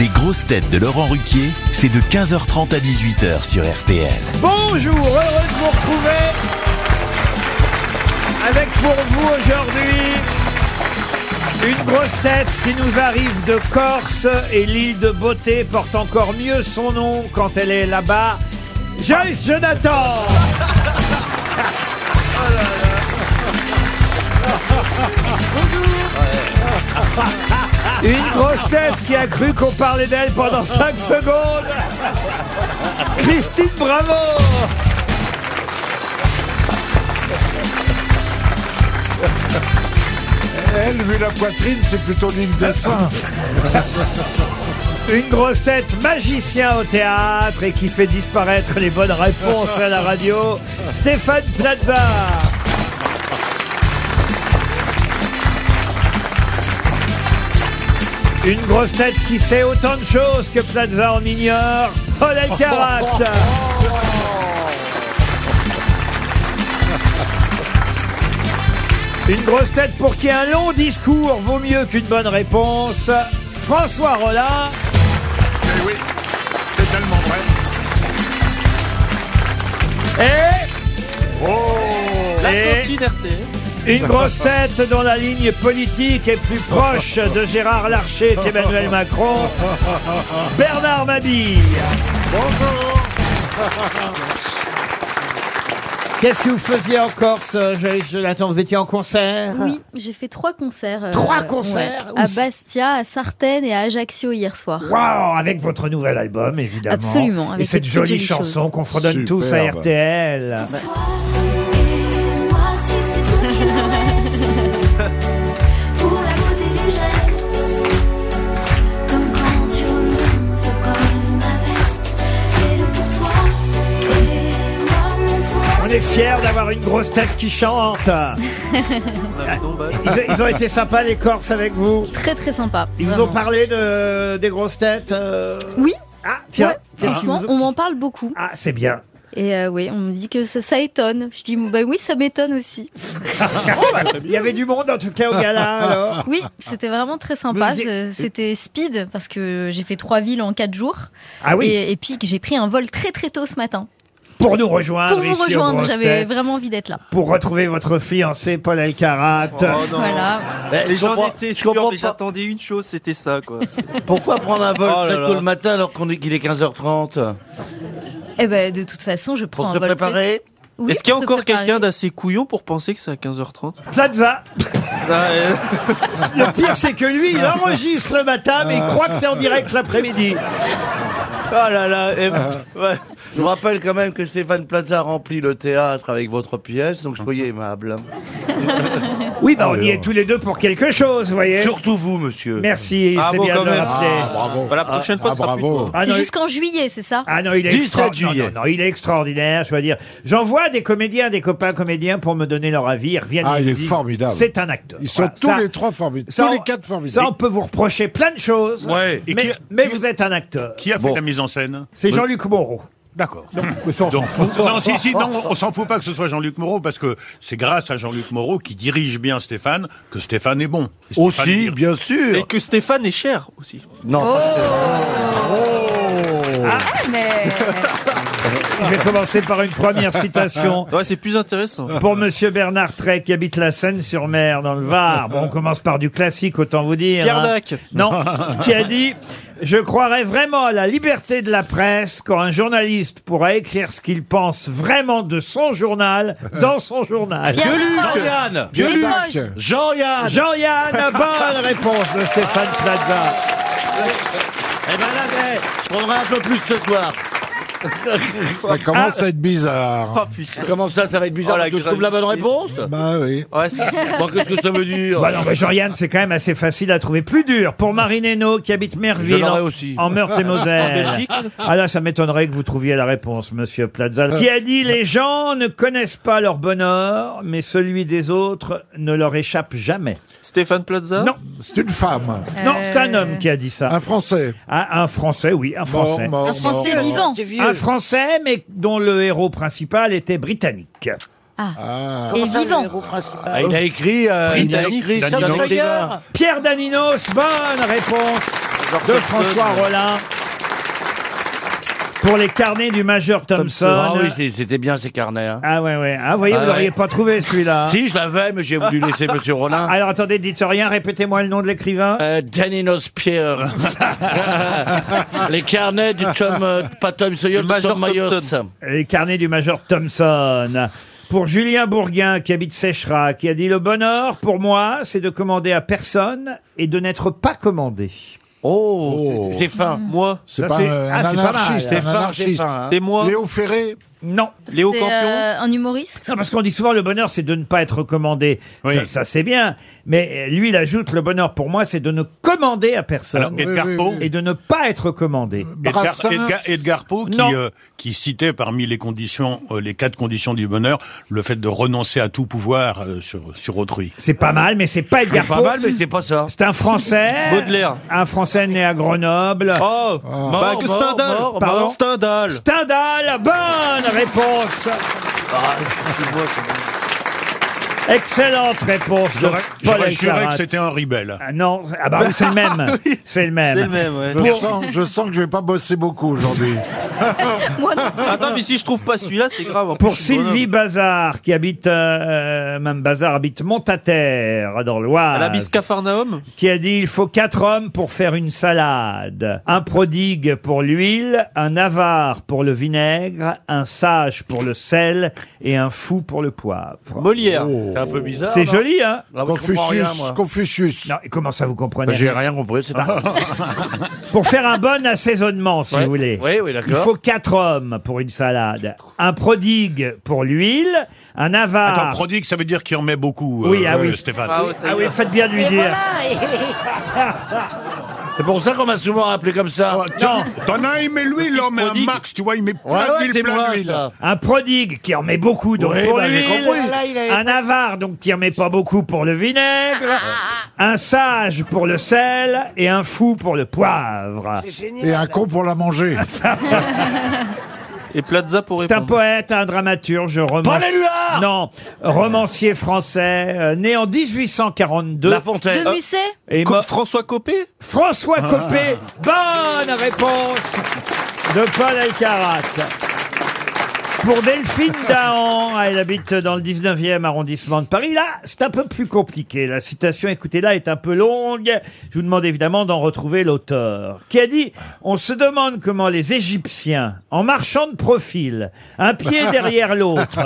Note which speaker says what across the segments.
Speaker 1: Les grosses têtes de Laurent Ruquier, c'est de 15h30 à 18h sur RTL.
Speaker 2: Bonjour, heureux de vous retrouver avec pour vous aujourd'hui une grosse tête qui nous arrive de Corse et l'île de beauté porte encore mieux son nom quand elle est là-bas. Joyce Jonathan Une grosse tête qui a cru qu'on parlait d'elle pendant 5 secondes. Christine Bravo
Speaker 3: Elle, vu la poitrine, c'est plutôt l'île de Saint.
Speaker 2: Une grosse tête magicien au théâtre et qui fait disparaître les bonnes réponses à la radio, Stéphane Plaza. Une grosse tête qui sait autant de choses que Plaza en ignore, Paul Elkarat. Une grosse tête pour qui un long discours vaut mieux qu'une bonne réponse, François Rollin.
Speaker 3: Mais oui, c'est tellement vrai.
Speaker 2: Et
Speaker 3: Oh
Speaker 2: Et Une grosse tête dont la ligne politique est plus proche de Gérard Larcher qu'Emmanuel Macron, Bernard Mabille.
Speaker 3: Bonjour
Speaker 2: Qu'est-ce que vous faisiez en Corse, euh, Joyce Jonathan Vous étiez en concert
Speaker 4: Oui, j'ai fait trois concerts. euh,
Speaker 2: Trois
Speaker 4: ouais,
Speaker 2: concerts
Speaker 4: À
Speaker 2: Ouf.
Speaker 4: Bastia, à Sartène et à Ajaccio hier soir.
Speaker 2: Waouh Avec votre nouvel album, évidemment.
Speaker 4: Absolument,
Speaker 2: Et
Speaker 4: avec
Speaker 2: cette
Speaker 4: cette
Speaker 2: jolie
Speaker 4: jolie
Speaker 2: chanson
Speaker 4: chose.
Speaker 2: qu'on fredonne tous à
Speaker 3: Superbe.
Speaker 2: RTL.
Speaker 4: Bah.
Speaker 5: Et moi si c'est tout ce qu'il me reste Pour la beauté du geste Comme quand tu remontes le col de ma veste Fais-le pour toi Et moi
Speaker 2: On
Speaker 5: montre-moi
Speaker 2: est fiers d'avoir une grosse tête qui chante. Ils, ils ont été sympas, les Corses, avec vous.
Speaker 4: Très très sympa.
Speaker 2: Ils vous
Speaker 4: vraiment.
Speaker 2: ont parlé de, des grosses têtes euh
Speaker 4: Oui.
Speaker 2: Ah, tiens,
Speaker 4: Ouais,
Speaker 2: qu'est-ce qu'ils
Speaker 4: franchement,
Speaker 2: vous ont-
Speaker 4: on m'en parle beaucoup.
Speaker 2: Ah, c'est bien.
Speaker 4: Et euh, oui, on me dit que ça, ça étonne. Je dis, bah oui, ça m'étonne aussi.
Speaker 2: Il y avait du monde, en tout cas, au gala, alors.
Speaker 4: Oui, c'était vraiment très sympa.
Speaker 2: Mais vous
Speaker 4: C'est- C'était speed parce que j'ai fait trois villes en quatre jours.
Speaker 2: Ah oui,
Speaker 4: Et, et puis que j'ai pris un vol très très tôt ce matin.
Speaker 2: pour nous rejoindre
Speaker 4: Pour vous
Speaker 2: ici aux
Speaker 4: rejoindre,
Speaker 2: grosses
Speaker 4: j'avais
Speaker 2: têtes,
Speaker 4: vraiment envie d'être là.
Speaker 2: pour retrouver votre fiancé Paul Elkarat.
Speaker 4: Oh, Voilà.
Speaker 6: les gens
Speaker 7: comprends-
Speaker 6: étaient
Speaker 7: je comprends
Speaker 6: sûrs, mais
Speaker 7: pas.
Speaker 6: j'attendais une chose, c'était ça, quoi.
Speaker 7: Pourquoi prendre un vol
Speaker 6: Oh là
Speaker 7: très
Speaker 6: là.
Speaker 7: tôt le matin alors qu'on est qu'il est 15h30
Speaker 4: Et ben de toute façon, je prends
Speaker 7: Pour
Speaker 4: un
Speaker 7: se
Speaker 4: vol très-
Speaker 7: préparer
Speaker 4: Oui,
Speaker 6: Est-ce qu'il y a
Speaker 4: pour se
Speaker 6: encore
Speaker 4: préparer.
Speaker 6: quelqu'un d'assez couillon pour penser que c'est à 15h30
Speaker 2: Plaza,
Speaker 6: Ça, euh,
Speaker 2: le pire c'est que lui, il enregistre le matin, Ah, mais il croit que c'est en direct l'après-midi. Ah.
Speaker 7: Oh là là eh ben, ouais. Je vous rappelle quand même que Stéphane Plaza remplit le théâtre avec votre pièce, donc soyez aimable. hein.
Speaker 2: Oui, bah on y est tous les deux pour quelque chose, vous voyez.
Speaker 7: Surtout vous, monsieur.
Speaker 2: Merci,
Speaker 6: Ah
Speaker 2: c'est
Speaker 6: bon,
Speaker 2: bien
Speaker 6: quand
Speaker 2: de le
Speaker 6: même.
Speaker 2: rappeler.
Speaker 6: bah, la prochaine fois, ce sera plus toi.
Speaker 2: Ah, non,
Speaker 4: C'est
Speaker 2: il-
Speaker 4: jusqu'en juillet, c'est ça
Speaker 2: Ah non, il est
Speaker 7: 17
Speaker 2: extraordinaire.
Speaker 7: juillet.
Speaker 2: Non, non, non, il est extraordinaire, je dois dire. J'envoie des comédiens, des copains comédiens pour me donner leur avis. Ils reviennent.
Speaker 3: Ah,
Speaker 2: ils
Speaker 3: il
Speaker 2: me
Speaker 3: est
Speaker 2: disent,
Speaker 3: formidable.
Speaker 2: C'est un acteur.
Speaker 3: Ils sont
Speaker 2: Voilà.
Speaker 3: tous
Speaker 2: Ça-
Speaker 3: les trois formidables.
Speaker 2: ça,
Speaker 3: tous
Speaker 2: on-
Speaker 3: les quatre
Speaker 2: Ça, on
Speaker 3: formidables.
Speaker 2: peut vous reprocher plein de choses.
Speaker 8: Ouais. Et
Speaker 2: Mais,
Speaker 8: qui-
Speaker 2: mais
Speaker 8: qui-
Speaker 2: vous êtes un acteur.
Speaker 8: Qui a fait la mise en scène
Speaker 2: C'est Jean-Luc Moreau.
Speaker 8: D'accord. Donc- Non, si, si, non, on s'en fout pas que ce soit Jean-Luc Moreau, parce que c'est grâce à Jean-Luc Moreau qui dirige bien Stéphane que Stéphane est bon. Et Stéphane
Speaker 7: Aussi,
Speaker 8: est-
Speaker 7: bien sûr.
Speaker 6: Et que Stéphane est cher aussi.
Speaker 7: Non.
Speaker 4: Ah, Mais
Speaker 2: Je vais commencer par une première citation.
Speaker 6: Ouais, c'est plus intéressant.
Speaker 2: Pour Monsieur Bernard Trey, qui habite la Seine-sur-Mer, dans le Var. Bon, on commence par du classique, autant vous dire.
Speaker 6: Pierre
Speaker 2: hein.
Speaker 6: Dac.
Speaker 2: Non, qui a dit Je croirais vraiment à la liberté de la presse quand un journaliste pourra écrire ce qu'il pense vraiment de son journal dans son journal.
Speaker 4: Pierre Desproges.
Speaker 7: Jean-Yann
Speaker 4: Desproges.
Speaker 7: Jean-Yann
Speaker 2: Jean-Yann, bonne réponse de Stéphane Plaza.
Speaker 7: Eh ben là, eh, je prendrai un peu plus ce soir.
Speaker 3: Ça commence
Speaker 7: Ah.
Speaker 3: à être bizarre.
Speaker 6: Oh, putain.
Speaker 7: Comment ça, ça va être bizarre
Speaker 6: Oh, la
Speaker 7: parce que je trouve la bonne réponse
Speaker 8: Ah
Speaker 3: Bah oui.
Speaker 6: Ouais, c'est-
Speaker 7: Bon, qu'est-ce que ça veut dire
Speaker 2: Bah non, mais Jean-Yann, c'est quand même assez facile à trouver. Plus dur pour Marine Hainaut, qui habite
Speaker 7: Je
Speaker 2: Merville,
Speaker 7: l'aurais
Speaker 2: en,
Speaker 7: aussi.
Speaker 2: en
Speaker 6: En
Speaker 2: Meurthe-et-Moselle.
Speaker 6: Belgique.
Speaker 2: Ah là, ça m'étonnerait que vous trouviez la réponse, monsieur Plaza. Qui a dit Les gens ne connaissent pas leur bonheur, mais celui des autres ne leur échappe jamais.
Speaker 6: Stéphane Plaza
Speaker 2: Non.
Speaker 3: C'est une femme.
Speaker 2: Non,
Speaker 4: Euh,
Speaker 2: c'est un homme qui a dit ça.
Speaker 3: Un Français.
Speaker 2: Ah, un Français, oui, un
Speaker 3: Mort,
Speaker 2: Français.
Speaker 3: mort,
Speaker 4: Un Français
Speaker 3: mort.
Speaker 4: vivant.
Speaker 2: Un Français, mais dont le héros principal était britannique.
Speaker 3: Ah.
Speaker 4: Et vivant.
Speaker 7: Ah, il a écrit, euh, il a écrit
Speaker 8: Daniel
Speaker 7: ça dans le
Speaker 8: Tiger.
Speaker 7: débat.
Speaker 2: Pierre Daninos, bonne réponse de François Rollin. Pour les carnets du Major Thompson.
Speaker 7: Ah oui, c'est- c'était bien ces carnets. hein.
Speaker 2: Ah ouais, ouais. Ah, vous voyez,
Speaker 7: Ah
Speaker 2: vous
Speaker 7: ouais.
Speaker 2: n'auriez pas trouvé celui-là. hein.
Speaker 7: Si, je l'avais, mais j'ai voulu laisser Monsieur Rollin.
Speaker 2: Alors attendez, dites rien, répétez-moi le nom de l'écrivain.
Speaker 7: Euh, Daninos Pierre. les carnets du Tom, euh, pas Tom Sawyer, du
Speaker 6: Major
Speaker 7: Tom Myers.
Speaker 6: Thompson.
Speaker 2: Les carnets du Major Thompson. Pour Julien Bourguin, qui habite Séchera, qui a dit Le bonheur, pour moi, c'est de commander à personne et de n'être pas commandé.
Speaker 7: Oh,
Speaker 3: Oh.
Speaker 7: c'est c'est fin.
Speaker 6: Moi,
Speaker 3: C'est
Speaker 2: Ça,
Speaker 3: pas
Speaker 2: c'est-
Speaker 3: euh,
Speaker 2: ah,
Speaker 3: un
Speaker 2: c'est pas mal,
Speaker 3: anarchiste,
Speaker 7: C'est
Speaker 3: un
Speaker 7: fin, c'est
Speaker 3: anarchiste.
Speaker 7: fin. hein.
Speaker 6: c'est moi.
Speaker 3: Léo Ferré
Speaker 2: Non.
Speaker 6: Léo
Speaker 4: C'est,
Speaker 6: Campion.
Speaker 4: euh, un humoriste.
Speaker 2: Non, parce qu'on dit souvent le bonheur, c'est de ne pas être commandé.
Speaker 8: Oui.
Speaker 2: Ça, ça, c'est bien. Mais euh, lui, il ajoute le bonheur pour moi, c'est de ne commander à
Speaker 8: Alors,
Speaker 2: personne
Speaker 8: Edgar
Speaker 3: oui,
Speaker 8: Poe
Speaker 3: oui.
Speaker 2: et de ne pas être commandé.
Speaker 8: Edgar,
Speaker 3: Brassens.
Speaker 8: Edgar- Edgar Poe qui,
Speaker 2: Non.
Speaker 8: euh, qui citait parmi les conditions, euh, les quatre conditions du bonheur, le fait de renoncer à tout pouvoir euh, sur, sur autrui.
Speaker 2: C'est pas mal, mais c'est pas Edgar
Speaker 7: C'est pas
Speaker 2: Poe.
Speaker 7: mal, mais c'est pas ça.
Speaker 2: C'est un Français.
Speaker 6: Baudelaire.
Speaker 2: Un Français né à Grenoble. Ah.
Speaker 6: Oh, bah,
Speaker 7: Mort,
Speaker 6: que
Speaker 7: mort,
Speaker 6: Stendhal.
Speaker 7: mort,
Speaker 2: Pardon
Speaker 6: mort. Stendhal.
Speaker 2: Stendhal, bonne réponse. Excellente réponse de
Speaker 8: J'aurais
Speaker 2: Paul
Speaker 8: j'aurais juré
Speaker 2: Elkarat.
Speaker 8: que c'était Henri Bell.
Speaker 2: Ah non, ah bah oui, c'est le même.
Speaker 6: C'est
Speaker 2: C'est le
Speaker 6: le
Speaker 2: même.
Speaker 6: même, ouais.
Speaker 3: je sens, je sens que je vais pas bosser beaucoup aujourd'hui.
Speaker 4: Moi, non.
Speaker 6: Attends, mais si je trouve pas celui-là, c'est grave. En
Speaker 2: Pour
Speaker 6: plus, je suis
Speaker 2: Sylvie
Speaker 6: bonhomme.
Speaker 2: Bazar, qui habite, euh, euh, même Bazar habite Montataire, dans l'Oise.
Speaker 6: Elle habite Capharnaüm.
Speaker 2: qui a dit il faut quatre hommes pour faire une salade. Un prodigue pour l'huile, un avare pour le vinaigre, un sage pour le sel et un fou pour le poivre.
Speaker 6: Molière.
Speaker 7: C'est un peu bizarre.
Speaker 2: C'est
Speaker 7: non
Speaker 2: joli, hein
Speaker 7: Ah, moi, je comprends rien,
Speaker 3: Oh. Confucius,
Speaker 7: moi.
Speaker 3: Confucius.
Speaker 2: Non, et comment ça vous comprenez
Speaker 7: Bah, J'ai rien compris, c'est pas grave.
Speaker 2: Pour faire un bon assaisonnement, si vous voulez.
Speaker 7: Oui, oui,
Speaker 2: Il
Speaker 7: d'accord.
Speaker 2: faut quatre hommes pour une salade. Un prodigue pour l'huile, un avare...
Speaker 8: Attends, prodigue, ça veut dire qu'il en met beaucoup, euh,
Speaker 2: Oui, ah oui.
Speaker 8: Stéphane.
Speaker 6: Ah ouais, ça y
Speaker 2: ah oui,
Speaker 6: est.
Speaker 2: faites bien de lui dire.
Speaker 7: C'est pour ça qu'on m'a souvent appelé comme ça.
Speaker 8: Ah, tiens, T'en as aimé lui, l'homme, hein, un
Speaker 6: prodigue.
Speaker 8: max, tu vois, il met
Speaker 7: Ouais,
Speaker 8: plein
Speaker 7: ouais,
Speaker 8: d'huile,
Speaker 7: c'est
Speaker 8: plein
Speaker 7: moi,
Speaker 8: d'huile.
Speaker 7: ça.
Speaker 2: Un prodigue qui en met beaucoup donc
Speaker 7: Ouais,
Speaker 2: pour
Speaker 7: bah, j'ai
Speaker 2: l'huile.
Speaker 7: compris.
Speaker 2: un avare donc qui en met pas beaucoup pour le vinaigre. un sage pour le sel et un fou pour le poivre.
Speaker 3: Et un con pour la manger.
Speaker 6: Et Plaza pour
Speaker 2: C'est un
Speaker 6: répondre.
Speaker 2: poète, un dramaturge, roman... non, romancier français, euh, né en 1842
Speaker 7: La Fontaine.
Speaker 4: De Musset
Speaker 2: et
Speaker 6: Co-
Speaker 2: mort
Speaker 6: François Copé
Speaker 2: François Copé.
Speaker 7: Ah.
Speaker 2: Bonne réponse de Paul Alcarat. Pour Delphine Dahan, elle habite dans le 19e arrondissement de Paris. Là, c'est un peu plus compliqué. La citation, écoutez-la, est un peu longue. Je vous demande évidemment d'en retrouver l'auteur, qui a dit « On se demande comment les Égyptiens, en marchant de profil, un pied derrière l'autre,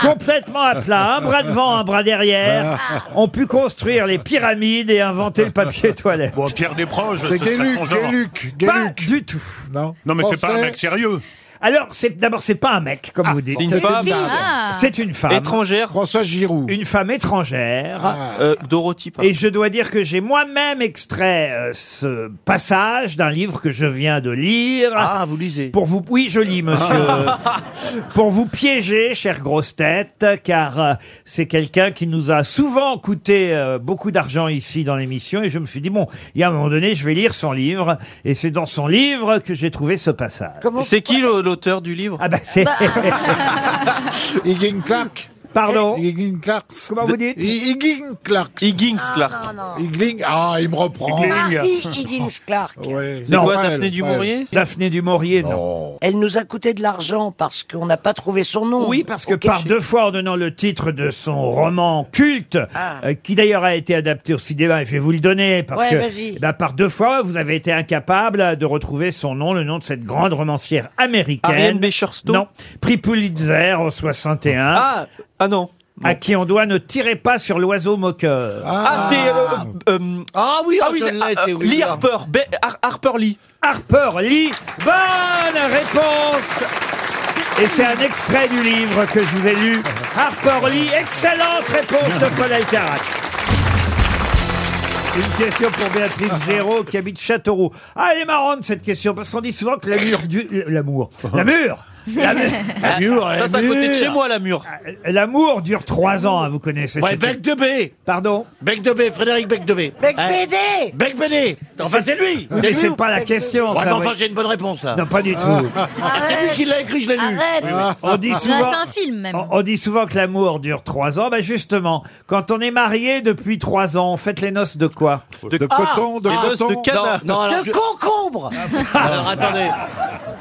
Speaker 2: complètement à plat, un bras devant, un bras derrière, ont pu construire les pyramides et inventer le papier toilette. »
Speaker 8: Bon, Pierre Desproges, ce
Speaker 3: C'est
Speaker 8: serait
Speaker 3: Guéluc,
Speaker 8: son genre.
Speaker 3: Guéluc,
Speaker 2: Pas
Speaker 3: Guéluc.
Speaker 2: du tout.
Speaker 3: Non,
Speaker 8: Non, mais c'est pas un
Speaker 3: Français.
Speaker 8: mec sérieux.
Speaker 2: Alors, c'est d'abord, c'est pas un mec, comme vous dites.
Speaker 6: C'est une femme
Speaker 4: Ah.
Speaker 2: C'est une femme.
Speaker 6: étrangère.
Speaker 3: François Giroud.
Speaker 2: Une femme étrangère.
Speaker 6: Euh, Dorothy, pardon.
Speaker 2: Et je dois dire que j'ai moi-même extrait euh, ce passage d'un livre que je viens de lire.
Speaker 7: Ah, vous lisez.
Speaker 2: Pour vous, oui, je lis, monsieur. pour vous piéger, chère grosse tête, car euh, c'est quelqu'un qui nous a souvent coûté euh, beaucoup d'argent ici dans l'émission, et je me suis dit bon, il y a un moment donné, je vais lire son livre, et c'est dans son livre que j'ai trouvé ce passage.
Speaker 6: C'est qui le- l'auteur du livre
Speaker 2: Ah bah c'est.
Speaker 3: Higgin Clark.
Speaker 2: Pardon.
Speaker 3: Higgin Clark.
Speaker 2: Comment vous dites
Speaker 3: Hi- Higgin Clark.
Speaker 6: Higgins
Speaker 9: Ah,
Speaker 6: Clark.
Speaker 3: Higgin. Ah, il me reprend.
Speaker 9: Oh,
Speaker 3: Ah,
Speaker 9: Marie Ah, Higgins Clark.
Speaker 3: Ouais.
Speaker 6: C'est
Speaker 2: Non,
Speaker 6: quoi,
Speaker 3: pas elle,
Speaker 6: Daphné du
Speaker 3: pas elle.
Speaker 6: Maurier
Speaker 2: Daphné du Maurier, non.
Speaker 9: Elle nous a coûté de l'argent parce qu'on n'a pas trouvé son nom.
Speaker 2: Oui, parce que
Speaker 9: Ok,
Speaker 2: par
Speaker 9: je-
Speaker 2: deux fois en donnant le titre de son roman culte, euh, qui d'ailleurs a été adapté au cinéma, et je vais vous le donner, parce
Speaker 9: Ah. Ouais,
Speaker 2: que
Speaker 9: vas-y.
Speaker 2: eh ben, par deux fois, vous avez été incapable de retrouver son nom, le nom de cette grande romancière américaine.
Speaker 6: Ariane Becherstow
Speaker 2: Non, prix Pulitzer en 61,
Speaker 6: Ah, ah non.
Speaker 2: à qui on doit ne tirer pas sur l'oiseau moqueur.
Speaker 6: Ah, c'est. euh, euh, euh,
Speaker 7: Ah oui,
Speaker 6: ah oui, c'est- ah, euh, Lee Harper. Be- Har- Harper Lee.
Speaker 2: Harper Lee. Bonne réponse Et c'est un extrait du livre que je vous ai lu. Harper Lee, excellente réponse de Paul Alcarat. Une question pour Béatrice Géraud qui habite Châteauroux. Ah, elle est marrante cette question parce qu'on dit souvent que l'amour du l'amour, l'amour, L'amour,
Speaker 6: Ah, Ça, c'est à côté de chez moi, la mur.
Speaker 2: L'amour dure trois ans, hein, vous connaissez.
Speaker 10: Ouais,
Speaker 2: cette-
Speaker 10: Bec de B
Speaker 2: Pardon
Speaker 10: Bec de B, Frédéric Bec de B.
Speaker 9: Bec
Speaker 10: Hein
Speaker 9: BD
Speaker 10: Bec BD Enfin, c'est lui
Speaker 2: Mais c'est pas la question,
Speaker 10: Ouais, mais
Speaker 2: ça.
Speaker 10: enfin,
Speaker 2: oui.
Speaker 10: j'ai une bonne réponse, là.
Speaker 2: Non, pas du tout.
Speaker 10: C'est lui qui l'a écrit, je l'ai lu.
Speaker 9: Arrête
Speaker 2: Ah, On dit
Speaker 4: On a
Speaker 2: souvent... Oh.
Speaker 4: fait un film même.
Speaker 2: On on dit souvent que l'amour dure trois ans. Bah justement, quand on est marié depuis trois ans, on fête les noces de quoi
Speaker 3: De
Speaker 10: Ah,
Speaker 3: coton, de
Speaker 6: Ah, Les noces
Speaker 3: coton.
Speaker 6: de canard.
Speaker 10: Non, alors,
Speaker 9: De
Speaker 10: je-
Speaker 9: concombre
Speaker 10: alors, attendez.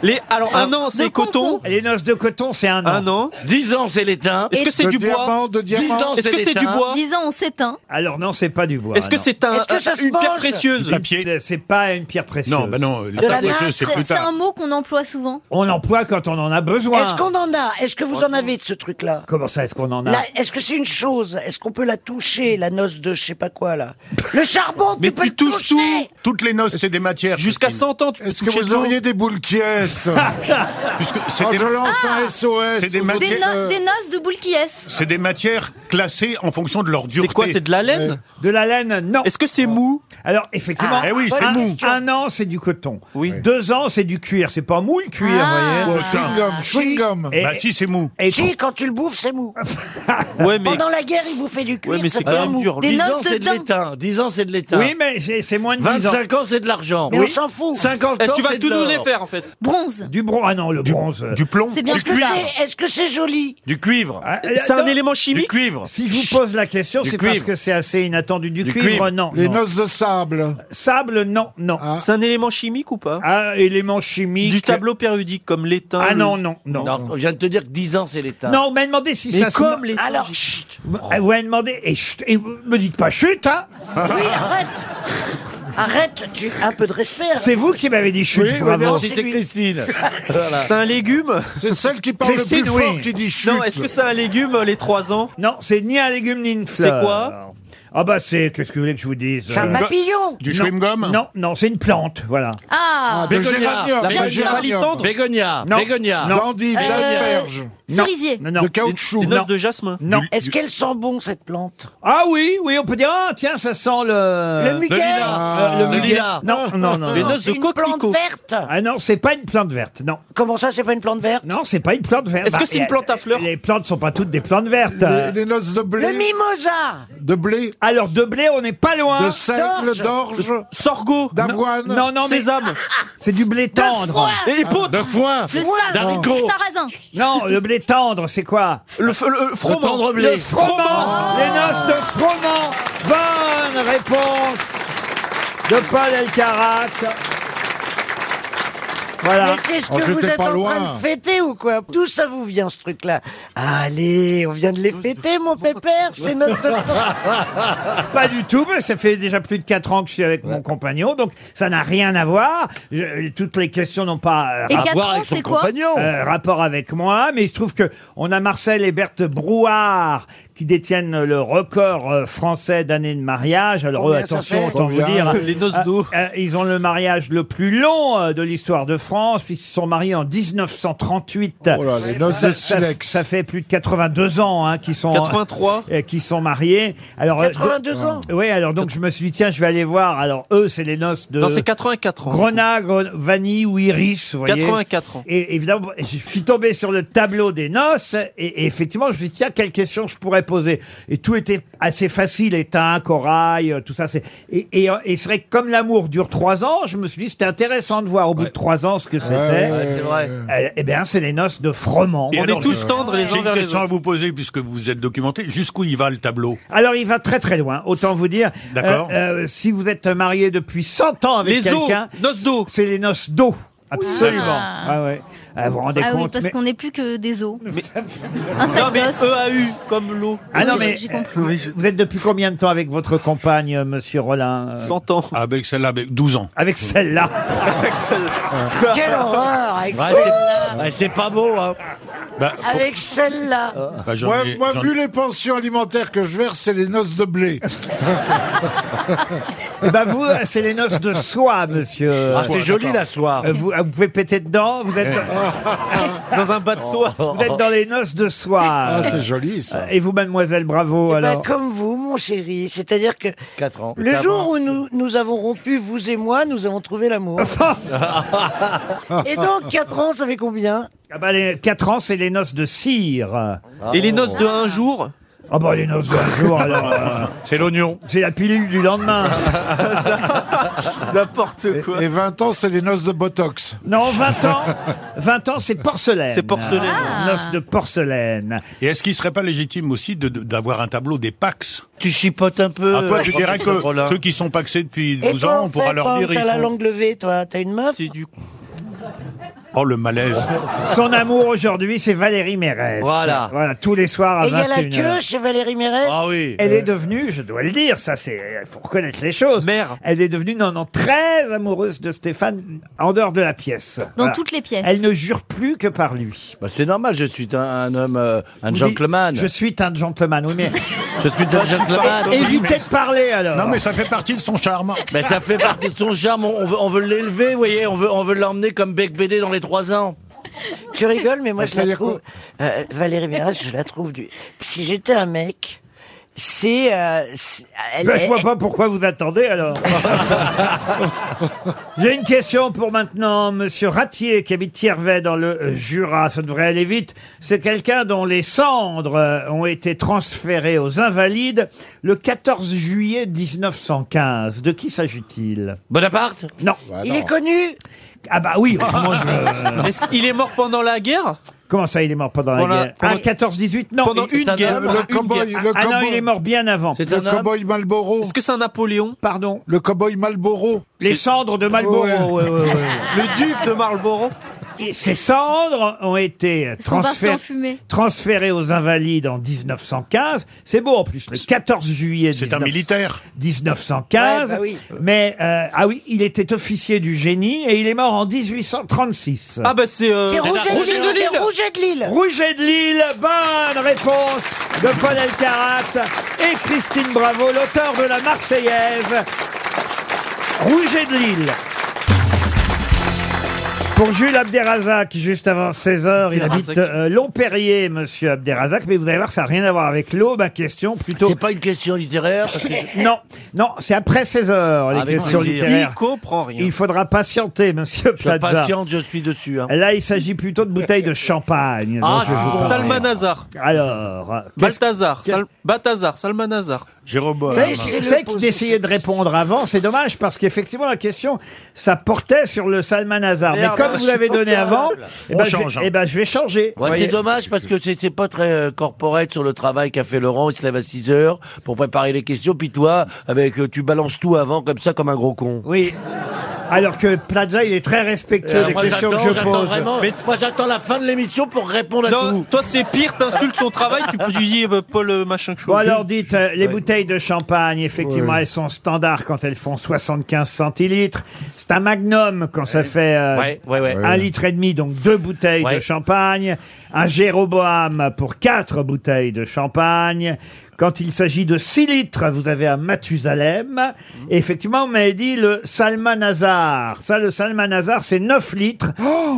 Speaker 6: Les, alors, un an, c'est coton.
Speaker 2: Ah. Les noces de coton, c'est un an.
Speaker 6: Un an.
Speaker 10: 10 ans, c'est l'étain.
Speaker 6: Est-ce que c'est
Speaker 3: de
Speaker 6: du bois
Speaker 3: diamant, de
Speaker 10: 10
Speaker 3: diamant.
Speaker 10: ans, c'est
Speaker 6: Est-ce que c'est du
Speaker 10: l'étain.
Speaker 6: bois
Speaker 4: Disons, on s'éteint.
Speaker 2: Alors non, c'est pas du bois.
Speaker 6: Est-ce que
Speaker 2: non. Euh,
Speaker 6: c'est un,
Speaker 9: Est-ce que ça se
Speaker 6: une pierre
Speaker 9: mange
Speaker 6: précieuse
Speaker 8: La pierre.
Speaker 2: C'est pas une pierre précieuse.
Speaker 8: Non, bah non,
Speaker 9: De la
Speaker 8: les
Speaker 9: main,
Speaker 8: choses, c'est plus
Speaker 4: C'est un
Speaker 8: tard.
Speaker 4: mot qu'on emploie souvent.
Speaker 2: On l'emploie quand on en a besoin.
Speaker 9: Est-ce qu'on en a Est-ce que vous en avez de ce truc-là
Speaker 2: Comment ça, est-ce qu'on en a
Speaker 9: Là, Est-ce que c'est une chose Est-ce qu'on peut la toucher, la noce de je sais pas quoi, là Le charbon,
Speaker 6: Mais
Speaker 9: tu peux
Speaker 6: tu
Speaker 9: le
Speaker 6: touches
Speaker 9: toucher
Speaker 6: tout.
Speaker 8: Toutes les noces, c'est des matières.
Speaker 6: Jusqu'à
Speaker 8: Christine.
Speaker 6: 100 ans, tu peux
Speaker 3: Est-ce que
Speaker 6: toucher de
Speaker 3: vous
Speaker 6: l'eau.
Speaker 3: auriez des boules qui est
Speaker 8: Puisque c'est
Speaker 3: Quand
Speaker 8: des-
Speaker 3: je lance
Speaker 9: Ah.
Speaker 3: un SOS,
Speaker 8: c'est des
Speaker 3: vous
Speaker 8: ma-
Speaker 4: Des,
Speaker 8: Ok,
Speaker 4: no-
Speaker 3: euh,
Speaker 4: des noces de boule qui est.
Speaker 8: c'est des matières classées en fonction de leur dureté.
Speaker 6: C'est quoi C'est de la laine
Speaker 2: De la laine, non.
Speaker 6: Est-ce que c'est mou
Speaker 2: Alors effectivement,
Speaker 8: Ah, eh oui, c'est
Speaker 2: un,
Speaker 8: mou.
Speaker 2: un an, c'est du coton.
Speaker 6: Oui.
Speaker 2: Deux ans, c'est du cuir. C'est pas mou le cuir,
Speaker 4: Ah.
Speaker 2: vous voyez.
Speaker 3: Oh, chewing-gum, chewing-gum.
Speaker 2: Et-
Speaker 8: Bah si, c'est mou.
Speaker 2: et-
Speaker 9: Si, quand tu le bouffes, c'est mou.
Speaker 6: Ouais, mais,
Speaker 9: Pendant la guerre, il bouffait du cuir.
Speaker 6: ouais, mais
Speaker 9: ça
Speaker 6: c'est
Speaker 9: fait
Speaker 6: quand même
Speaker 9: mou.
Speaker 6: dur.
Speaker 4: Des
Speaker 10: 10 ans,
Speaker 4: noces
Speaker 10: c'est
Speaker 4: de
Speaker 10: de
Speaker 4: dents.
Speaker 10: l'étain. 10 ans, c'est de l'étain.
Speaker 2: oui, mais j'ai- c'est moins de 10 ans.
Speaker 10: 25 ans, c'est de l'argent.
Speaker 9: Mais on s'en fout.
Speaker 10: 50
Speaker 6: Eh,
Speaker 10: ans,
Speaker 6: tu vas
Speaker 10: c'est de
Speaker 6: tout nous
Speaker 10: l'or.
Speaker 6: les faire, en fait.
Speaker 4: Bronze.
Speaker 2: Du bronze. Ah non, le
Speaker 8: Du,
Speaker 2: bronze. euh,
Speaker 8: du plomb.
Speaker 4: C'est bien
Speaker 8: du
Speaker 4: plus
Speaker 8: cuivre.
Speaker 4: tard.
Speaker 9: C'est- Est-ce que c'est joli
Speaker 10: Du cuivre.
Speaker 2: ah, euh,
Speaker 6: C'est
Speaker 2: non.
Speaker 6: un élément
Speaker 10: Du
Speaker 6: chimique
Speaker 10: cuivre.
Speaker 2: Si je vous pose la question,
Speaker 10: Du
Speaker 2: c'est parce
Speaker 10: cuivre.
Speaker 2: que c'est assez inattendu. Du,
Speaker 10: Du
Speaker 2: cuivre,
Speaker 10: cuivre.
Speaker 2: non.
Speaker 3: Les
Speaker 2: non.
Speaker 3: noces de sable.
Speaker 2: Sable, non, non. Ah,
Speaker 3: Ah.
Speaker 6: C'est un élément chimique ou pas
Speaker 2: élément chimique.
Speaker 6: Du tableau périodique, comme l'étain.
Speaker 2: Ah
Speaker 6: le-
Speaker 2: non, non, non.
Speaker 10: Non, on vient de te dire que 10 ans, c'est l'étain.
Speaker 2: Non, on m'a demandé si
Speaker 6: Mais
Speaker 2: ça se-
Speaker 6: comme l'étain.
Speaker 9: Alors, chut
Speaker 2: Ah, Vous m'avez demandé, et, chut, et vous me dites pas chute, hein
Speaker 9: Oui, arrête Arrête, tu un peu de respect. hein.
Speaker 2: C'est vous qui m'avez dit chute,
Speaker 10: Oui,
Speaker 2: bravo.
Speaker 10: mais non,
Speaker 9: c'est
Speaker 10: c'était
Speaker 9: lui.
Speaker 10: Christine. Voilà.
Speaker 6: C'est un légume
Speaker 3: C'est celle qui parle
Speaker 2: Christine,
Speaker 3: le plus
Speaker 2: oui.
Speaker 3: fort qui dit chute.
Speaker 6: Non, est-ce que c'est un légume, euh, les 3 ans
Speaker 2: Non, c'est ni un légume ni une fleur.
Speaker 6: quoi
Speaker 2: Ah bah c'est, qu'est-ce que vous voulez que je vous dise
Speaker 9: C'est un
Speaker 2: euh,
Speaker 9: papillon
Speaker 8: Du
Speaker 2: non,
Speaker 8: chewing-gum
Speaker 2: Non, non, c'est une plante, voilà.
Speaker 4: Ah,
Speaker 3: Ah, de
Speaker 10: Bégonia.
Speaker 3: géranium.
Speaker 10: La
Speaker 3: de
Speaker 10: palissandre.
Speaker 3: géranium.
Speaker 10: Bégonia.
Speaker 2: Non.
Speaker 10: Bégonia.
Speaker 2: Non.
Speaker 3: D'endive,
Speaker 4: Euh,
Speaker 3: d'asperge.
Speaker 4: cerisier.
Speaker 2: Non, non.
Speaker 3: De caoutchouc.
Speaker 6: Les
Speaker 2: Non.
Speaker 6: noces de jasmin
Speaker 2: Non.
Speaker 9: Est-ce qu'elle sent bon, cette plante
Speaker 2: Ah oui, oui, on peut dire, ah tiens, ça sent le... Euh,
Speaker 9: Le muguet
Speaker 3: Ah,
Speaker 10: Le lilas.
Speaker 2: Non, non, non.
Speaker 6: Les
Speaker 2: non.
Speaker 6: noces
Speaker 9: C'est
Speaker 6: de
Speaker 9: une plante
Speaker 6: coquelicot
Speaker 9: verte
Speaker 2: Ah non, c'est pas une plante verte, non.
Speaker 9: Comment ça, c'est pas une plante verte
Speaker 2: Non, c'est pas une plante verte. Bah,
Speaker 6: Est-ce que c'est une
Speaker 2: y a-
Speaker 6: plante à fleurs
Speaker 2: Les plantes sont pas toutes des plantes vertes.
Speaker 3: les, les noces de
Speaker 9: Le
Speaker 3: blé.
Speaker 9: mimosa
Speaker 3: De blé.
Speaker 2: Alors de blé, on n'est pas loin.
Speaker 3: De seigle, d'orge.
Speaker 6: Sorgho
Speaker 3: D'avoine.
Speaker 2: Non, non, mais
Speaker 6: Sésame
Speaker 2: c'est du blé tendre.
Speaker 6: Et épeautre
Speaker 10: De foin.
Speaker 4: Le sa-
Speaker 10: D'haricot.
Speaker 4: sarrasin.
Speaker 2: Non, le blé tendre, c'est quoi
Speaker 6: Le, f- le froment.
Speaker 10: tendre blé.
Speaker 2: Le froment. Les noces de froment. Bonne réponse de Paul Elkarat. Voilà.
Speaker 9: Mais c'est ce
Speaker 3: Oh,
Speaker 9: que vous
Speaker 3: j'étais
Speaker 9: êtes
Speaker 3: pas
Speaker 9: en
Speaker 3: loin.
Speaker 9: train de fêter ou quoi D'où ça vous vient ce truc-là Allez, on vient de les fêter, mon pépère, c'est notre...
Speaker 2: Pas du tout, mais ça fait déjà plus de 4 ans que je suis avec mon compagnon, donc ça n'a rien à voir. Je- toutes les questions n'ont pas euh,
Speaker 4: Et
Speaker 10: À
Speaker 4: 4
Speaker 10: boire
Speaker 4: ans,
Speaker 10: avec son
Speaker 4: c'est quoi
Speaker 10: compagnon.
Speaker 2: euh, rapport avec moi, mais il se trouve que on a Marcel et Berthe Brouard qui détiennent le record euh, français d'années de mariage. Alors eux,
Speaker 9: Combien ça
Speaker 2: Oh, attention,
Speaker 9: fait
Speaker 2: autant vous
Speaker 3: Combien
Speaker 2: dire.
Speaker 6: Les noces
Speaker 2: Ah,
Speaker 6: d'eau.
Speaker 2: euh, ils ont le mariage le plus long euh, de l'histoire de France, puisqu'ils se sont mariés en 1938.
Speaker 3: Oh là, les noces
Speaker 2: ça,
Speaker 3: de
Speaker 2: ça-
Speaker 3: silex.
Speaker 2: ça fait plus de 82 ans hein, qu'ils sont,
Speaker 6: 83.
Speaker 2: euh, qu'ils sont mariés. Alors, euh,
Speaker 9: 82 ans
Speaker 2: donc- oui, alors donc je me suis dit, tiens, je vais aller voir. Alors eux, c'est les noces de
Speaker 6: Non, c'est 84 ans.
Speaker 2: Grenat, Gren- Vanille ou Iris, vous voyez.
Speaker 6: 84 ans.
Speaker 2: Et évidemment, je suis tombé sur le tableau des noces et, et effectivement, je me suis dit, tiens, quelle question je pourrais poser Et tout était assez facile, étain, corail, euh, tout ça. c'est Et, et, euh, et c'est vrai que comme l'amour dure trois ans, je me suis dit, c'était intéressant de voir au bout de trois ans
Speaker 8: Ah
Speaker 2: ce que c'était.
Speaker 3: c'est
Speaker 10: vrai.
Speaker 2: Euh, Eh bien, c'est les noces de froment.
Speaker 8: Et
Speaker 6: On
Speaker 8: alors,
Speaker 6: est tous
Speaker 8: euh,
Speaker 6: tendres les
Speaker 8: J'ai
Speaker 6: uns
Speaker 8: une
Speaker 6: vers les
Speaker 8: question à
Speaker 6: autres.
Speaker 8: vous poser puisque vous êtes documenté. Jusqu'où il va le tableau
Speaker 2: Alors, il va très très loin, autant vous dire.
Speaker 8: D'accord.
Speaker 2: euh, euh, si vous êtes marié depuis 100 ans avec
Speaker 6: Les os,
Speaker 2: quelqu'un,
Speaker 6: noces d'eau.
Speaker 2: c'est les noces d'eau. Absolument.
Speaker 4: Ah.
Speaker 2: Ah, ouais. Ah, vous vous rendez
Speaker 4: Ah oui,
Speaker 2: compte
Speaker 4: parce
Speaker 2: mais-
Speaker 4: qu'on n'est plus que des os. Un sac
Speaker 6: Non, mais
Speaker 4: d'os.
Speaker 6: EAU, comme l'eau.
Speaker 2: Ah non,
Speaker 4: Oui,
Speaker 2: mais
Speaker 4: j'ai- j'ai compris.
Speaker 2: vous- vous êtes depuis combien de temps avec votre compagne, euh, monsieur Rollin euh,
Speaker 6: 100 ans.
Speaker 8: Avec celle-là, avec 12 ans.
Speaker 2: Avec celle-là.
Speaker 9: Quelle horreur Avec,
Speaker 10: Ouais,
Speaker 9: celle-
Speaker 10: c'est- ouais, c'est pas beau, hein.
Speaker 8: Bah,
Speaker 9: avec celle-là
Speaker 8: bah, j'en
Speaker 3: Ah. Moi,
Speaker 8: ai-
Speaker 3: moi,
Speaker 8: j'en-
Speaker 3: vu les pensions alimentaires que je verse, c'est les noces de blé.
Speaker 2: Eh ben vous, euh, c'est les noces de soie, monsieur.
Speaker 10: Ah, c'est joli la soirée.
Speaker 2: Euh, Vous, euh, vous pouvez péter dedans. Vous êtes,
Speaker 6: Dans un bas de soie.
Speaker 2: vous êtes dans les noces de soie.
Speaker 3: Ah, c'est joli, ça.
Speaker 2: Et vous, mademoiselle Bravo,
Speaker 9: Eh ben,
Speaker 2: alors
Speaker 9: comme vous, mon chéri. C'est-à-dire que
Speaker 10: 4 ans.
Speaker 9: le jour où nous, nous avons rompu, vous et moi, nous avons trouvé l'amour. et donc, 4 ans, ça fait combien
Speaker 2: Ah bah, les 4 ans, c'est les noces de cire.
Speaker 6: Ah. Et les noces de un jour
Speaker 2: Ah bah, les noces d'un jour, alors. C'est l'oignon. C'est la pilule du lendemain.
Speaker 3: N'importe quoi. Et, et 20 ans, c'est les noces de Botox.
Speaker 2: Non, 20 ans, 20 ans, c'est porcelaine.
Speaker 8: C'est porcelaine. Ah.
Speaker 2: Noces de porcelaine.
Speaker 8: Et est-ce qu'il serait pas légitime aussi de- de- d'avoir un tableau des Pax
Speaker 7: Tu chipotes un peu.
Speaker 8: Ah, toi, tu
Speaker 7: euh,
Speaker 8: dirais que
Speaker 7: Roland.
Speaker 8: ceux qui sont paxés depuis
Speaker 9: Et
Speaker 8: 12
Speaker 9: toi,
Speaker 8: ans,
Speaker 9: en
Speaker 8: on pourra
Speaker 9: fait,
Speaker 8: leur
Speaker 9: quand
Speaker 8: dire. ils
Speaker 9: T'as la
Speaker 8: sont-
Speaker 9: langue levée, toi. Ah, T'as une meuf
Speaker 8: Oh, le malaise.
Speaker 2: Son amour aujourd'hui, c'est Valérie Mérès.
Speaker 8: Voilà.
Speaker 2: Voilà, tous les soirs à
Speaker 9: Et il y a
Speaker 2: 21h.
Speaker 9: la queue chez Valérie Mérès
Speaker 8: Ah oui.
Speaker 2: Elle est devenue, je dois le dire, ça c'est, euh, faut reconnaître les choses. Mère. Elle est devenue, non, non, très amoureuse de Stéphane en dehors de la pièce.
Speaker 4: Dans toutes les pièces.
Speaker 2: Elle ne jure plus que par lui.
Speaker 7: Bah, c'est normal, je suis un, un homme, euh, un
Speaker 2: Vous
Speaker 7: gentleman.
Speaker 2: dites, Je suis un gentleman, oui, mais.
Speaker 7: Je suis un gentleman.
Speaker 2: Évitez de parler alors.
Speaker 8: Non, mais ça fait partie de son charme.
Speaker 7: Mais Ben, ça fait partie de son charme, on on veut, on veut l'élever, vous voyez, on veut, on veut l'emmener comme Bec BD dans les 3 ans.
Speaker 9: Tu rigoles, mais moi
Speaker 3: Mais
Speaker 9: je
Speaker 3: ça veut
Speaker 9: la
Speaker 3: dire
Speaker 9: trouve. euh, Valérie Mérès, je la trouve du. Si j'étais un mec, c'est. euh, c'est- elle- Ah,
Speaker 2: Ben, je
Speaker 9: elle-
Speaker 2: vois pas pourquoi vous attendez alors. J'ai une question pour maintenant Monsieur Ratier qui habite Thiervet dans le euh, Jura. Ça devrait aller vite. C'est quelqu'un dont les cendres euh, ont été transférées aux Invalides le 14 juillet 1915. De qui s'agit-il
Speaker 7: Bonaparte
Speaker 2: Non.
Speaker 9: Il est connu
Speaker 2: Ah bah oui. Autrement je...
Speaker 6: Est-ce qu'il est mort pendant la guerre
Speaker 2: Comment ça il est mort pendant
Speaker 6: Pendant-
Speaker 2: la guerre Ah 14-18 Non.
Speaker 6: Pendant
Speaker 2: il-
Speaker 6: une guerre.
Speaker 3: Le
Speaker 6: une
Speaker 3: cowboy,
Speaker 6: guerre.
Speaker 3: le
Speaker 2: Ah non
Speaker 3: cowboy,
Speaker 2: il est mort bien avant.
Speaker 7: C'est
Speaker 3: le
Speaker 7: un homme
Speaker 3: cowboy Malboro.
Speaker 6: Est-ce que c'est un Napoléon
Speaker 2: Pardon.
Speaker 3: Le cowboy Malboro.
Speaker 2: Les cendres de Marlborough.
Speaker 3: Ouais.
Speaker 2: ouais, ouais, ouais.
Speaker 6: Le duc de Marlborough
Speaker 2: Et ces cendres ont été
Speaker 4: Son parti en
Speaker 2: transférées.
Speaker 4: fumée.
Speaker 2: transféré aux Invalides en 1915. C'est beau en plus, le 14 juillet
Speaker 8: C'est un
Speaker 2: 19-
Speaker 8: militaire.
Speaker 2: 1915.
Speaker 9: Ouais, bah oui.
Speaker 2: Mais euh, ah oui, il était officier du génie et il est mort en 1836.
Speaker 6: Ah bah c'est... euh,
Speaker 9: C'est Rouget de
Speaker 6: Rouget
Speaker 9: Lille, c'est Rouget de Lille.
Speaker 2: Rouget de Lille, bonne réponse de Paul Elkarat et Christine Bravo, l'auteur de la Marseillaise. Rouget de Lille. Pour Jules Abderrazak, juste avant 16h, il
Speaker 6: Abderrazak.
Speaker 2: habite euh, Longperrier, monsieur Abderrazak, mais vous allez voir, ça n'a rien à voir avec l'eau, ma question plutôt...
Speaker 7: C'est pas une question littéraire parce que- Ah,
Speaker 2: Non, non, c'est après 16h, les
Speaker 7: Avec
Speaker 2: questions
Speaker 7: plaisir.
Speaker 2: littéraires.
Speaker 6: Il comprend rien.
Speaker 2: Il faudra patienter, monsieur
Speaker 7: Je suis
Speaker 2: Plaza.
Speaker 7: patiente, je suis dessus. Hein.
Speaker 2: Là, il s'agit plutôt de bouteilles de champagne. dont
Speaker 6: Ah,
Speaker 2: je vous parle.
Speaker 6: Salmanazar.
Speaker 2: Alors, euh, qu'est-ce-
Speaker 6: Balthazar.
Speaker 2: qu'est-ce-
Speaker 6: Sal- Balthazar. Salmanazar.
Speaker 8: Jérôme
Speaker 2: Vous
Speaker 8: Bohème.
Speaker 2: savez,
Speaker 9: c'est
Speaker 2: vous
Speaker 9: le
Speaker 2: savez que
Speaker 9: poste,
Speaker 2: d'essayer
Speaker 9: c'est-
Speaker 2: de répondre avant, c'est dommage parce qu'effectivement la question, ça portait sur le Salmanazar. Mais
Speaker 6: Merde, hein.
Speaker 2: comme
Speaker 6: je
Speaker 2: vous
Speaker 6: suis
Speaker 2: l'avez donné
Speaker 6: content.
Speaker 2: avant, eh ben,
Speaker 8: On
Speaker 2: je vais-
Speaker 8: change, hein.
Speaker 2: eh ben, je vais changer.
Speaker 7: Ouais,
Speaker 2: Voyez.
Speaker 7: c'est dommage parce que c'est c'est pas très euh, corporate sur le travail qu'a fait Laurent. Il se lève à 6 heures pour préparer les questions. Puis toi, avec, euh, tu balances tout avant comme ça, comme un gros con.
Speaker 2: Oui. Alors que Plaza, il est très respectueux
Speaker 7: Euh,
Speaker 2: des
Speaker 7: moi,
Speaker 2: questions que
Speaker 7: j'attends-
Speaker 2: je
Speaker 7: j'attends
Speaker 2: pose.
Speaker 7: vraiment- moi, j'attends la fin de l'émission pour répondre à
Speaker 6: Non,
Speaker 7: tout.
Speaker 6: toi c'est pire, t'insultes son travail, tu peux lui dire euh, Paul euh, machin que
Speaker 2: Bon alors dites, euh, les bouteilles de champagne, effectivement, elles sont standards quand elles font 75 centilitres. C'est un magnum quand ça fait euh,
Speaker 7: Ouais, ouais, ouais.
Speaker 2: un litre et demi, donc deux bouteilles de
Speaker 7: Ouais.
Speaker 2: champagne. Un Jéroboam pour quatre bouteilles de champagne. Quand il s'agit de 6 litres, vous avez un Mathusalem.
Speaker 7: Mm.
Speaker 2: Et effectivement, on m'avait dit le Salmanazar. Ça, le Salmanazar, c'est 9 litres,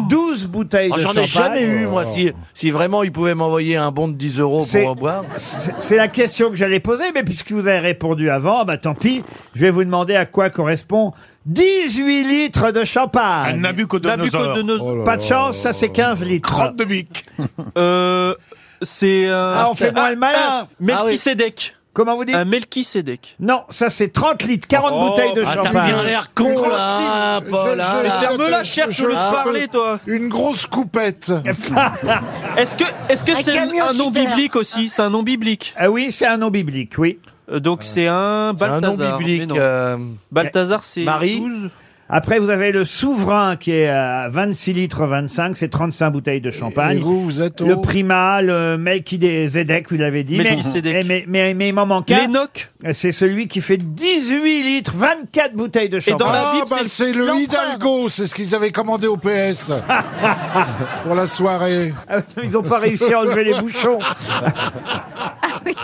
Speaker 2: 12 bouteilles
Speaker 7: Oh,
Speaker 2: de
Speaker 7: J'en
Speaker 2: champagne.
Speaker 7: ai jamais eu, moi. Si, si vraiment ils pouvaient m'envoyer un bon de 10 euros
Speaker 2: C'est-
Speaker 7: pour en boire.
Speaker 2: C'est c'est la question que j'allais poser, mais puisque vous avez répondu avant, bah tant pis, je vais vous demander à quoi correspond 18 litres de
Speaker 8: Un
Speaker 2: champagne. Oh
Speaker 8: Nabucodonosor.
Speaker 6: Nabucodonosor.
Speaker 2: Pas de chance, ça c'est 15
Speaker 7: Oh,
Speaker 2: litres.
Speaker 8: Crotte de bique.
Speaker 6: Euh, c'est euh,
Speaker 2: Ah, on fait moins le malin.
Speaker 6: un Melchisedec.
Speaker 2: Comment vous dites
Speaker 6: Un Melchisedec.
Speaker 2: Non, ça c'est 30 litres, 40
Speaker 6: ah, Oh,
Speaker 2: bouteilles de
Speaker 7: Ah, t'as bien
Speaker 2: champagne.
Speaker 7: l'air con, là, hein, Paul. hein.
Speaker 3: je-
Speaker 6: Ferme la
Speaker 3: je-
Speaker 6: cherche
Speaker 3: je-
Speaker 6: le
Speaker 3: je-
Speaker 6: parler toi.
Speaker 3: Une grosse coupette.
Speaker 2: Ah.
Speaker 6: Est-ce que est-ce que
Speaker 9: Un
Speaker 6: c'est
Speaker 9: camion
Speaker 6: un nom
Speaker 9: citerne.
Speaker 6: biblique aussi C'est un nom biblique.
Speaker 2: Ah oui, c'est un nom biblique, oui.
Speaker 6: Euh, Donc c'est un
Speaker 7: C'est un nom
Speaker 6: Balthazar. mais
Speaker 7: biblique.
Speaker 6: non.
Speaker 7: euh,
Speaker 6: Balthazar c'est
Speaker 7: Marie.
Speaker 6: 12.
Speaker 2: Après, vous avez le souverain qui est à 26 litres 25, c'est 35 bouteilles de
Speaker 3: Et
Speaker 2: champagne.
Speaker 3: vous, vous êtes au...
Speaker 2: Le Prima, le Melchizedek, vous l'avez dit. Mais,
Speaker 6: Melchizedek.
Speaker 2: mais, mais, mais il m'en manque un.
Speaker 6: L'Enoch.
Speaker 2: C'est celui qui fait 18 litres, 24 bouteilles de champagne.
Speaker 6: dans la
Speaker 3: Ah,
Speaker 6: Bible,
Speaker 3: bah,
Speaker 6: c'est le-
Speaker 3: c'est le Hidalgo, c'est ce qu'ils avaient commandé au PS pour la soirée.
Speaker 2: Ah, Ils n'ont pas réussi à enlever les bouchons.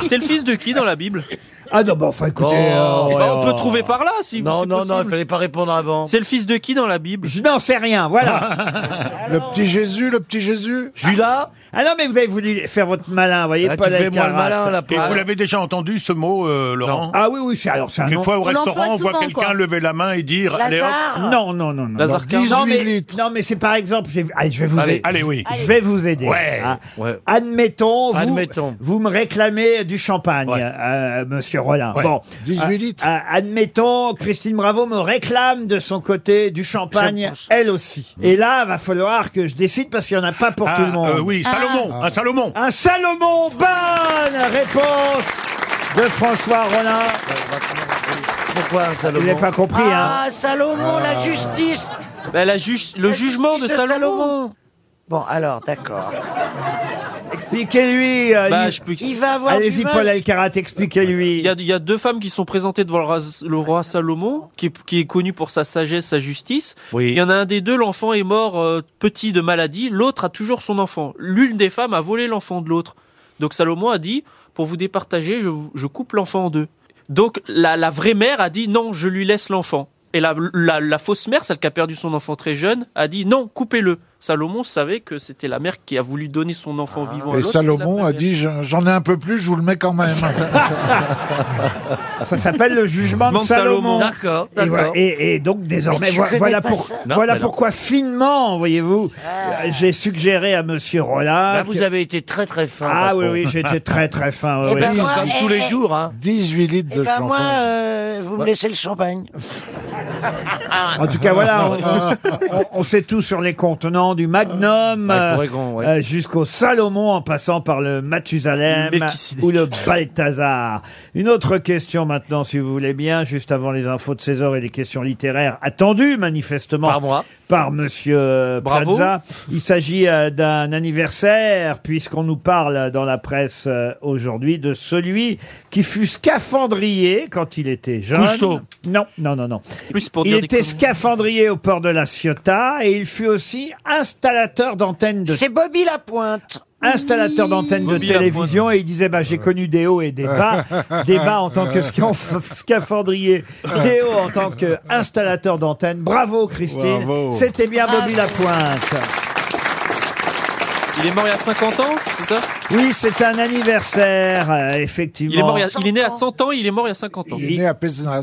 Speaker 6: C'est le fils de qui dans la Bible
Speaker 2: Ah non, bah enfin écoutez.
Speaker 6: Oh,
Speaker 2: euh,
Speaker 6: bah, on peut trouver par là si
Speaker 2: Non, non, non, il
Speaker 6: fallait pas répondre avant. C'est le fils de qui dans la Bible
Speaker 2: Je n'en sais rien, voilà.
Speaker 3: Le petit Jésus, le petit Jésus.
Speaker 2: Judas Ah non, mais vous avez voulu faire votre malin, vous
Speaker 8: Ah,
Speaker 2: voyez, Paul Elkarat.
Speaker 8: Et vous l'avez déjà entendu ce mot, euh, Laurent
Speaker 2: Ah oui, oui, c'est alors c'est un nom.
Speaker 8: Quelquefois au
Speaker 2: On l'emploie
Speaker 8: restaurant, on voit
Speaker 2: souvent,
Speaker 8: quelqu'un
Speaker 2: quoi.
Speaker 8: lever la main et dire Allez hop
Speaker 2: Non, non, non. non.
Speaker 8: Lazare
Speaker 2: non,
Speaker 8: 15.
Speaker 2: non, mais, non, mais c'est par exemple, j'ai- allez, je vais vous
Speaker 8: Allez,
Speaker 2: aider.
Speaker 8: allez, oui.
Speaker 2: Je vais vous aider.
Speaker 8: Ouais.
Speaker 2: hein. Admettons, vous,
Speaker 10: Admettons.
Speaker 2: vous me réclamez du champagne, euh, monsieur Rollin.
Speaker 10: Ouais.
Speaker 2: Bon.
Speaker 10: 18
Speaker 2: litres. admettons, Christine Bravo me réclame de son côté du champagne, elle aussi. Et là, va falloir que je décide parce qu'il n'y en a pas pour
Speaker 8: Hmm. Ah,
Speaker 2: tout le monde.
Speaker 8: euh, oui, Salomon, Ah. un Salomon.
Speaker 2: Un Salomon, bonne réponse de François Rollin.
Speaker 7: Pourquoi un Salomon
Speaker 2: Vous n'avez pas compris, hein.
Speaker 9: Ah, Salomon, la justice
Speaker 6: Ben, la juge- Le jugement de Salomon.
Speaker 9: Bon, alors, d'accord.
Speaker 2: Expliquez-lui. euh,
Speaker 6: Bah,
Speaker 2: Lise-
Speaker 6: je peux expliquer.
Speaker 2: Allez-y, Paul Alcarat, expliquez-lui.
Speaker 6: Il y, a, il y a deux femmes qui sont présentées devant le roi, le roi Salomon, qui est, qui est connu pour sa sagesse, sa justice. Il y en a un des deux, l'enfant est mort euh, petit de maladie, l'autre a toujours son enfant. L'une des femmes a volé l'enfant de l'autre. Donc Salomon a dit, pour vous départager, je, vous- je coupe l'enfant en deux. Donc la, la vraie mère a dit, non, je lui laisse l'enfant. Et la, la- la fausse mère, celle qui a perdu son enfant très jeune, a dit, non, coupez-le. Salomon savait que c'était la mère qui a voulu donner son enfant
Speaker 2: Ah.
Speaker 6: vivant à
Speaker 3: Et
Speaker 6: l'autre.
Speaker 3: Salomon a dit J'en j'en ai un peu plus, je vous le mets quand même.
Speaker 2: Ah, Ça s'appelle le jugement de
Speaker 3: Manque Salomon.
Speaker 2: Salomon.
Speaker 3: D'accord,
Speaker 2: Et, voilà-
Speaker 3: d'accord.
Speaker 2: et- et donc
Speaker 3: Mais
Speaker 2: désormais,
Speaker 3: tu
Speaker 2: vo-
Speaker 3: connais
Speaker 2: voilà,
Speaker 3: pas
Speaker 2: pour-
Speaker 3: ça Non,
Speaker 2: voilà
Speaker 3: mais non.
Speaker 2: pourquoi finement, voyez-vous,
Speaker 7: Ah.
Speaker 2: euh, j'ai suggéré à Monsieur Rollin.
Speaker 7: Là, vous
Speaker 2: que-
Speaker 7: avez été très très fin.
Speaker 2: Ah
Speaker 7: par
Speaker 2: oui,
Speaker 7: contre.
Speaker 2: oui, j'ai été très très fin. ouais,
Speaker 7: Eh
Speaker 2: ouais.
Speaker 7: ben, moi, Comme eh, tous les eh, jours, hein.
Speaker 3: 18 litres
Speaker 9: Eh ben moi, euh, vous me
Speaker 2: Ouais.
Speaker 9: laissez le champagne. Ah.
Speaker 2: En tout cas, voilà, on, on- on sait tout sur les contenants du Magnum
Speaker 10: Ouais, il faudrait
Speaker 2: euh,
Speaker 10: qu'on- ouais.
Speaker 2: euh, jusqu'au Salomon en passant par le Mathusalem
Speaker 10: Le Melchisedec.
Speaker 2: ou le Balthazar. Une autre question maintenant, si vous voulez bien, juste avant les infos de César et les questions littéraires attendues manifestement par
Speaker 6: moi,
Speaker 2: par Monsieur euh,
Speaker 6: Bravo.
Speaker 2: Plaza. Il s'agit euh, d'un anniversaire puisqu'on nous parle dans la presse euh, aujourd'hui de celui qui fut scaphandrier quand il était jeune.
Speaker 6: Cousteau.
Speaker 2: Non, non, non, non
Speaker 6: Plus pour
Speaker 2: il
Speaker 6: dire des
Speaker 2: était scaphandrier au port de la Ciotat et il fut aussi installateur d'antennes de...
Speaker 9: C'est Bobby Lapointe.
Speaker 2: Installateur d'antennes de
Speaker 9: Bobby Lapointe.
Speaker 2: télévision et il disait bah j'ai connu des hauts et des bas, des bas en tant que sca- scaphandrier, des hauts en tant qu'installateur d'antennes. Bravo Christine,
Speaker 6: Bravo.
Speaker 2: c'était bien
Speaker 4: Ah.
Speaker 2: Bobby Lapointe.
Speaker 6: Il est mort il y a 50 ans, c'est ça
Speaker 2: Oui c'est un anniversaire euh, effectivement.
Speaker 6: il est, mort il y a- il est né à 100 ans, il est mort il y a 50 ans.
Speaker 2: Il-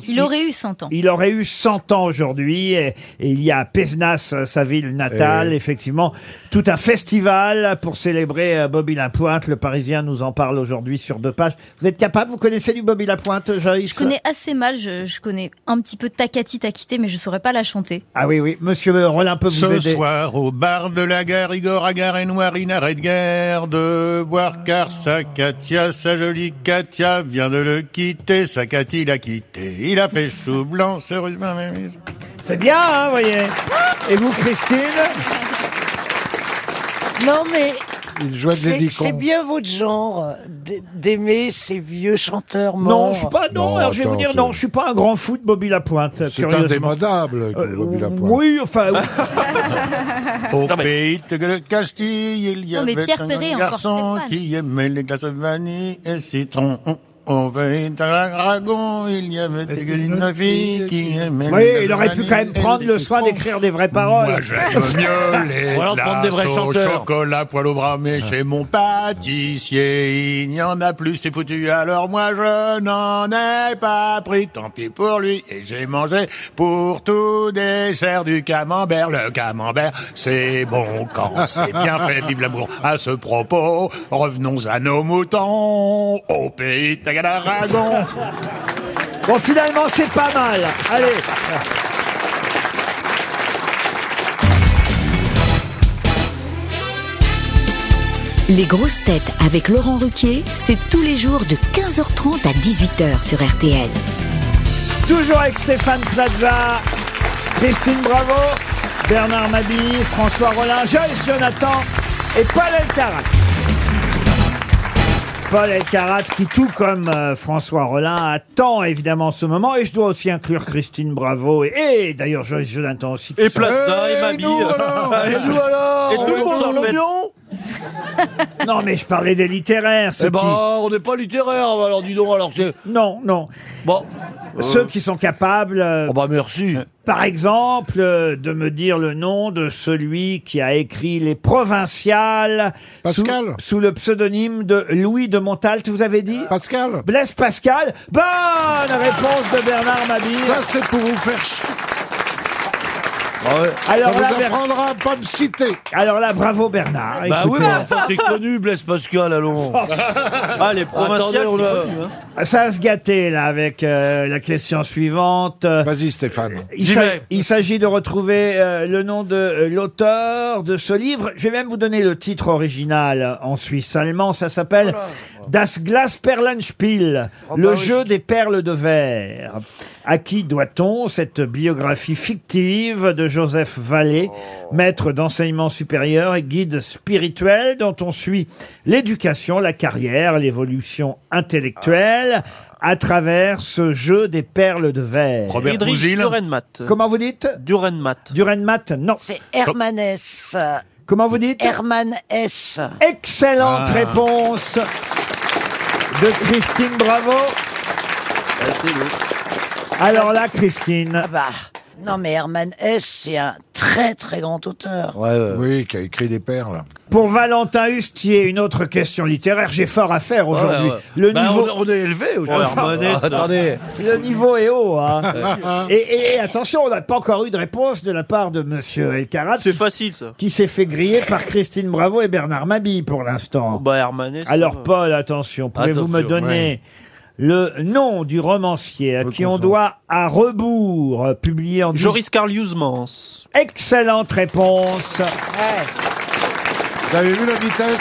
Speaker 4: Il aurait eu 100 ans.
Speaker 2: Il aurait eu 100 ans aujourd'hui et, et il y a à Pézenas, euh, sa ville natale,
Speaker 10: Eh oui.
Speaker 2: effectivement, tout un festival pour célébrer euh, Bobby Lapointe. Le Parisien nous en parle aujourd'hui sur deux pages. Vous êtes capable Vous connaissez du Bobby Lapointe, Joyce
Speaker 4: Je connais assez mal, je, je connais un petit peu Takati Takité, mais je saurais pas la chanter.
Speaker 2: Ah oui, oui. Monsieur Rollin peut vous
Speaker 8: Ce
Speaker 2: aider.
Speaker 8: soir, au bar de la gare, Igor Agar et Noirine arrête guerre de boire car sa Katia, sa jolie Katia, vient de le quitter. Sa Katia l'a quitté. Il a fait chou blanc sur une main.
Speaker 2: C'est bien, hein, vous voyez. Et vous, Christine
Speaker 9: Non, mais
Speaker 3: Il jouait des
Speaker 9: c'est
Speaker 3: licons.
Speaker 9: c'est bien votre genre d- d'aimer ces vieux chanteurs morts.
Speaker 2: Non, je suis pas, non, alors je vais vous dire, non, je suis pas un grand fou de Bobby Lapointe.
Speaker 3: C'est indémodable,
Speaker 2: Euh,
Speaker 3: Bobby Lapointe.
Speaker 2: Oui, enfin. oui.
Speaker 8: Au pays de Castille, il y
Speaker 4: Non, mais
Speaker 8: avait
Speaker 4: Pierre
Speaker 8: un
Speaker 4: Perret est encore
Speaker 8: garçon
Speaker 4: très fan.
Speaker 8: qui aimait les glaces de vanille et citron. Au pays de l'Aragon, il y avait une fille qui aimait
Speaker 2: Oui,
Speaker 8: les glaces
Speaker 2: il
Speaker 8: de
Speaker 2: aurait pu
Speaker 8: vanille
Speaker 2: quand même
Speaker 8: et
Speaker 2: prendre le soin d'écrire des vraies paroles.
Speaker 8: Moi, j'aime mieux les glaces au chocolat, poil au bras, mais chez mon pâtissier, il n'y en a plus, c'est foutu. Alors moi, je n'en ai pas pris, tant pis pour lui. Et j'ai mangé pour tout dessert du camembert. Le camembert, c'est bon quand c'est bien fait. Vive l'amour. À ce propos, revenons à nos moutons, au pays de l'Aragon.
Speaker 2: Bon, finalement, c'est pas mal. Allez.
Speaker 11: Les grosses têtes avec Laurent Ruquier, c'est tous les jours de 15h30 à 18h sur RTL.
Speaker 2: Toujours avec Stéphane Plaza, Christine Bravo, Bernard Mabille, François Rollin, Joyce Jonathan et Paul Elkarat. Paul Elkarat qui, tout comme euh, François Rollin, attend évidemment ce moment. Et je dois aussi inclure Christine Bravo et, et d'ailleurs Joyce Jonathan aussi.
Speaker 6: Et Plaza, et Mabille.
Speaker 2: Mabille.
Speaker 6: Et tout le monde en fait.
Speaker 2: Non, mais je parlais des littéraires.
Speaker 10: Eh ben, on n'est pas littéraire, alors dis donc, alors c'est...
Speaker 2: Non, non.
Speaker 10: Bon.
Speaker 7: Euh.
Speaker 2: Ceux qui sont capables. Oh
Speaker 10: bah merci.
Speaker 2: Par exemple, euh, de me dire le nom de celui qui a écrit Les Provinciales sous, sous le pseudonyme de Louis de Montalte, vous avez dit Pascal. Blaise Pascal. Bonne réponse de Bernard Mabille. Ça, c'est pour vous faire
Speaker 7: Ah
Speaker 3: Ça vous
Speaker 2: Ber-
Speaker 3: apprendra à pas me citer.
Speaker 2: Alors là, bravo Bernard.
Speaker 7: Bah oui,
Speaker 2: Ah, écoutez.
Speaker 7: mais enfin, c'est connu, Blaise Pascal, allons.
Speaker 6: Ah, les provinciales,
Speaker 7: Attendez, on
Speaker 6: c'est
Speaker 7: a-
Speaker 6: connu, hein.
Speaker 2: Ça va se gâter là avec euh, la question suivante. Vas-y Stéphane. Il,
Speaker 6: J'y
Speaker 2: s'a-
Speaker 6: vais.
Speaker 2: il s'agit de retrouver euh, le nom de euh, l'auteur de ce livre. Je vais même vous donner le titre original en suisse allemand. Ça s'appelle Das Glas Perlenspiel, le jeu des perles de verre. À qui doit-on cette biographie fictive de Joseph Vallée, maître d'enseignement supérieur et guide spirituel dont on suit l'éducation, la carrière, l'évolution intellectuelle à travers ce jeu des perles de verre.
Speaker 6: Robert Friedrich Bouzil. Durenmatt.
Speaker 2: Comment vous dites
Speaker 6: Durenmatt.
Speaker 2: Durenmatt, non.
Speaker 9: C'est Hermann S.
Speaker 2: Comment vous dites
Speaker 9: Hermann S.
Speaker 2: Excellente
Speaker 9: Ah.
Speaker 2: réponse de Christine Bravo. Alors là, Christine.
Speaker 9: bah. ah, Non, mais Hermann S, c'est un très très grand auteur.
Speaker 3: Oui, qui a écrit des perles.
Speaker 2: Pour Valentin Hustier, une autre question littéraire. J'ai fort à faire aujourd'hui.
Speaker 3: Ouais, ouais.
Speaker 2: Le
Speaker 3: Bah,
Speaker 2: niveau.
Speaker 3: on- on est élevé aujourd'hui.
Speaker 2: Enfin,
Speaker 3: Hermann Hesse, là. Attendez.
Speaker 2: Le niveau est haut. hein. et, et- et attention, on n'a pas encore eu de réponse de la part de Monsieur Elkarat. C'est
Speaker 6: facile ça.
Speaker 2: Qui s'est fait griller par Christine Bravo et Bernard Mabille pour l'instant.
Speaker 6: Bah, Hermanès.
Speaker 2: Alors Paul, attention, pouvez-vous me
Speaker 6: Attention,
Speaker 2: donner le nom du romancier à qui on doit à rebours, euh, publié en...
Speaker 6: Joris Carlius Mans.
Speaker 2: Excellente réponse.
Speaker 3: Vous avez vu la vitesse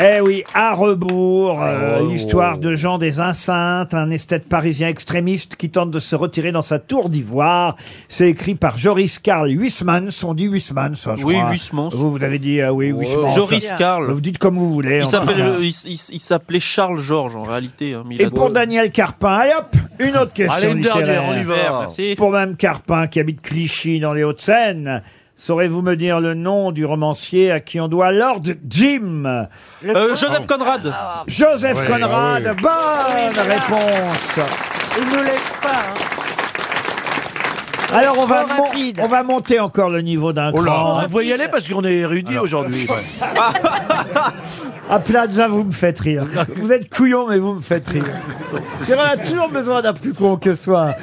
Speaker 2: Eh oui, à rebours, euh,
Speaker 3: Oh.
Speaker 2: l'histoire de Jean des Insaintes, un esthète parisien extrémiste qui tente de se retirer dans sa tour d'ivoire. C'est écrit par Joris Karl Huysmans. On dit Huysmans, ça, je
Speaker 6: Oui,
Speaker 2: crois.
Speaker 6: Huysmans.
Speaker 2: Vous, vous avez dit, euh, oui, Huysmans.
Speaker 6: Joris Karl.
Speaker 2: Vous dites comme vous voulez.
Speaker 6: Il
Speaker 2: en tout cas.
Speaker 6: s'appelle- il s- il s- il s'appelait Charles Georges en réalité. hein, mais il
Speaker 2: Et
Speaker 6: a-
Speaker 2: pour Daniel Carpin, allez hop, une autre question
Speaker 6: Allez, une
Speaker 2: littéraire.
Speaker 6: dernière, on y va. Merci.
Speaker 2: Pour Mme Carpin, qui habite Clichy, dans les Hauts-de-Seine, saurez-vous me dire le nom du romancier à qui on doit Lord Jim
Speaker 6: Euh, Joseph Conrad.
Speaker 2: Joseph
Speaker 6: Ouais,
Speaker 2: Conrad,
Speaker 6: ah oui.
Speaker 2: bonne réponse
Speaker 9: Il nous laisse pas. hein.
Speaker 2: Alors on va,
Speaker 9: Trop
Speaker 2: mon- on va monter encore le niveau d'un
Speaker 7: Oh là,
Speaker 2: cran.
Speaker 7: on peut y aller parce qu'on est érudit aujourd'hui.
Speaker 2: À Plaza, vous me faites rire. Vous êtes couillon, mais vous me faites rire. C'est vrai, on a toujours besoin d'un plus con que soi.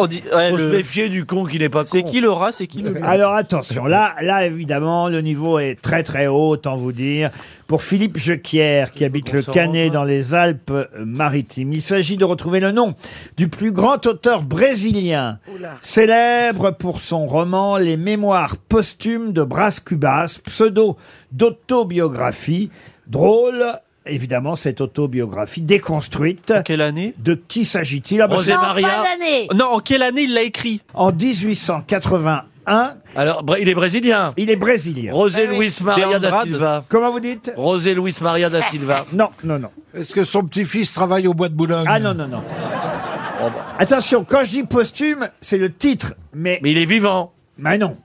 Speaker 6: On dit, ouais,
Speaker 7: Faut se
Speaker 6: le-
Speaker 7: méfier du con qui n'est pas con.
Speaker 6: C'est qui le rat, c'est qui le loup
Speaker 2: Alors attention, là, là évidemment, le niveau est très très haut, autant vous dire. Pour Philippe Jequier, qui habite le
Speaker 6: s'en
Speaker 2: Canet dans les Alpes-Maritimes, il s'agit de retrouver le nom du plus grand auteur brésilien, célèbre pour son roman Les Mémoires posthumes de Brás Cubas, pseudo d'autobiographie, drôle. Évidemment, cette autobiographie déconstruite.
Speaker 6: quelle année
Speaker 2: De qui s'agit-il Ah bah,
Speaker 6: José
Speaker 2: c'est-
Speaker 6: Non, Maria. pas
Speaker 9: d'année.
Speaker 6: Non, en quelle année il l'a écrit
Speaker 2: En 1881.
Speaker 7: Alors, br- il est brésilien.
Speaker 2: Il est brésilien.
Speaker 7: José
Speaker 6: Eh
Speaker 2: Ah oui.
Speaker 7: Luis Maria da
Speaker 2: Deandrade.
Speaker 7: Silva.
Speaker 2: Comment vous dites
Speaker 7: José Luis Maria da Silva.
Speaker 2: Non, non, non.
Speaker 3: Est-ce que son petit-fils travaille au bois de Boulogne
Speaker 2: Ah non, non, non. Attention, quand je dis posthume, c'est le titre, mais...
Speaker 7: Mais il est vivant.
Speaker 2: Mais non.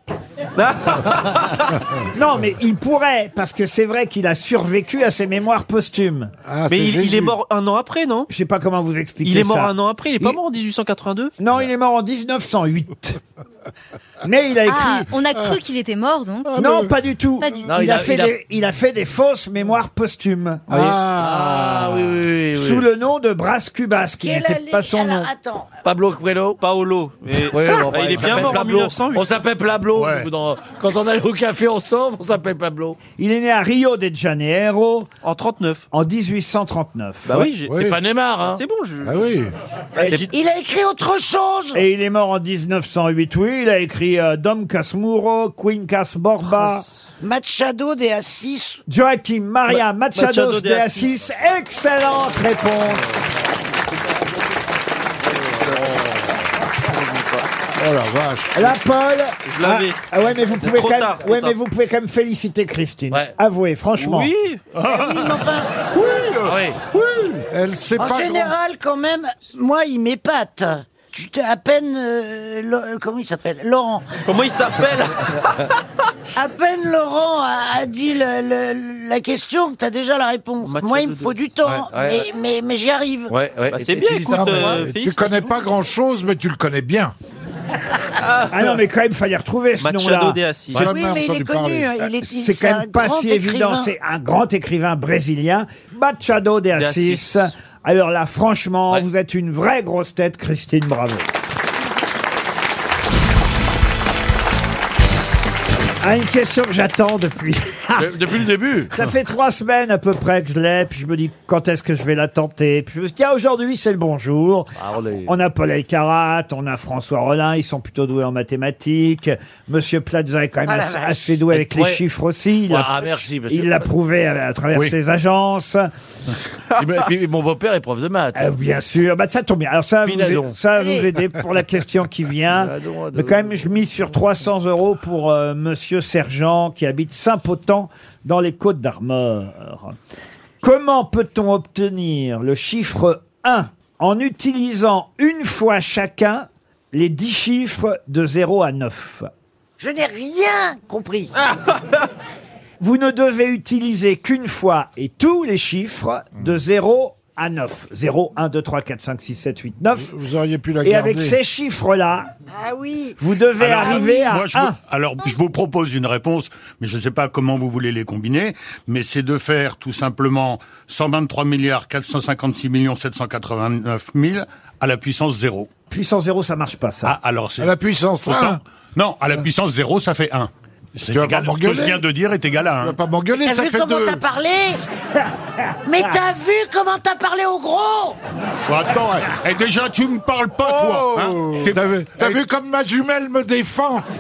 Speaker 2: non, mais il pourrait, parce que c'est vrai qu'il a survécu à ses mémoires posthumes.
Speaker 6: Mais c'est il- il Jésus. est mort un an après, non
Speaker 2: Je sais pas comment vous expliquer
Speaker 6: Il est mort
Speaker 2: ça.
Speaker 6: un an après, il est pas mort en 1882
Speaker 2: Non, il est mort en 1908. mais il a écrit... Ah,
Speaker 4: Ah, on a cru qu'il était mort, donc.
Speaker 2: non, pas du tout.
Speaker 4: Pas du tout.
Speaker 2: il, a fait Des, il a fait des fausses mémoires posthumes.
Speaker 7: Ah, oui, oui, oui, oui.
Speaker 2: Sous le nom de Brás Cubas, qui
Speaker 9: Quelle
Speaker 2: n'était
Speaker 9: allée-
Speaker 2: pas son
Speaker 9: Alors,
Speaker 2: nom.
Speaker 9: Attends.
Speaker 7: Pablo Coelho.
Speaker 6: Paolo. Mais-
Speaker 7: Ouais, bon,
Speaker 6: Ah, il est bien
Speaker 7: on s'appelle
Speaker 6: mort en
Speaker 7: Pablo.
Speaker 6: 1908.
Speaker 7: On s'appelle Pablo.
Speaker 6: Ouais.
Speaker 7: Dans- Quand on allait au café ensemble, on s'appelle Pablo.
Speaker 2: Il est né à Rio de Janeiro.
Speaker 6: En 39.
Speaker 2: En 1839.
Speaker 7: Bah oui, j'ai- c'est pas Neymar, hein.
Speaker 6: C'est bon, je.
Speaker 2: Bah oui.
Speaker 9: Il a écrit autre chose.
Speaker 2: Et il est mort en 1908. Oui, il a écrit euh, Dom Casmuro, Quincas Borba,
Speaker 9: Machado de Assis.
Speaker 2: Joaquim Maria
Speaker 9: Ma-
Speaker 2: Machado,
Speaker 9: Machado de
Speaker 2: de Assis. Excellente réponse.
Speaker 3: Oh la vache.
Speaker 2: Là, Paul.
Speaker 3: Je l'avais.
Speaker 2: Ah, ah ouais, mais vous pouvez
Speaker 3: Trop
Speaker 2: quand même,
Speaker 3: tard, trop
Speaker 2: ouais,
Speaker 3: tard.
Speaker 2: mais vous pouvez quand même féliciter Christine. Avouez, franchement. Ah
Speaker 6: Oui.
Speaker 3: Oui Elle sait
Speaker 9: en
Speaker 3: pas.
Speaker 9: général, quand même, moi, il m'épate. tu t'es à peine... euh, Lo- comment il s'appelle Laurent.
Speaker 6: Comment il s'appelle
Speaker 9: À peine Laurent a, a dit le- le- la question que t'as déjà la réponse. Moi, il me faut du temps,
Speaker 3: Ouais, ouais.
Speaker 9: mais, mais, mais j'y arrive.
Speaker 3: Bah,
Speaker 6: c'est bien, écoute, euh,
Speaker 3: Ah, tu
Speaker 6: Félix,
Speaker 3: connais pas grand-chose, mais tu le connais bien.
Speaker 2: Ah non, mais quand même, fallait retrouver ce
Speaker 3: Machado
Speaker 2: nom-là.
Speaker 3: de Assis. Oui, mais il est connu, hein, il est- il-
Speaker 2: C'est
Speaker 9: c'est
Speaker 2: quand
Speaker 9: un
Speaker 2: même pas
Speaker 9: grand
Speaker 2: si évident.
Speaker 9: écrivain.
Speaker 2: C'est un grand écrivain brésilien, Machado de
Speaker 6: Assis.
Speaker 2: Assis. Alors là, franchement, vous êtes une vraie grosse tête, Christine, bravo. Ah, une question que j'attends depuis.
Speaker 10: Depuis le début.
Speaker 2: Ça fait trois semaines à peu près que je l'ai, puis je me dis quand est-ce que je vais la tenter. Puis je me dis, tiens, aujourd'hui c'est le bonjour.
Speaker 7: Ah,
Speaker 2: On a Paul Elkarat, on a François Rollin, ils sont plutôt doués en mathématiques. Monsieur Plaza est quand même
Speaker 10: Ah la
Speaker 2: assez,
Speaker 10: vache.
Speaker 2: assez doué avec les
Speaker 10: Ouais.
Speaker 2: chiffres aussi. Il l'a-
Speaker 10: Ah, merci, monsieur
Speaker 2: Il l'a
Speaker 10: Plaza.
Speaker 2: prouvé à, à travers
Speaker 10: Oui.
Speaker 2: ses agences.
Speaker 10: Et ben, et puis, mon beau-père est prof de maths.
Speaker 2: Euh, bien sûr, bah, ça tombe bien. Alors ça, va vous,
Speaker 10: Binadon.
Speaker 2: aider- ça va vous
Speaker 10: Allez.
Speaker 2: aider pour la question qui vient.
Speaker 10: Binadon,
Speaker 2: Mais quand même, je mise sur 300 euros pour euh, Monsieur Sergent qui habite Saint-Potan dans les Côtes d'Armor. Comment peut-on obtenir le chiffre 1 en utilisant une fois chacun les 10 chiffres de 0 à 9
Speaker 9: Je n'ai rien compris.
Speaker 3: Ah,
Speaker 2: Vous ne devez utiliser qu'une fois et tous les chiffres de 0 à 9. 0, 1, 2, 3, 4, 5, 6, 7, 8, 9.
Speaker 3: Vous auriez pu la
Speaker 2: Et
Speaker 3: garder.
Speaker 2: avec ces chiffres-là,
Speaker 9: Ah oui.
Speaker 2: vous devez
Speaker 8: Alors,
Speaker 2: arriver à
Speaker 8: moi, je vous-
Speaker 2: 1.
Speaker 8: alors, je vous propose une réponse, mais je ne sais pas comment vous voulez les combiner, mais c'est de faire tout simplement 123 milliards 456 millions 789 000 à la puissance 0.
Speaker 2: Puissance 0, ça marche pas, ça.
Speaker 8: Ah, alors c'est...
Speaker 3: À la puissance
Speaker 8: Autant-
Speaker 3: 1.
Speaker 8: Non, à la puissance 0, ça fait 1. C'est
Speaker 3: vas
Speaker 8: égal-
Speaker 3: pas
Speaker 8: ce que je
Speaker 3: m'engueuler
Speaker 8: viens de dire est égal à 1.
Speaker 3: Tu vas pas m'engueuler,
Speaker 9: T'as
Speaker 3: ça
Speaker 9: vu
Speaker 3: fait
Speaker 9: comment
Speaker 3: deux.
Speaker 9: t'as parlé Mais t'as vu comment t'as parlé au gros
Speaker 8: Bon, attends, eh, eh, déjà, tu me parles pas, toi. hein.
Speaker 3: Oh,
Speaker 8: T'es-
Speaker 3: T'as vu, t'as
Speaker 8: eh,
Speaker 3: vu comme ma jumelle me défend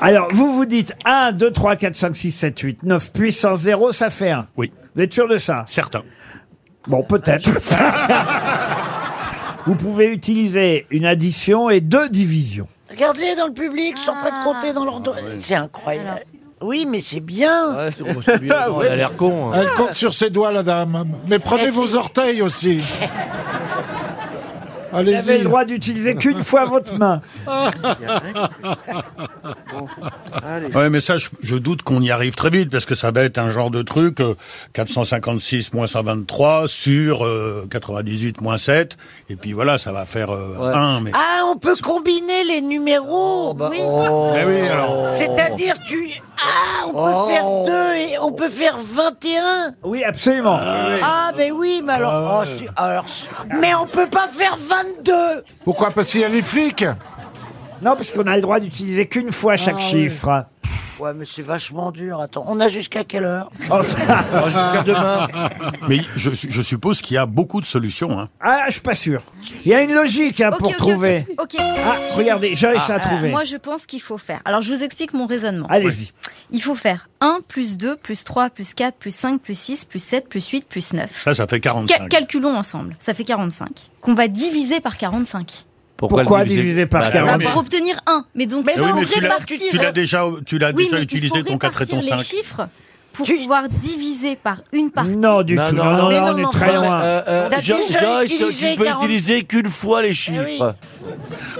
Speaker 2: Alors, vous vous dites 1, 2, 3, 4, 5, 6, 7, 8, 9, puissance 0, ça fait 1.
Speaker 8: Oui.
Speaker 2: Vous êtes sûr de ça
Speaker 8: Certain.
Speaker 2: Bon, peut-être. vous pouvez utiliser une addition et deux divisions.
Speaker 9: Regarde-les dans le public, ils sont prêts de compter dans leur dos.
Speaker 3: Ah,
Speaker 9: C'est incroyable. Oui, mais c'est bien.
Speaker 10: Elle a l'air con. hein.
Speaker 3: Elle compte sur ses doigts, la dame. Mais prenez
Speaker 9: Merci.
Speaker 3: vos orteils aussi.
Speaker 2: Vous avez
Speaker 3: Allez-y.
Speaker 2: le droit d'utiliser qu'une fois votre main.
Speaker 8: Ouais, mais ça, je, je doute qu'on y arrive très vite, parce que ça va être un genre de truc, euh, 456 moins 123 sur euh, 98 moins 7, et puis voilà, ça va faire 1, mais...
Speaker 9: Ah, on peut combiner les numéros.
Speaker 8: Mais oui, alors...
Speaker 9: C'est-à-dire, tu. Ah, on peut faire deux et on peut faire 21.
Speaker 2: Oui, absolument.
Speaker 3: Euh,
Speaker 9: Ah, mais oui, mais alors. oh, c'est- alors mais on peut pas faire 22.
Speaker 3: Pourquoi Parce qu'il y a les flics.
Speaker 2: Non, parce qu'on a le droit d'utiliser qu'une fois chaque chiffre.
Speaker 9: Ouais, mais c'est vachement dur. Attends, on a jusqu'à quelle heure
Speaker 10: Alors, Jusqu'à demain.
Speaker 8: Mais je, je suppose qu'il y a beaucoup de solutions. Hein.
Speaker 2: Ah, je suis pas sûr. Il y a une logique hein,
Speaker 4: Ok,
Speaker 2: pour
Speaker 4: ok,
Speaker 2: trouver.
Speaker 4: ok, ok.
Speaker 2: Ah, regardez, Joyce a trouvé.
Speaker 4: ah, Moi, je pense qu'il faut faire. Alors, je vous explique mon raisonnement.
Speaker 2: Allez-y.
Speaker 4: Il faut faire 1 plus 2 plus 3 plus 4 plus 5 plus 6 plus 7 plus 8 plus 9.
Speaker 8: Ça, ça fait 45.
Speaker 4: Ca- calculons ensemble. Ça fait 45. Qu'on va diviser par 45.
Speaker 2: Pourquoi, diviser par
Speaker 10: Bah,
Speaker 4: Bah,
Speaker 2: 40
Speaker 8: mais-
Speaker 4: Pour obtenir 1. Mais donc,
Speaker 8: Eh oui,
Speaker 4: on
Speaker 8: mais tu l'as-
Speaker 4: répartit.
Speaker 8: tu l'as déjà, tu l'as
Speaker 4: Oui,
Speaker 8: déjà
Speaker 4: mais
Speaker 8: utilisé
Speaker 4: il faut
Speaker 8: ton 4 et ton
Speaker 4: répartir
Speaker 8: 5.
Speaker 4: les chiffres pour pouvoir diviser par une partie.
Speaker 2: Non, du
Speaker 10: Non,
Speaker 2: tout.
Speaker 10: non,
Speaker 2: Non, non,
Speaker 9: mais
Speaker 2: là,
Speaker 9: non,
Speaker 2: on
Speaker 9: non,
Speaker 2: est très
Speaker 9: non,
Speaker 2: loin.
Speaker 10: Euh, euh,
Speaker 9: T'as
Speaker 10: Jo-
Speaker 9: déjà
Speaker 10: Joyce,
Speaker 9: utilisé
Speaker 10: tu peux
Speaker 9: 40.
Speaker 10: utiliser qu'une fois les
Speaker 12: Eh
Speaker 9: oui.
Speaker 10: chiffres.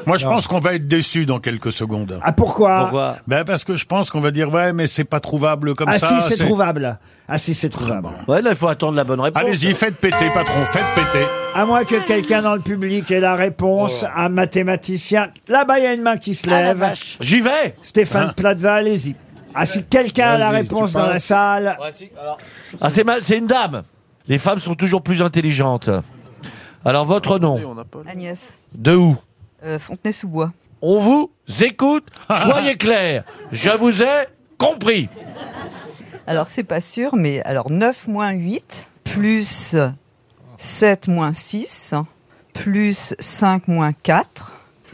Speaker 8: Moi, je pense qu'on va être déçu dans quelques secondes.
Speaker 2: Ah, pourquoi,
Speaker 10: Pourquoi
Speaker 8: Ben parce que je pense qu'on va dire ouais, mais c'est pas trouvable comme
Speaker 2: Ah,
Speaker 8: ça.
Speaker 2: si, c'est trouvable. Ah, si, c'est trouvable.
Speaker 10: Ouais, là, il faut attendre la bonne réponse.
Speaker 8: Allez-y, faites péter, patron, faites péter.
Speaker 2: À moins que quelqu'un dans le public ait la réponse,
Speaker 8: Oh.
Speaker 2: un mathématicien. Là-bas, il y a une main qui se
Speaker 9: Ah, la
Speaker 2: lève.
Speaker 9: vache.
Speaker 10: J'y vais.
Speaker 2: Stéphane Plaza, allez-y. Ah, si quelqu'un a la
Speaker 3: Vas-y,
Speaker 2: réponse
Speaker 3: tu
Speaker 2: dans la
Speaker 3: passes.
Speaker 2: salle.
Speaker 10: Ah, c'est ma- c'est une dame. Les femmes sont toujours plus intelligentes. Alors, votre nom
Speaker 12: Agnès,
Speaker 10: De où
Speaker 12: euh, Fontenay-sous-Bois.
Speaker 10: On vous écoute. Soyez clairs. Je vous ai compris.
Speaker 12: Alors, c'est pas sûr, mais alors 9 moins 8, plus 7 moins 6, plus 5 moins 4,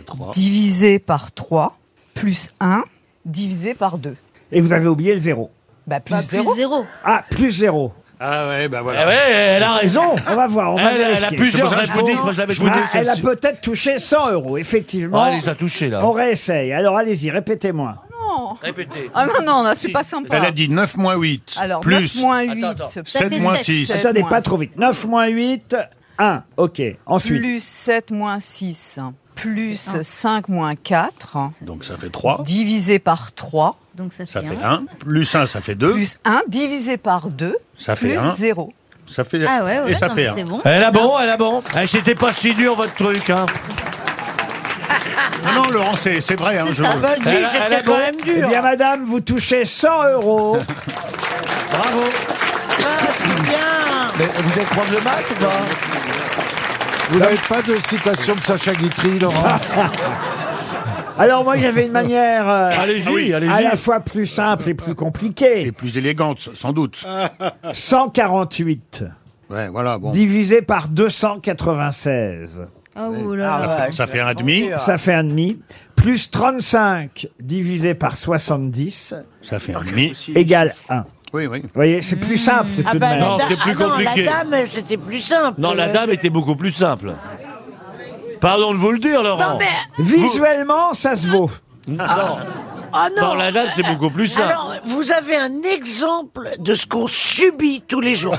Speaker 5: Ah.
Speaker 12: divisé par 3, plus 1, divisé par 2.
Speaker 2: Et vous avez oublié le zéro.
Speaker 12: Bah, plus
Speaker 4: Bah,
Speaker 12: 0.
Speaker 4: plus 0.
Speaker 2: Ah, plus zéro.
Speaker 8: Ah ouais, ben
Speaker 10: Eh
Speaker 8: voilà.
Speaker 10: ouais, elle a raison.
Speaker 2: On va voir. On va
Speaker 10: Elle, elle a
Speaker 2: vérifier.
Speaker 10: plusieurs
Speaker 8: C'est pour ça que je vous
Speaker 10: réponses.
Speaker 8: dis-
Speaker 10: Moi, je l'avais
Speaker 8: je vous
Speaker 10: trouvé
Speaker 2: Ah, elle a
Speaker 10: celle-ci.
Speaker 2: peut-être touché 100 euros, effectivement.
Speaker 10: Ah, elle les a touchés, là.
Speaker 2: On réessaye. Alors, allez-y, répétez-moi.
Speaker 12: Non, non
Speaker 7: Répétez.
Speaker 12: Ah non, non, non, c'est pas sympa.
Speaker 8: Elle a dit 9 moins 8.
Speaker 12: Alors,
Speaker 8: plus
Speaker 12: 9 moins 8,
Speaker 8: 7 moins 6.
Speaker 2: Attendez, pas trop vite. 9 moins 8, 1. OK. Ensuite.
Speaker 12: Plus 7 moins 6, plus 5 moins 4.
Speaker 8: Donc ça fait 3.
Speaker 12: Divisé par 3.
Speaker 4: Donc
Speaker 8: Ça fait 1. Plus 1, ça fait 2.
Speaker 12: Plus 1 divisé par 2.
Speaker 8: Ça fait
Speaker 12: plus
Speaker 8: un.
Speaker 12: 0.
Speaker 8: Ça fait...
Speaker 12: Ah ouais, ouais,
Speaker 8: Et ça
Speaker 12: non,
Speaker 8: fait
Speaker 12: mais
Speaker 8: 1.
Speaker 12: c'est bon.
Speaker 10: Elle a bon, elle a bon. Eh, C'était pas si dur votre truc, hein.
Speaker 8: Non, non, Laurent, c'est c'est vrai. Hein, je...
Speaker 2: Elle a- elle a bon. Eh bien, madame, vous touchez 100 euros.
Speaker 10: Bravo.
Speaker 9: bien.
Speaker 10: Mais vous êtes prof de maths ou pas
Speaker 3: Vous n'avez pas de citation de Sacha Guitry, Laurent
Speaker 2: Alors, moi, j'avais une manière euh,
Speaker 3: Allez-y,
Speaker 2: ah oui,
Speaker 3: allez-y.
Speaker 2: à la fois plus simple et plus compliquée. Et
Speaker 8: plus élégante, sans doute.
Speaker 2: 148
Speaker 8: Ouais, voilà, bon.
Speaker 2: divisé par 296.
Speaker 4: Oh
Speaker 8: Ah,
Speaker 2: Ah,
Speaker 8: ça,
Speaker 4: là
Speaker 8: fait, ça fait un demi.
Speaker 2: Ça fait un demi. Plus 35 divisé par 70.
Speaker 8: Ça fait un demi.
Speaker 2: Égale 1.
Speaker 8: Oui, oui. Vous
Speaker 2: voyez, c'est plus simple tout
Speaker 9: Ah
Speaker 2: de
Speaker 9: bah,
Speaker 2: même.
Speaker 9: la da- ah non, la dame, c'était plus simple.
Speaker 10: Non, la dame était beaucoup plus simple. Pardon de vous le dire, Laurent.
Speaker 9: Non, mais-
Speaker 2: Visuellement, ça se vaut.
Speaker 10: Non.
Speaker 9: Ah non.
Speaker 10: Dans la dame, c'est beaucoup plus simple.
Speaker 9: Alors, vous avez un exemple de ce qu'on subit tous les jours.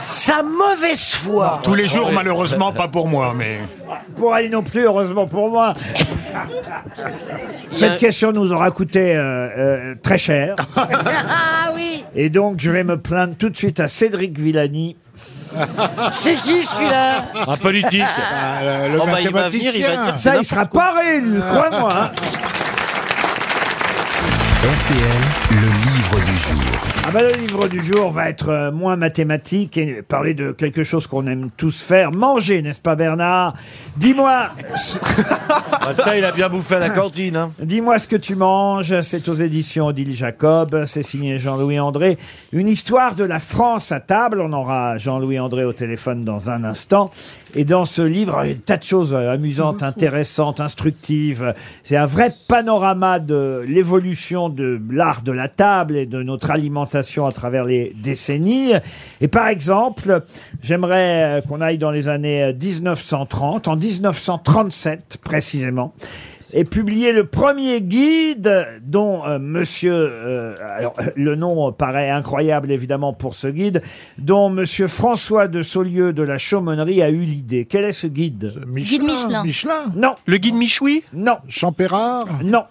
Speaker 9: Sa mauvaise foi.
Speaker 8: Tous les jours, malheureusement, pas pour moi, mais.
Speaker 2: Pour elle non plus, heureusement pour moi. Cette question nous aura coûté euh, euh, très cher.
Speaker 9: ah oui.
Speaker 2: Et donc, je vais me plaindre tout de suite à Cédric Villani.
Speaker 9: C'est qui celui-là
Speaker 2: Ah.
Speaker 10: Un politique.
Speaker 9: Ah,
Speaker 3: le,
Speaker 2: Oh, bah, il va venir, il va dire que Ça, il n'importe sera quoi. pas réélu, crois-moi, hein.
Speaker 1: RTL, le livre du jour.
Speaker 2: Ah bah, le livre du jour va être euh, moins mathématique et parler de quelque chose qu'on aime tous faire. Manger, n'est-ce pas, Bernard Dis-moi.
Speaker 10: Bah, ça, il a bien bouffé à la cantine. hein.
Speaker 2: Dis-moi ce que tu manges. C'est aux éditions Odile Jacob. C'est signé Jean-Louis André. Une histoire de la France à table. On aura Jean-Louis André au téléphone dans un instant. Et dans ce livre, il y a un tas de choses euh, amusantes, intéressantes, instructives. C'est un vrai panorama de l'évolution de l'art de la table et de notre alimentation à travers les décennies. Et par exemple, j'aimerais euh, qu'on aille dans les années euh, 1930, en 1937 précisément et publié le premier guide dont euh, monsieur euh, alors euh, le nom paraît incroyable évidemment pour ce guide dont monsieur François de Saulieu de la Chaumonnerie a eu l'idée. Quel est ce guide
Speaker 4: Guide Michelin.
Speaker 2: Non.
Speaker 6: Le guide Michoui
Speaker 2: Non.
Speaker 3: Champérard
Speaker 2: Non.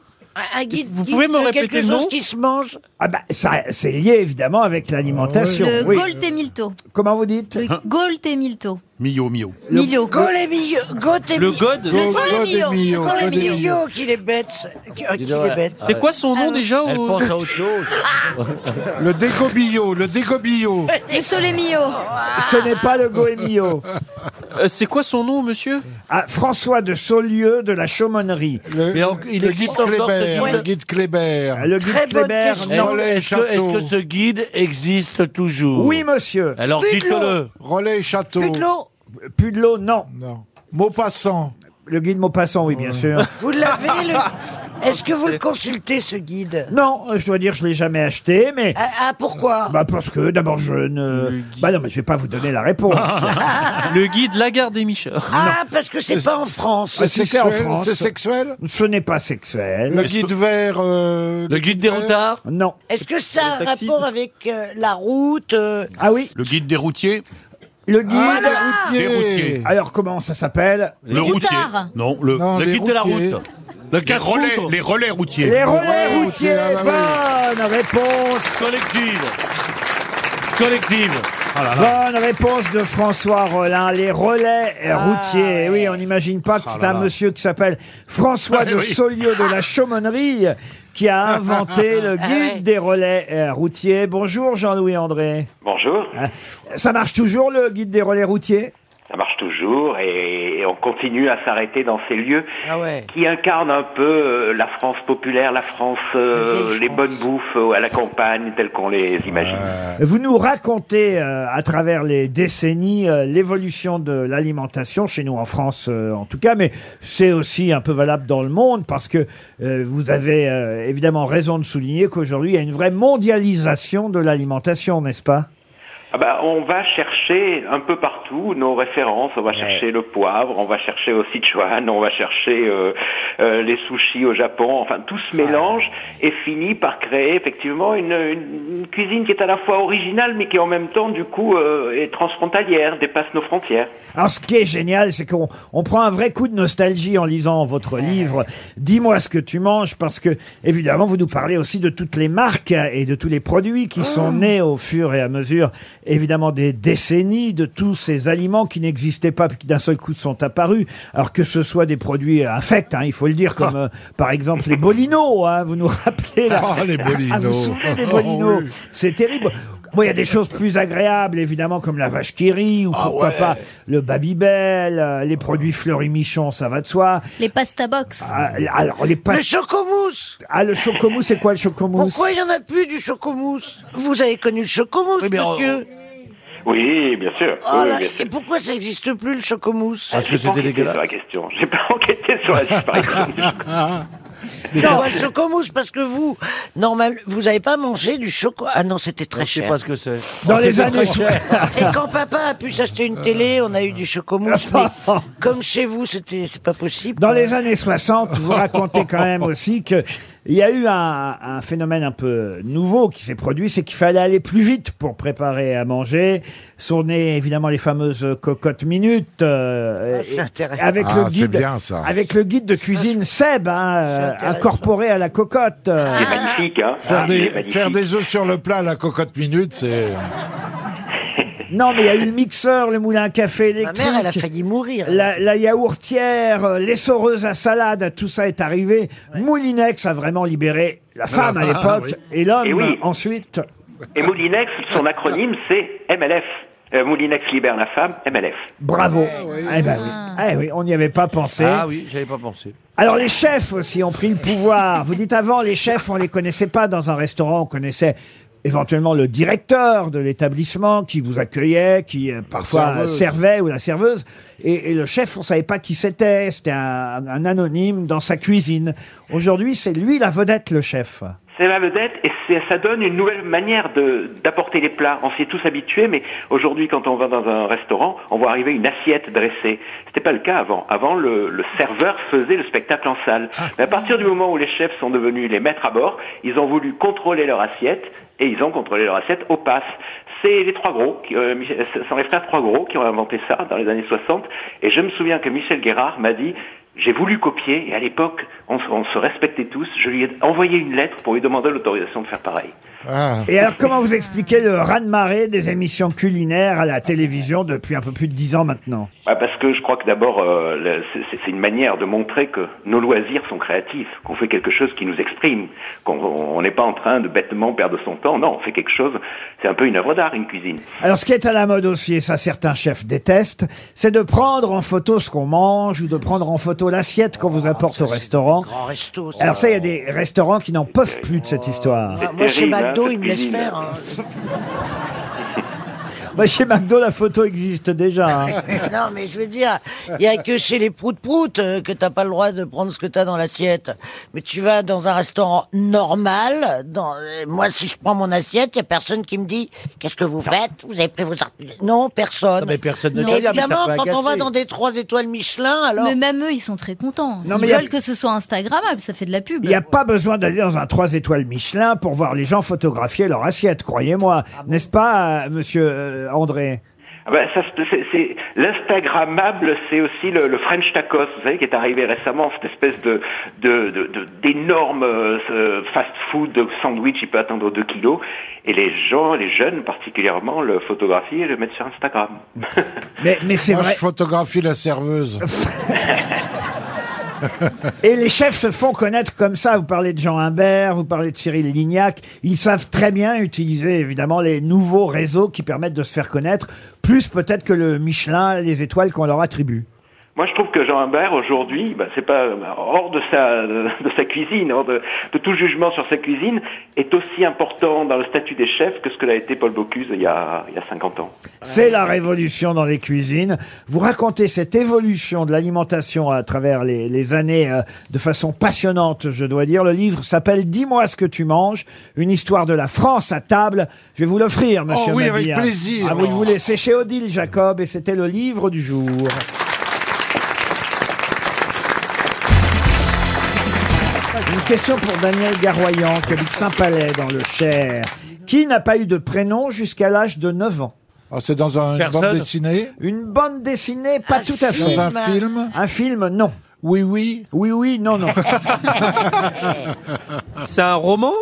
Speaker 9: Un guide.
Speaker 6: Vous pouvez me
Speaker 9: de
Speaker 6: répéter
Speaker 9: quelque
Speaker 6: le nom
Speaker 9: chose qui se mange.
Speaker 2: Ah bah ça c'est lié évidemment avec l'alimentation.
Speaker 4: Le
Speaker 2: oui.
Speaker 4: Gold et Milto.
Speaker 2: Comment vous dites Hein
Speaker 4: Le Gold et Milto.
Speaker 8: Mio, Mio.
Speaker 4: Milio.
Speaker 9: Gaulle et Millau. Goth et
Speaker 6: Le
Speaker 9: Millau.
Speaker 6: God
Speaker 4: Le sol et Millau. Le sol et
Speaker 9: Gaulle et
Speaker 4: Millau.
Speaker 9: Millau, qu'il est bête. Qui euh, qu'il est bête.
Speaker 6: C'est quoi son nom déjà
Speaker 10: Elle
Speaker 6: au-
Speaker 10: pense à autre chose.
Speaker 9: Ah.
Speaker 3: Le dégobillo, le dégobillo.
Speaker 4: Le Sole Mio.
Speaker 2: Ce n'est pas le Goemio.
Speaker 6: Euh, C'est quoi son nom, monsieur
Speaker 2: Ah, François de Saulieu de la Chaumonnerie.
Speaker 6: Mais en- il existe encore
Speaker 3: Kléber,
Speaker 6: ce
Speaker 3: le
Speaker 6: guide
Speaker 3: guide Kléber.
Speaker 2: Le guide
Speaker 9: Très bonne
Speaker 2: Kléber,
Speaker 9: question.
Speaker 2: non.
Speaker 3: Relais et
Speaker 10: Est-ce que, est-ce que
Speaker 3: château.
Speaker 10: ce guide existe toujours
Speaker 2: Oui monsieur.
Speaker 10: Alors
Speaker 9: Plus de
Speaker 10: dites-le.
Speaker 9: l'eau.
Speaker 3: Relais et château.
Speaker 9: Plus de l'eau.
Speaker 2: Pudelot, non.
Speaker 3: Non. Maupassant.
Speaker 2: Le guide Maupassant, oui bien sûr.
Speaker 9: Vous l'avez le... Est-ce que vous le consultez ce guide
Speaker 2: Non, euh, je dois dire, je l'ai jamais acheté, mais.
Speaker 9: ah, ah, pourquoi
Speaker 2: Bah parce que d'abord je ne. Bah non, mais je vais pas vous donner la réponse.
Speaker 6: Le guide Lagarde et Michard.
Speaker 9: Ah, parce que c'est pas en France.
Speaker 2: Ah, si, c'est en
Speaker 3: sexuel,
Speaker 2: France.
Speaker 3: C'est sexuel
Speaker 2: Ce n'est pas sexuel.
Speaker 3: Le guide vert. euh,
Speaker 10: Le guide des
Speaker 3: vert.
Speaker 10: routards
Speaker 2: Non.
Speaker 9: Est-ce que ça a un
Speaker 6: Le taxi.
Speaker 9: rapport avec euh, la route euh,
Speaker 2: Ah oui,
Speaker 8: Le guide des routiers
Speaker 2: le guide.
Speaker 3: Ah, les
Speaker 8: Des
Speaker 3: routiers.
Speaker 8: routiers.
Speaker 2: Alors comment ça s'appelle
Speaker 8: Le routier.
Speaker 4: routards.
Speaker 8: Non, le.
Speaker 3: Non,
Speaker 10: Le
Speaker 3: les
Speaker 10: guide de la
Speaker 3: routiers.
Speaker 10: route. Le
Speaker 8: Les
Speaker 10: quatre
Speaker 8: relais,
Speaker 10: routes
Speaker 8: les relais routiers.
Speaker 2: Les
Speaker 3: relais
Speaker 2: relais
Speaker 3: routiers,
Speaker 2: routiers.
Speaker 8: bah
Speaker 2: bah.
Speaker 3: ah
Speaker 2: Bonne réponse.
Speaker 10: collective. Collective.
Speaker 8: Ah là là.
Speaker 2: Bonne réponse de François Rollin. Les relais routiers. Eh Oui, on n'imagine pas que
Speaker 8: Ah
Speaker 2: c'est
Speaker 8: là
Speaker 2: un
Speaker 8: là.
Speaker 2: monsieur qui s'appelle François
Speaker 8: Ah
Speaker 2: de
Speaker 8: oui.
Speaker 2: Saulieu de la Chaumonnerie qui a inventé le
Speaker 8: Ah
Speaker 2: guide des relais euh, routiers. Bonjour Jean-Louis André.
Speaker 13: Bonjour,
Speaker 9: Hein
Speaker 2: Ça marche toujours le guide des relais routiers
Speaker 13: ça marche toujours et, et on continue à s'arrêter dans ces lieux
Speaker 9: Ah ouais.
Speaker 13: qui incarnent un peu euh, la France populaire, la France, euh,
Speaker 9: La vieille
Speaker 13: les
Speaker 9: France.
Speaker 13: bonnes bouffes euh, à la campagne telles qu'on les imagine.
Speaker 9: Euh,
Speaker 2: Euh, Vous nous racontez euh, à travers les décennies euh, l'évolution de l'alimentation chez nous en France euh, en tout cas, mais c'est aussi un peu valable dans le monde parce que euh, vous avez euh, évidemment raison de souligner qu'aujourd'hui il y a une vraie mondialisation de l'alimentation, n'est-ce pas
Speaker 13: Ah bah, on va chercher un peu partout nos références, on va chercher le poivre, on va chercher au Sichuan, on va chercher euh, euh, les sushis au Japon, enfin tout se mélange et finit par créer effectivement une, une- une cuisine qui est à la fois originale mais qui en même temps du coup euh, est transfrontalière, dépasse nos frontières.
Speaker 2: Alors, ce qui est génial, c'est qu'on on prend un vrai coup de nostalgie en lisant votre livre. Dis-moi ce que tu manges, parce que, évidemment, vous nous parlez aussi de toutes les marques et de tous les produits qui
Speaker 3: Ah.
Speaker 2: sont nés au fur et à mesure, évidemment, des décennies, de tous ces aliments qui n'existaient pas, puis qui d'un seul coup sont apparus. Alors que ce soit des produits infects, hein, il faut le dire, comme euh, par exemple les bolinos, hein, vous nous rappelez. là.
Speaker 3: Ah, les
Speaker 2: Ah, vous vous
Speaker 3: Bolinos.
Speaker 2: souvenez des
Speaker 3: Oh,
Speaker 2: bolinos
Speaker 3: oui.
Speaker 2: c'est terrible. Bon, il y a des choses plus agréables, évidemment, comme la vache qui rit, ou
Speaker 9: Ah
Speaker 2: pourquoi pas le Babybel, euh, les produits Fleury Michon, ça va de soi.
Speaker 4: Les pasta box.
Speaker 2: Ah, alors, les pas...
Speaker 9: Le chocomousse
Speaker 2: Ah, le chocomousse, c'est quoi le chocomousse
Speaker 9: Pourquoi il n'y en a plus du chocomousse Vous avez connu le chocomousse, monsieur
Speaker 13: Oui, bien sûr.
Speaker 9: Oh
Speaker 13: Oui,
Speaker 9: là,
Speaker 13: bien sûr.
Speaker 9: Et pourquoi ça n'existe plus, le chocomousse
Speaker 13: J'ai pas enquêté sur la question. J'ai pas enquêté sur la disparition.
Speaker 9: Non, le chocomousse, parce que vous, normal, vous n'avez pas mangé du chocolat. Ah non, c'était très cher.
Speaker 7: sais pas ce que c'est.
Speaker 9: Dans les
Speaker 7: C'était
Speaker 9: années
Speaker 7: très cher.
Speaker 9: Et quand papa a pu s'acheter une télé, on a eu du chocomousse. mais comme chez vous, c'était, c'est pas possible.
Speaker 2: Dans les années 60, vous racontez quand même aussi que il y a eu un, un phénomène un peu nouveau qui s'est produit, c'est qu'il fallait aller plus vite pour préparer à manger. Sont nées évidemment les fameuses cocottes minutes euh,
Speaker 9: Ah, c'est
Speaker 2: et-
Speaker 9: intéressant.
Speaker 2: avec
Speaker 3: Ah,
Speaker 2: le
Speaker 3: c'est
Speaker 2: guide,
Speaker 3: bien, ça.
Speaker 2: avec le guide de cuisine Seb, hein, euh, incorporé à la cocotte. euh.
Speaker 13: magnifique, hein.
Speaker 3: Faire
Speaker 13: Ah,
Speaker 3: des,
Speaker 13: il est magnifique.
Speaker 3: faire des œufs sur le plat à la cocotte minute, c'est.
Speaker 2: Non, mais il y a eu le mixeur, le moulin à café électrique.
Speaker 9: mère, elle a failli mourir. hein.
Speaker 2: La, la yaourtière, euh, l'essoreuse à salade, tout ça est arrivé. Moulinex a vraiment libéré la femme à
Speaker 13: Ah,
Speaker 2: l'époque
Speaker 13: oui.
Speaker 2: et l'homme
Speaker 13: Et oui.
Speaker 2: ensuite.
Speaker 13: Et Moulinex, son acronyme, c'est MLF. Euh, Moulinex libère la femme, MLF.
Speaker 2: Bravo. Eh ben oui.
Speaker 9: Ah.
Speaker 2: Eh oui, on n'y avait pas pensé.
Speaker 7: Ah oui, j'avais pas pensé.
Speaker 2: Alors les chefs aussi ont pris le pouvoir. Vous dites avant, les chefs, on les connaissait pas dans un restaurant, on connaissait éventuellement le directeur de l'établissement qui vous accueillait, qui euh, parfois
Speaker 3: serveuse.
Speaker 2: servait ou la serveuse. Et, et le chef, on savait pas qui c'était. C'était un, un anonyme dans sa cuisine. Aujourd'hui, c'est lui la vedette, le chef.
Speaker 13: C'est la vedette et c'est- ça donne une nouvelle manière de- d'apporter les plats. On s'y est tous habitués, mais aujourd'hui, quand on va dans un restaurant, on voit arriver une assiette dressée. C'était pas le cas avant. Avant, le, le serveur faisait le spectacle en salle. Mais à partir du moment où les chefs sont devenus les maîtres à bord, ils ont voulu contrôler leur assiette et ils ont contrôlé leur assiette au pass. C'est les trois gros, qui, euh, Michel- ce sont les frères trois gros qui ont inventé ça dans les années 60. Et je me souviens que Michel Guérard m'a dit j'ai voulu copier, et à l'époque, on, se- on se respectait tous. Je lui ai envoyé une lettre pour lui demander l'autorisation de faire pareil.
Speaker 2: Et alors, comment vous expliquez le raz-de-marée des émissions culinaires à la télévision depuis un peu plus de dix ans maintenant
Speaker 13: Ouais, Bah, parce que je crois que d'abord, euh, le- c'est- c'est c'est une manière de montrer que nos loisirs sont créatifs, qu'on fait quelque chose qui nous exprime, qu'on on n'est pas en train de bêtement perdre son temps. Non, on fait quelque chose. C'est un peu une œuvre d'art, une cuisine.
Speaker 2: Alors, ce qui est à la mode aussi, et ça certains chefs détestent, c'est de prendre en photo ce qu'on mange ou de prendre en photo l'assiette qu'on
Speaker 13: Oh,
Speaker 2: vous apporte au restaurant.
Speaker 9: Grand resto. ça.
Speaker 2: Alors ça, il y a des restaurants qui n'en peuvent plus de cette histoire.
Speaker 9: Ah, Moi, chez
Speaker 13: terrible, hein,
Speaker 9: McDo,
Speaker 13: cette
Speaker 9: ils me laissent
Speaker 13: cuisine.
Speaker 9: faire. hein.
Speaker 2: Bah, chez McDo, la photo existe déjà. hein.
Speaker 9: non, mais je veux dire, il n'y a que chez les prout-prout euh, que t'as pas le droit de prendre ce que t'as dans l'assiette. Mais tu vas dans un restaurant normal, dans, euh, moi, si je prends mon assiette, il n'y a personne qui me dit « Qu'est-ce que vous faites Vous avez pris vos... art- » Non, personne.
Speaker 7: Non, mais personne ne
Speaker 9: Mais
Speaker 7: dit rien, mais ça
Speaker 9: évidemment,
Speaker 7: peut
Speaker 9: quand on va
Speaker 7: agacer.
Speaker 9: dans des trois étoiles Michelin, alors...
Speaker 4: Mais même eux, ils sont très contents.
Speaker 2: Non, mais
Speaker 4: ils
Speaker 2: y a-
Speaker 4: veulent que ce soit Instagrammable, ça fait de la pub.
Speaker 2: Il n'y a pas besoin d'aller dans un 3 étoiles Michelin pour voir les gens photographier leur assiette, croyez-moi.
Speaker 9: Ah
Speaker 2: N'est-ce pas, euh, monsieur euh, André
Speaker 13: Ah ben, ça, c'est- c'est- c'est- L'Instagrammable, c'est aussi le, le French tacos, vous savez, qui est arrivé récemment, cette espèce de de- de- de- d'énorme euh, ce fast-food de sandwich, il peut atteindre 2 kilos, et les gens, les jeunes particulièrement, le photographient et le mettent sur Instagram.
Speaker 2: Mais, mais c'est
Speaker 3: Moi,
Speaker 2: vrai.
Speaker 3: je photographie la serveuse.
Speaker 2: Et les chefs se font connaître comme ça. Vous parlez de Jean Imbert, vous parlez de Cyril Lignac. Ils savent très bien utiliser, évidemment, les nouveaux réseaux qui permettent de se faire connaître, plus peut-être que le Michelin, les étoiles qu'on leur attribue.
Speaker 13: Moi, je trouve que Jean Humbert, aujourd'hui, bah, c'est pas bah, hors de sa de sa cuisine, hors de, de tout jugement sur sa cuisine, est aussi important dans le statut des chefs que ce que l'a été Paul Bocuse il y a il y a 50 ans.
Speaker 2: C'est la révolution dans les cuisines. Vous racontez cette évolution de l'alimentation à travers les, les années euh, de façon passionnante, je dois dire. Le livre s'appelle Dis-moi ce que tu manges, une histoire de la France à table. Je vais vous l'offrir, monsieur
Speaker 3: Oh oui, avec
Speaker 2: Mabille, hein.
Speaker 3: plaisir.
Speaker 2: Ah, vous le voulez, c'est chez Odile Jacob et c'était le livre du jour. question pour Daniel Garoyan, qui habite Saint-Palais, dans le Cher. Qui n'a pas eu de prénom jusqu'à l'âge de 9 ans
Speaker 3: Ah, C'est dans un, une bande dessinée
Speaker 2: Une bande dessinée, pas tout à fait.
Speaker 3: Dans un film
Speaker 2: Un film, non. Oui, oui. Oui, oui, non, non. C'est un roman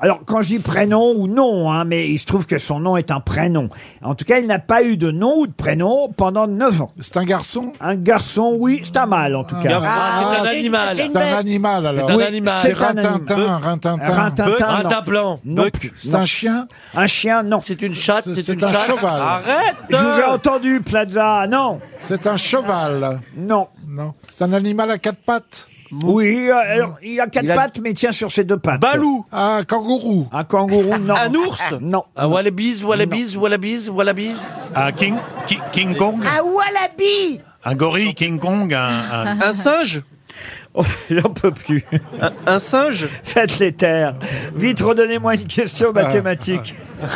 Speaker 2: alors, quand je dis prénom ou nom, hein, mais il se trouve que son nom est un prénom. En tout cas, il n'a pas eu de nom ou de prénom pendant 9 ans. C'est un garçon Un garçon, oui. C'est un mâle, en tout cas.
Speaker 7: c'est un animal.
Speaker 3: Ah. C'est un animal alors.
Speaker 2: Oui, C'est un
Speaker 3: Rintintin,
Speaker 2: animal.
Speaker 3: rintintin.
Speaker 2: Rintintin, non. Non plus.
Speaker 3: C'est un chien.
Speaker 2: Un chien, non.
Speaker 6: C'est une chatte, c'est
Speaker 3: C'est un cheval.
Speaker 2: Je vous ai entendu, Plaza, non
Speaker 3: C'est un cheval.
Speaker 2: Non.
Speaker 3: Non. C'est un animal à quatre pattes.
Speaker 2: Oui, euh, alors, il a quatre pattes, mais tient sur ses deux pattes.
Speaker 3: Balou. Un kangourou.
Speaker 2: Un kangourou, non.
Speaker 6: Un ours
Speaker 2: Ah, Non.
Speaker 7: Ah,
Speaker 6: Un wallabies, wallabies, wallabies, wallabies.
Speaker 8: Un King, Ki- King Kong
Speaker 9: Un wallaby
Speaker 8: Un gorille King Kong Un,
Speaker 6: Un singe
Speaker 2: Oh, J'en peux plus.
Speaker 6: Un, singe
Speaker 2: Faites les terres. Vite, redonnez-moi une question mathématique.
Speaker 3: Ah,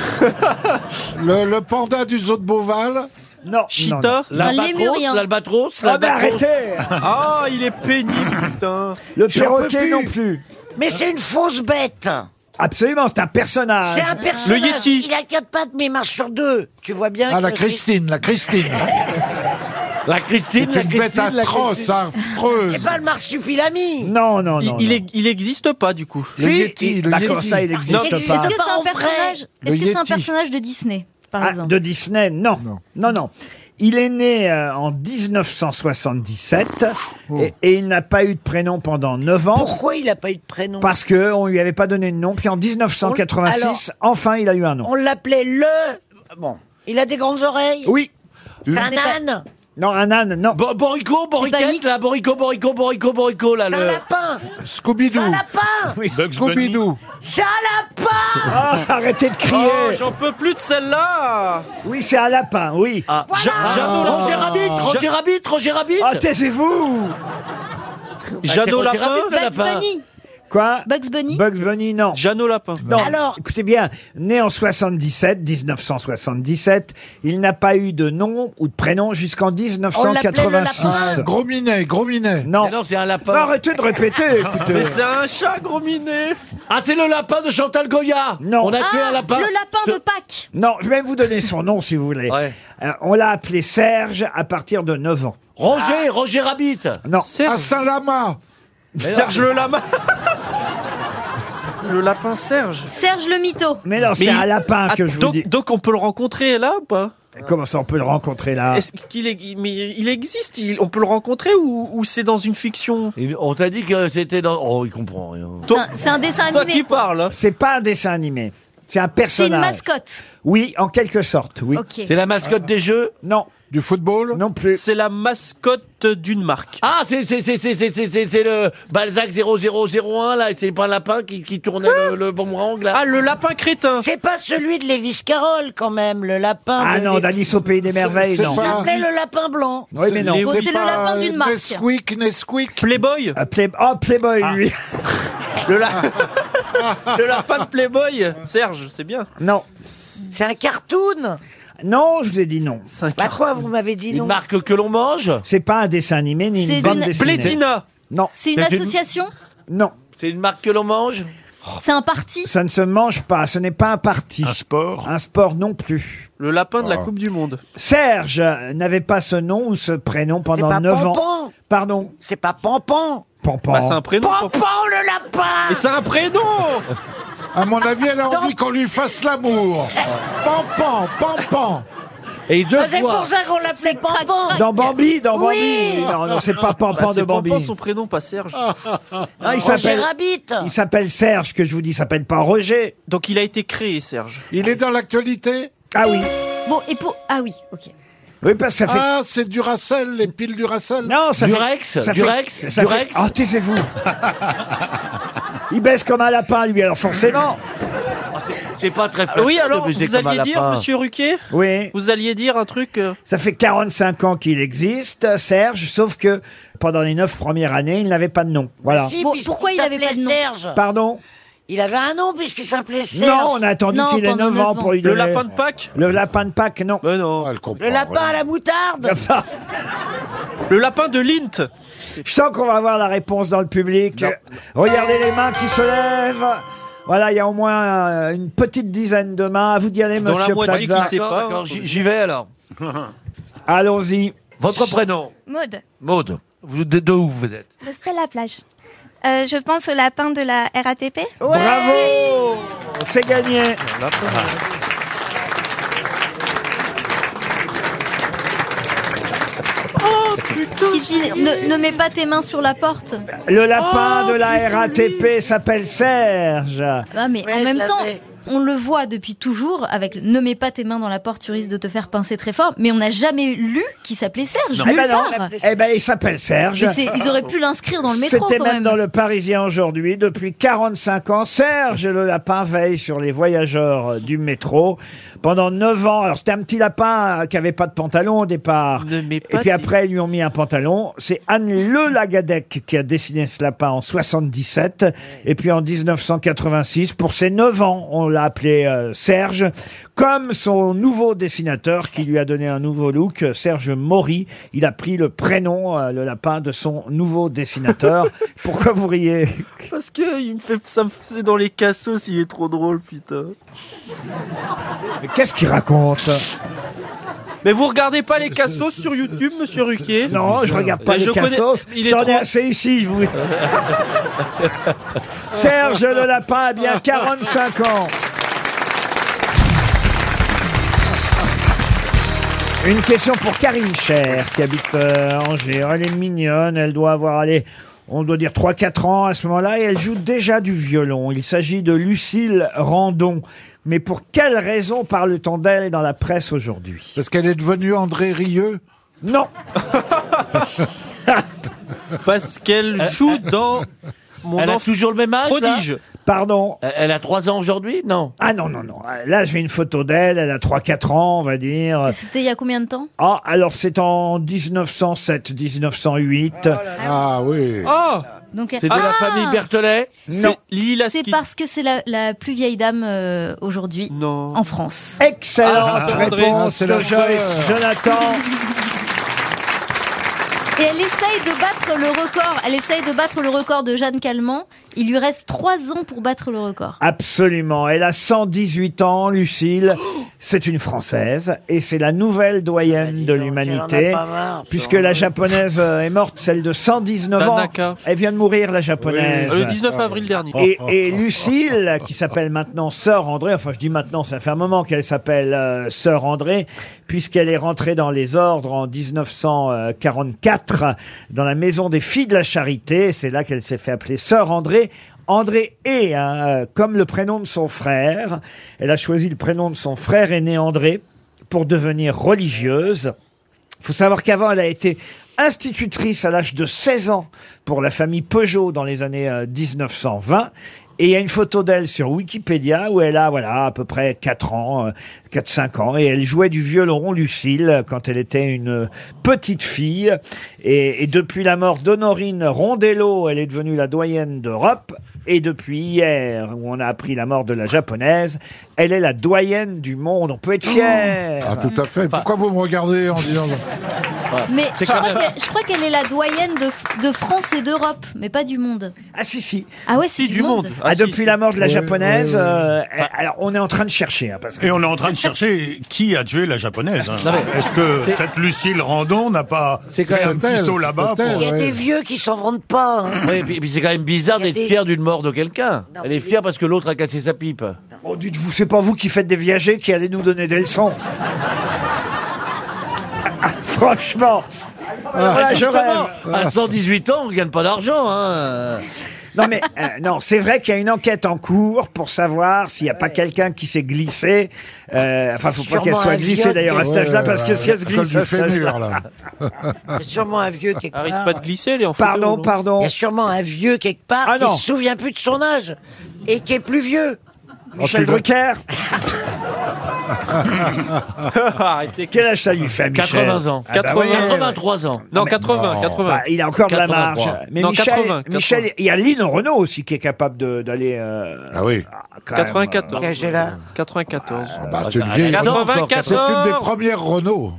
Speaker 2: Ah,
Speaker 3: le, le panda Ah, du zoo de Beauval.
Speaker 2: Non. Ah, bah,
Speaker 6: Cheetah
Speaker 7: L'albatros, l'albatros,
Speaker 9: ben,
Speaker 7: l'albatros.
Speaker 6: Ah, il est pénible, putain
Speaker 2: Le
Speaker 6: J'en peux
Speaker 2: perroquet
Speaker 6: plus.
Speaker 2: non plus.
Speaker 9: Mais c'est une fausse bête
Speaker 2: Absolument, c'est un personnage.
Speaker 9: C'est un personnage. Il a quatre pattes, mais il marche sur deux. Tu vois bien
Speaker 3: Ah,
Speaker 9: que
Speaker 3: la Christine, la Christine.
Speaker 7: la Christine,
Speaker 3: C'est une bête atroce, hein. affreuse.
Speaker 9: Et pas le marsupilami
Speaker 2: Ah, Non, non, non.
Speaker 6: Il est- il existe pas, du coup.
Speaker 2: Le Si, Yeti, il- le bah, comme Yeti. ça, il existe
Speaker 6: Non,
Speaker 2: pas.
Speaker 4: Est-ce que c'est
Speaker 9: en
Speaker 4: un
Speaker 9: vrai.
Speaker 4: personnage
Speaker 2: Le
Speaker 4: Est-ce que c'est un
Speaker 2: Yeti.
Speaker 4: personnage de Disney, par
Speaker 2: Ah,
Speaker 4: exemple
Speaker 2: de Disney, non. non. Non, Il est né euh, en 1977
Speaker 3: Oh.
Speaker 2: et, et il n'a pas eu de prénom pendant 9 ans.
Speaker 9: Pourquoi il n'a pas eu de prénom
Speaker 2: Parce que on lui avait pas donné de nom. Puis en 1986, enfin, il a eu un nom.
Speaker 9: On l'appelait le... Bon. Il a des grandes oreilles
Speaker 2: Oui.
Speaker 9: C'est un âne
Speaker 2: Non, un âne, non.
Speaker 7: borico, boriquette, là, borico, borico, borico, borico, là,
Speaker 9: C'est un
Speaker 7: le...
Speaker 9: lapin C'est
Speaker 7: Scooby-Doo.
Speaker 9: un lapin
Speaker 7: Scooby-Doo.
Speaker 9: C'est un lapin
Speaker 2: Ah, arrêtez de crier.
Speaker 6: Oh, j'en peux plus de celle-là
Speaker 2: Oui, c'est un lapin, oui. Ah,
Speaker 7: Ja- Jeannot, là, Roger Rabbit, Roger Rabbit, Roger Rabbit.
Speaker 2: Ah, taisez-vous
Speaker 7: Jeannot Roger Lapin. Rabbit, le
Speaker 4: Bugs
Speaker 7: lapin.
Speaker 4: Bunny
Speaker 2: Quoi
Speaker 4: Bugs Bunny
Speaker 2: Bugs Bunny, non.
Speaker 6: Jeannot Lapin.
Speaker 2: Non, écoutez bien, né en 77, 1977, il n'a pas eu de nom ou de prénom jusqu'en 1986.
Speaker 3: Un Gros minet, gros minet.
Speaker 2: Non.
Speaker 7: Non, c'est un lapin.
Speaker 2: Non, arrêtez de répéter, écoutez.
Speaker 6: Mais c'est un chat gros minet
Speaker 7: Ah, c'est le lapin de Chantal Goya.
Speaker 2: Non. Ah,
Speaker 7: On a tué un lapin.
Speaker 4: Ah, Le lapin de Pâques
Speaker 2: Non, je vais même vous donner son nom si vous voulez. Euh, on l'a appelé Serge à partir de 9 ans.
Speaker 7: Roger, Roger Rabbit.
Speaker 2: Non.
Speaker 3: Un salama.
Speaker 6: Serge le lama Le lapin Serge
Speaker 4: Serge le mytho
Speaker 2: Mais non, c'est
Speaker 6: Mais-
Speaker 2: un lapin que
Speaker 6: Ah,
Speaker 2: je vous
Speaker 6: donc,
Speaker 2: dis.
Speaker 6: donc on peut le rencontrer là ou pas
Speaker 2: Comment ça, on peut le rencontrer là
Speaker 6: Ah. Est-ce qu'il est- mais il existe il- On peut le rencontrer ou, ou c'est dans une fiction
Speaker 7: Et On t'a dit que c'était dans... Oh, il comprend rien.
Speaker 4: C'est un- C'est un dessin
Speaker 6: Toi qui
Speaker 4: animé
Speaker 6: parles
Speaker 2: C'est pas un dessin animé. C'est un
Speaker 4: C'est une
Speaker 2: personnage.
Speaker 4: mascotte
Speaker 2: Oui, en quelque sorte, oui.
Speaker 4: Ok.
Speaker 7: C'est la mascotte des jeux
Speaker 2: Non.
Speaker 3: Du football.
Speaker 2: Non plus.
Speaker 6: C'est la mascotte d'une marque.
Speaker 7: Ah, c'est c'est- c'est- c'est- c'est- c'est- c'est- c'est le Balzac 0001, là. C'est pas un lapin qui, qui tournait le, le boomerang, là.
Speaker 6: Ah, le lapin crétin
Speaker 9: C'est pas celui de Lévis Carroll, quand même, le lapin
Speaker 2: Ah
Speaker 9: de
Speaker 2: non,
Speaker 9: Lévis-
Speaker 2: d'Alice au Pays des Merveilles,
Speaker 3: c'est
Speaker 2: non.
Speaker 9: Il
Speaker 3: pas-
Speaker 9: s'appelait le lapin blanc
Speaker 2: Oui, mais non.
Speaker 6: les-
Speaker 4: C'est le lapin d'une marque.
Speaker 3: Nesquik, Nesquik.
Speaker 6: Playboy
Speaker 2: Ah, Play- Oh, Playboy, lui.
Speaker 6: le, la- le lapin de Playboy Serge, c'est bien.
Speaker 2: Non.
Speaker 9: C'est un cartoon
Speaker 2: Non, je vous ai dit non.
Speaker 6: C'est un
Speaker 9: Bah
Speaker 6: car-
Speaker 9: quoi, vous m'avez dit
Speaker 7: Une
Speaker 9: non
Speaker 7: marque que l'on mange
Speaker 2: C'est pas un dessin animé ni
Speaker 4: C'est
Speaker 2: une bande
Speaker 4: une-
Speaker 2: dessinée.
Speaker 6: Blédina
Speaker 2: Non,
Speaker 4: C'est une
Speaker 7: C'est une-
Speaker 4: association
Speaker 2: non.
Speaker 7: C'est une marque que l'on mange
Speaker 4: C'est un parti
Speaker 2: Ça ne se mange pas. Ce n'est pas un parti.
Speaker 8: Un sport
Speaker 2: Un sport non plus.
Speaker 6: Le lapin de la Coupe du Monde.
Speaker 2: Serge n'avait pas ce nom ou ce prénom pendant
Speaker 9: C'est pas
Speaker 2: 9 ans.
Speaker 9: Pampan.
Speaker 2: Pardon.
Speaker 9: C'est pas Pampan
Speaker 2: Pampan.
Speaker 6: Bah, c'est un prénom.
Speaker 9: Pampan le lapin
Speaker 6: Et c'est un prénom
Speaker 3: À mon avis, elle a envie qu'on lui fasse l'amour. Pampan, pampan.
Speaker 7: Et deux
Speaker 9: Ah, C'est
Speaker 7: fois.
Speaker 9: pour ça qu'on
Speaker 4: C'est
Speaker 9: l'appelait
Speaker 4: crac,
Speaker 9: Pampan
Speaker 4: crac.
Speaker 2: Dans Bambi, dans
Speaker 9: Oui.
Speaker 2: Bambi. Non, Ah, non, c'est pas Pampan
Speaker 6: Bah,
Speaker 2: de
Speaker 6: C'est
Speaker 2: Bambi.
Speaker 6: Pampan son prénom, pas Serge.
Speaker 2: Non, Ah,
Speaker 9: Roger
Speaker 2: il s'appelle.
Speaker 9: Rabbit
Speaker 2: Il s'appelle Serge, que je vous dis, il s'appelle pas Roger.
Speaker 6: Donc il a été créé, Serge.
Speaker 3: Il est dans l'actualité
Speaker 2: Ah oui.
Speaker 4: Bon, et pour... Ah oui, ok.
Speaker 2: Oui, parce que ça fait.
Speaker 3: Ah, c'est du Racel, les piles du Racel.
Speaker 2: Non, ça
Speaker 7: Durex,
Speaker 2: fait... ça fait-
Speaker 7: Durex,
Speaker 2: ça fait-
Speaker 7: Durex.
Speaker 2: Oh, taisez-vous Il baisse comme un lapin, lui, alors forcément.
Speaker 7: Ah, C'est pas très flatteur
Speaker 6: Oui, alors,
Speaker 7: de baiser
Speaker 6: vous
Speaker 7: comme un
Speaker 6: alliez dire,
Speaker 7: lapin.
Speaker 6: monsieur Ruquier
Speaker 2: Oui.
Speaker 6: Vous alliez dire un truc euh,
Speaker 2: Ça fait 45 ans qu'il existe, Serge, sauf que pendant les 9 premières années, il n'avait pas de nom. Voilà.
Speaker 9: Si,
Speaker 4: Bon,
Speaker 9: puisqu'il
Speaker 4: pourquoi il avait pas de
Speaker 9: s'appelait
Speaker 4: nom
Speaker 9: Serge
Speaker 2: Pardon
Speaker 9: Il avait un nom puisqu'il s'appelait Serge.
Speaker 2: Non, on a attendu qu'il ait 9 ans pour lui
Speaker 9: Le
Speaker 2: donner.
Speaker 9: lapin de
Speaker 6: Pâques
Speaker 2: Le lapin de Pâques, non.
Speaker 6: Mais non.
Speaker 10: Ah,
Speaker 9: Le lapin à la moutarde
Speaker 6: Le lapin de Lint.
Speaker 2: Je sens qu'on va avoir la réponse dans le public. Regardez les mains qui se lèvent. Voilà, il y a au moins euh, une petite dizaine de mains. À vous d'y aller,
Speaker 6: Dans la
Speaker 2: monsieur
Speaker 6: moitié qui
Speaker 2: Plaza.
Speaker 6: ne sait pas. hein. D'accord,
Speaker 10: j'y- j'y vais alors.
Speaker 2: Allons-y.
Speaker 10: Votre prénom
Speaker 14: Maude,
Speaker 10: Maude. Vous, de, de où vous êtes
Speaker 14: le seul à la plage. Euh, je pense au lapin de la RATP.
Speaker 2: Bravo C'est gagné
Speaker 6: Ah.
Speaker 4: Oh putain ne, ne mets pas tes mains sur la porte.
Speaker 2: Le lapin
Speaker 4: Oh,
Speaker 2: de la RATP s'appelle Serge.
Speaker 4: Ah, mais en
Speaker 2: je
Speaker 4: même temps,
Speaker 2: l'avais.
Speaker 4: on le voit depuis toujours avec le ne mets pas tes mains dans la porte, tu risques de te faire pincer très fort. Mais on n'a jamais lu qu'il s'appelait Serge.
Speaker 2: Eh
Speaker 4: nulle
Speaker 2: ben, non.
Speaker 4: part.
Speaker 2: Eh ben, il s'appelle Serge. Ah.
Speaker 4: Mais c'est- ils auraient pu l'inscrire dans le métro,
Speaker 2: C'était
Speaker 4: quand
Speaker 2: même
Speaker 4: même.
Speaker 2: dans le Parisien aujourd'hui. Depuis 45 ans, Serge le lapin veille sur les voyageurs euh, du métro. Pendant 9 ans, alors c'était un petit lapin euh, qui avait pas de pantalon au départ. Et puis après, ils lui ont mis un pantalon. C'est Anne Le Lagadec qui a dessiné ce lapin en 77. Et puis en 1986, pour ses 9 ans, on l'a appelé euh, Serge. Comme son nouveau dessinateur qui lui a donné un nouveau look, euh, Serge Maury, il a pris le prénom, euh, le lapin, de son nouveau dessinateur. Pourquoi vous riez
Speaker 6: Parce que il me fait, ça me faisait dans les cassos, il est trop drôle, putain.
Speaker 2: Mais qu'est-ce qu'il raconte
Speaker 6: Mais vous regardez pas les cassos sur YouTube, monsieur Ruquier
Speaker 2: Non, je regarde pas
Speaker 6: Mais
Speaker 2: les
Speaker 6: Euh, je connais-
Speaker 2: cassos.
Speaker 6: Il est
Speaker 2: J'en ai
Speaker 6: trop-
Speaker 2: assez ici, je vous. Serge le lapin a eh bien 45 ans. Une question pour Karine Cher, qui habite euh, Angers. Elle est mignonne, elle doit avoir allé, on doit dire 3-4 ans à ce moment-là, et elle joue déjà du violon. Il s'agit de Lucille Randon. Mais pour quelle raison parle-t-on d'elle dans la presse aujourd'hui Parce qu'elle est devenue André Rieu Non
Speaker 6: Parce qu'elle joue dans mon
Speaker 7: Elle a
Speaker 6: enf-
Speaker 7: toujours le même âge là
Speaker 6: Prodige.
Speaker 2: Pardon
Speaker 7: Elle a 3 ans aujourd'hui Non.
Speaker 2: Ah non, non, non. Là, j'ai une photo d'elle, elle a 3-4 ans, on va dire.
Speaker 4: C'était il y a combien de temps
Speaker 2: Ah, alors c'est en 1907-1908. Ah oui.
Speaker 6: Oh
Speaker 4: Donc, ah
Speaker 2: C'est de la famille Berthelet Non.
Speaker 4: C'est parce que c'est la, la plus vieille dame euh, aujourd'hui en France.
Speaker 2: Excellente
Speaker 6: Ah, André,
Speaker 2: réponse
Speaker 6: c'est
Speaker 2: de
Speaker 6: la
Speaker 2: Joyce
Speaker 6: sœur.
Speaker 2: Jonathan.
Speaker 4: Et elle essaye de battre le record. Elle essaye de battre le record de Jeanne Calment. Il lui reste trois ans pour battre le record.
Speaker 2: Absolument. Elle a 118 ans, Lucille. C'est une Française et c'est la nouvelle doyenne de l'humanité.
Speaker 9: Ah, elle en a pas marre, ce
Speaker 2: Puisque la japonaise euh, est morte, celle de 119 ans.
Speaker 6: Tanaka.
Speaker 2: Elle vient de mourir, la japonaise.
Speaker 9: Euh,
Speaker 6: Oui, le 19 avril dernier.
Speaker 2: Et, et Lucille, qui s'appelle maintenant Sœur André, enfin je dis maintenant, ça fait un moment qu'elle s'appelle euh, Sœur André, puisqu'elle est rentrée dans les ordres en 1944, dans la maison des filles de la charité. C'est là qu'elle s'est fait appeler Sœur André. André est, hein, euh, comme le prénom de son frère. Elle a choisi le prénom de son frère aîné André pour devenir religieuse. Il faut savoir qu'avant, elle a été institutrice à l'âge de 16 ans pour la famille Peugeot dans les années euh, 1920. Et il y a une photo d'elle sur Wikipédia où elle a voilà à peu près 4 ans, euh, 4-5 ans, et elle jouait du violon, Lucille, euh, quand elle était une euh, petite fille. Et, et depuis la mort d'Honorine Rondello, elle est devenue la doyenne d'Europe. Et depuis hier, où on a appris la mort de la japonaise, elle est la doyenne du monde. On peut être fier.
Speaker 3: Ah, tout à fait. Pourquoi vous me regardez en disant.
Speaker 4: Mais je
Speaker 2: C'est
Speaker 4: crois,
Speaker 2: quand même-
Speaker 4: qu'elle, je crois qu'elle est la doyenne de, de France et d'Europe, mais pas du monde.
Speaker 2: Ah si si.
Speaker 4: Ah ouais, c'est du, monde.
Speaker 2: Ah, depuis la mort de la
Speaker 8: Ouais,
Speaker 2: japonaise,
Speaker 8: ouais, ouais.
Speaker 2: euh, alors on est en train de chercher. hein, parce que...
Speaker 8: Et on est en train de chercher qui a tué la japonaise. hein.
Speaker 2: Non, mais-
Speaker 8: Est-ce que cette Lucille Randon n'a pas pris un petit saut là-bas pour... euh,
Speaker 9: Il y a des vieux qui s'en rendent pas. hein.
Speaker 7: Oui, et puis, et puis c'est quand même bizarre
Speaker 9: Il y a
Speaker 7: d'être
Speaker 9: des-
Speaker 7: fier d'une mort de quelqu'un. Elle est fière parce que l'autre a cassé sa pipe.
Speaker 2: Oh, dites-vous, c'est pas vous qui faites des viagers qui allez nous donner des leçons. Ah, Franchement. Voilà,
Speaker 9: bah,
Speaker 7: Ah,
Speaker 2: je
Speaker 7: justement,
Speaker 2: rêve.
Speaker 7: À 118 ans, on gagne pas d'argent. Hein.
Speaker 2: Non mais euh, non, c'est vrai qu'il y a une enquête en cours pour savoir s'il n'y a pas quelqu'un qui s'est glissé. Euh, enfin, faut pas
Speaker 9: Sûrement
Speaker 2: qu'elle soit
Speaker 9: un
Speaker 2: glissée
Speaker 9: viol
Speaker 2: d'ailleurs à
Speaker 9: qui-
Speaker 2: cet âge-là,
Speaker 9: Ouais,
Speaker 2: parce que
Speaker 9: ouais,
Speaker 2: si elle se
Speaker 9: à cause
Speaker 2: glisse
Speaker 9: du
Speaker 2: à cet
Speaker 9: fémur,
Speaker 2: âge-là-
Speaker 9: Il y a sûrement un vieux quelque part.
Speaker 6: Arrive pas de glisser, elle est en
Speaker 2: Pardon,
Speaker 6: fauteuil,
Speaker 2: pardon.
Speaker 9: Il y a sûrement un vieux quelque part
Speaker 2: Ah
Speaker 9: qui
Speaker 2: non.
Speaker 9: se souvient Oh, plus de son âge et qui est plus vieux.
Speaker 2: Michel Drucker Quel âge ça lui fait, à Michel
Speaker 7: 80 ans.
Speaker 2: Ah bah ouais,
Speaker 7: 83 ans.
Speaker 2: Ah, mais- non. Bah, il a encore de la marge. Mais
Speaker 7: Non,
Speaker 2: Michel,
Speaker 7: 80,
Speaker 2: Michel, il y a Lynn Renault aussi qui est capable de- d'aller. ah oui.
Speaker 6: 94. euh, 94.
Speaker 7: Ah,
Speaker 3: bah, c'est une vieille Renault. C'est une des
Speaker 6: 94.
Speaker 3: premières Renault.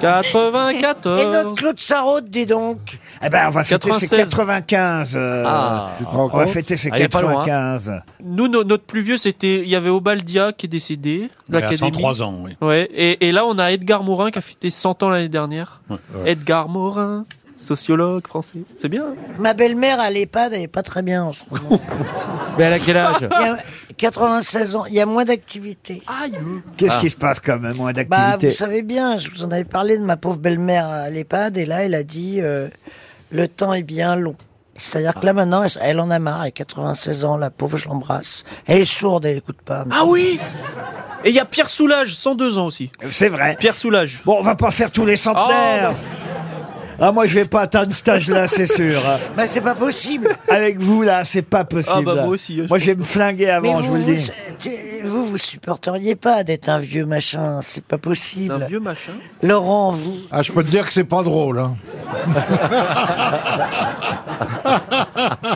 Speaker 6: 94.
Speaker 9: Et notre Claude Sarraute, dis donc.
Speaker 2: Eh ben, on va fêter ses
Speaker 6: 96.
Speaker 2: 95. euh,
Speaker 6: Ah. Tu te rends
Speaker 2: on va
Speaker 6: compte
Speaker 2: fêter ses
Speaker 6: Ah, il est pas loin.
Speaker 2: 95.
Speaker 6: Nous, no- notre plus vieux, c'était. Il y avait Obaldia qui est décédé.
Speaker 8: Il a
Speaker 6: l'académie.
Speaker 8: 103 ans, oui.
Speaker 6: Ouais, et, et là, on a Edgar Morin qui a fêté 100 ans l'année dernière. Edgar Morin, sociologue français. C'est bien. hein
Speaker 9: Ma belle-mère à l'EHPAD, elle est pas très bien en ce moment.
Speaker 6: Mais elle a quel âge
Speaker 9: Il y a 96 ans, il y a moins d'activité.
Speaker 2: Qu'est-ce
Speaker 6: Ah.
Speaker 2: qui se passe quand même, moins
Speaker 9: Bah, vous
Speaker 2: d'activité
Speaker 9: savez bien, je vous en avais parlé de ma pauvre belle-mère à l'EHPAD, et là, elle a dit euh, le temps est bien long. C'est-à-dire que là, maintenant, elle, elle en a marre, elle a 96 ans, la pauvre, je l'embrasse. Elle est sourde, elle écoute pas.
Speaker 6: Ah oui Et il y a Pierre Soulage, 102 ans aussi.
Speaker 2: C'est vrai.
Speaker 6: Pierre Soulage. Oh,
Speaker 2: Bon, on va pas faire tous les
Speaker 9: Oh, bah.
Speaker 2: centenaires. Ah, moi, je vais pas atteindre ce âge-là, c'est sûr.
Speaker 9: Mais c'est pas possible.
Speaker 2: Avec vous, là, c'est pas possible.
Speaker 9: Ah, bah, moi aussi, je
Speaker 2: Moi, je vais me flinguer avant,
Speaker 9: Mais
Speaker 2: je vous le dis.
Speaker 9: tu- vous, vous supporteriez pas d'être un vieux machin, c'est pas possible. Un vieux
Speaker 6: machin
Speaker 9: Laurent, vous.
Speaker 3: Ah, je peux te dire que c'est pas drôle. Hein.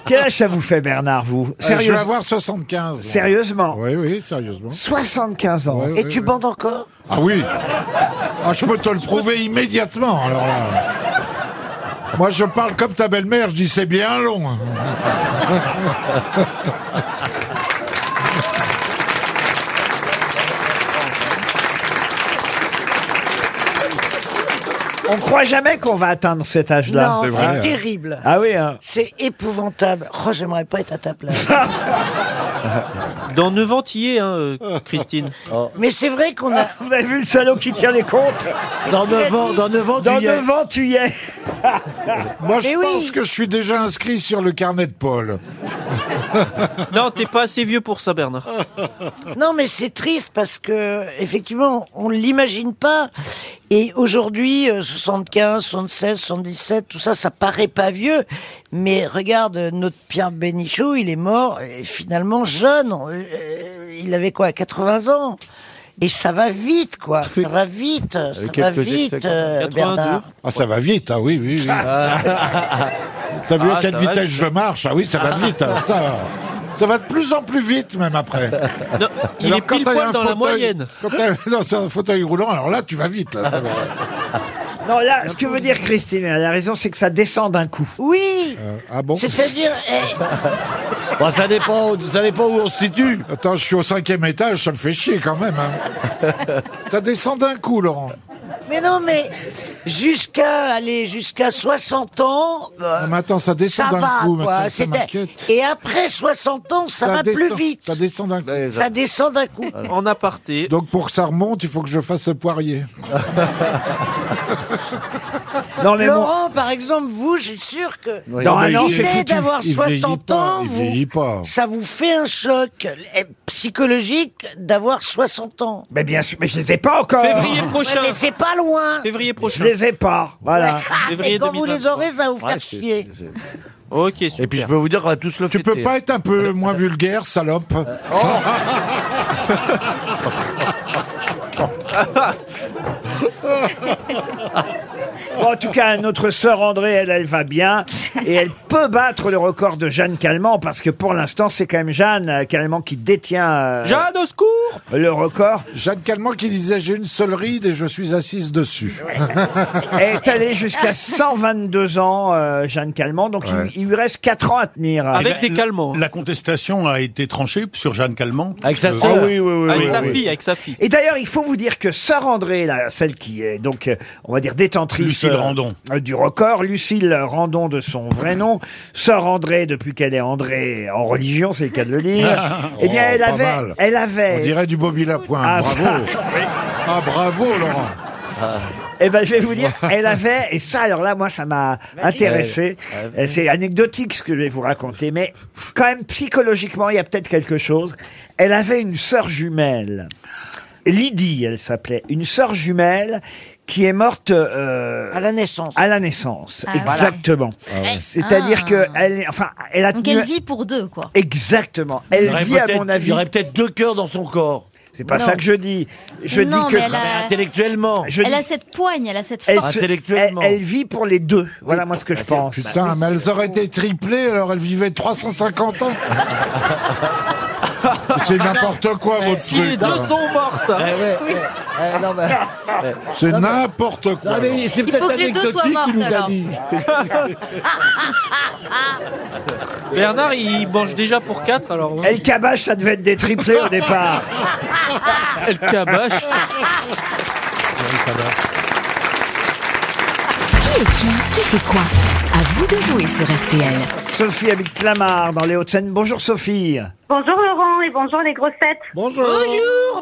Speaker 2: Quel âge ça vous fait, Bernard, vous
Speaker 3: Euh, je vais
Speaker 2: Sérieuse-
Speaker 3: avoir 75.
Speaker 2: Sérieusement
Speaker 3: Oui, oui, sérieusement.
Speaker 2: 75 ans.
Speaker 3: Ouais,
Speaker 9: Et
Speaker 3: ouais,
Speaker 9: tu
Speaker 3: ouais.
Speaker 9: bandes encore
Speaker 3: Ah oui Ah, je peux te le prouver immédiatement, alors là. Moi, je parle comme ta belle-mère, je dis c'est bien long.
Speaker 2: On croit jamais qu'on va atteindre cet âge-là.
Speaker 9: Non, c'est terrible.
Speaker 2: Ah oui, hein.
Speaker 9: C'est épouvantable. Oh, j'aimerais pas être à ta place.
Speaker 6: Dans 9 ans, t'y es, hein, euh, Christine.
Speaker 2: Oh.
Speaker 9: Mais c'est vrai qu'on a.
Speaker 2: Vous avez vu le salaud qui tient les comptes
Speaker 7: Dans 9 ans, dans 9 ans,
Speaker 2: Dans
Speaker 7: tu y es.
Speaker 2: 9 ans, tu y es.
Speaker 3: Moi, je pense que je suis déjà inscrit sur le carnet de Paul.
Speaker 6: Non, t'es pas assez vieux pour ça, Bernard.
Speaker 9: Non, mais c'est triste parce que, effectivement, on l'imagine pas. Et aujourd'hui, euh, 75, 76, 77, tout ça, ça paraît pas vieux. Mais regarde, euh, notre Pierre Bénichou, il est mort, et finalement, jeune. On- euh, euh, Il avait quoi, 80 ans? Et ça va vite, quoi.
Speaker 2: Ah
Speaker 9: Ça va vite. Ça va vite, euh, Bernard.
Speaker 3: Ah, ça va vite, ah oui, oui, oui. T'as vu
Speaker 7: Ah,
Speaker 3: à quelle
Speaker 7: ça va
Speaker 3: vitesse
Speaker 7: vite.
Speaker 3: je marche Ah oui, ça va vite, hein, ça. Ça va de plus en plus vite, même après.
Speaker 6: il
Speaker 3: Alors,
Speaker 6: est
Speaker 3: quand
Speaker 6: pile
Speaker 3: t'as
Speaker 6: poil
Speaker 3: un
Speaker 6: dans la
Speaker 3: fauteuil-
Speaker 6: moyenne.
Speaker 3: Quand t'es dans un fauteuil roulant, alors là, tu vas vite, là. ça va.
Speaker 2: Non, là, ce que veut dire Christine, elle a raison, c'est que ça descend d'un coup.
Speaker 9: Oui
Speaker 3: Ah bon
Speaker 9: C'est-à-dire, eh,
Speaker 7: Bon, ça dépend, où- ça dépend où on se situe.
Speaker 3: Attends, je suis au cinquième étage, ça me fait chier quand même. hein. ça descend d'un coup, Laurent.
Speaker 9: Mais non, mais jusqu'à aller jusqu'à 60 ans, euh,
Speaker 3: Non, Ah, mais attends, ça descend
Speaker 9: ça
Speaker 3: d'un
Speaker 9: va,
Speaker 3: coup, mais
Speaker 9: quoi.
Speaker 3: ça- ça
Speaker 9: C'est-
Speaker 3: m'inquiète.
Speaker 9: Et après 60 ans, ça, va
Speaker 3: descend-
Speaker 9: plus vite.
Speaker 3: Ça descend d'un coup.
Speaker 9: Ça descend d'un coup.
Speaker 6: En aparté.
Speaker 3: Donc pour que ça remonte, il faut que je fasse le poirier.
Speaker 2: Non, mais mon-
Speaker 9: Laurent, par exemple, vous, je suis sûr que
Speaker 3: Oui.
Speaker 2: Dans un
Speaker 9: l'idée
Speaker 2: an, c'est foutu.
Speaker 9: d'avoir
Speaker 3: Il vieillit
Speaker 9: 60
Speaker 3: pas,
Speaker 9: ans,
Speaker 3: il
Speaker 9: vous-
Speaker 3: vieillit pas.
Speaker 9: ça vous fait un choc euh, psychologique d'avoir 60 ans.
Speaker 2: Mais bien sûr, mais je les ai pas encore.
Speaker 6: Février prochain.
Speaker 9: Ouais, mais c'est pas loin.
Speaker 6: Février
Speaker 2: Je
Speaker 6: prochain.
Speaker 2: les ai pas. Voilà.
Speaker 9: Et
Speaker 6: Février
Speaker 9: quand vous les
Speaker 6: 2023.
Speaker 9: aurez, ça va vous faire chier.
Speaker 6: Ok, super.
Speaker 7: Et puis je peux vous dire qu'on a tous le
Speaker 3: Tu peux pas être un peu moins vulgaire, salope
Speaker 15: Euh, oh.
Speaker 2: Bon, en tout cas, à notre sœur André, elle, elle va bien. Et elle peut battre le record de Jeanne Calment, parce que pour l'instant, c'est quand même Jeanne euh, Calment qui détient euh,
Speaker 6: Jeanne, au secours
Speaker 2: le record.
Speaker 3: Jeanne Calment qui disait j'ai une seule ride et je suis assise dessus.
Speaker 2: Elle est allée jusqu'à 122 ans, euh, Jeanne Calment. Donc, il- il, lui reste 4 ans à tenir.
Speaker 6: Ah, Avec des calmants.
Speaker 8: Eh ben, La contestation a été tranchée sur Jeanne Calment.
Speaker 7: Avec sa
Speaker 8: Euh,
Speaker 7: sœur.
Speaker 2: Ah oui, oui, oui,
Speaker 6: Avec
Speaker 2: oui,
Speaker 6: sa
Speaker 2: oui.
Speaker 6: fille, avec sa fille.
Speaker 2: Et d'ailleurs, il faut vous dire que Sœur André, là, celle qui est donc, euh, on va dire, détentrice
Speaker 8: Lucille Randon.
Speaker 2: euh, du record, Lucille Randon de son vrai nom, Sœur André, depuis qu'elle est André en religion, c'est le cas de le dire, eh bien,
Speaker 3: Oh,
Speaker 2: elle
Speaker 3: pas
Speaker 2: avait,
Speaker 3: mal.
Speaker 2: elle
Speaker 3: On
Speaker 2: avait,
Speaker 3: dirait du Bobby Lapointe.
Speaker 2: Ah,
Speaker 3: bravo. ah bravo Laurent.
Speaker 4: Ah.
Speaker 2: eh ben, je vais vous dire, elle avait, et ça, alors là, moi, ça m'a intéressé, Et c'est anecdotique ce que je vais vous raconter, mais quand même, psychologiquement, il y a peut-être quelque chose. Elle avait une sœur jumelle. Lydie, elle s'appelait, une sœur jumelle qui est morte euh, à la naissance. À la naissance,
Speaker 4: Ah ouais.
Speaker 2: exactement.
Speaker 4: Ah
Speaker 9: Eh,
Speaker 4: ouais.
Speaker 2: C'est-à-dire
Speaker 4: Ah.
Speaker 2: que elle, est- enfin, elle a
Speaker 4: Donc
Speaker 2: tenu-
Speaker 4: elle vit pour deux, quoi.
Speaker 2: Exactement.
Speaker 16: Il y
Speaker 2: Elle
Speaker 16: aurait
Speaker 2: vit, à
Speaker 16: peut-être-
Speaker 2: mon avis.
Speaker 16: Il y aurait peut-être deux cœurs dans son corps.
Speaker 2: C'est pas ça que je dis. Je
Speaker 4: Non,
Speaker 2: dis que
Speaker 4: mais elle a- Mais
Speaker 16: intellectuellement.
Speaker 4: elle a cette poigne, elle a cette
Speaker 2: elle,
Speaker 4: force.
Speaker 2: se- elle, elle vit pour les deux. Voilà moi ce que je
Speaker 15: Bah,
Speaker 2: pense.
Speaker 3: Putain, mais elles auraient été triplées, alors elles vivaient 350 ans. C'est n'importe quoi, votre
Speaker 15: Eh, Si,
Speaker 3: truc. hein.
Speaker 15: les deux
Speaker 3: là.
Speaker 15: sont mortes. Oui.
Speaker 3: C'est n'importe quoi.
Speaker 15: Eh, Non, mais c'est Il peut-être faut que les deux soient anecdotique, il mortes, nous a alors. dit.
Speaker 6: Bernard, il mange déjà pour 4 alors. hein.
Speaker 2: El Kabash, ça devait être des triplés au départ.
Speaker 6: El Kabash.
Speaker 8: Qui est qui Qui fait quoi À vous de jouer sur RTL.
Speaker 2: Sophie habite Clamart dans les Hauts-de-Seine. Bonjour Sophie.
Speaker 17: Bonjour Laurent et bonjour les grossettes.
Speaker 2: Bonjour.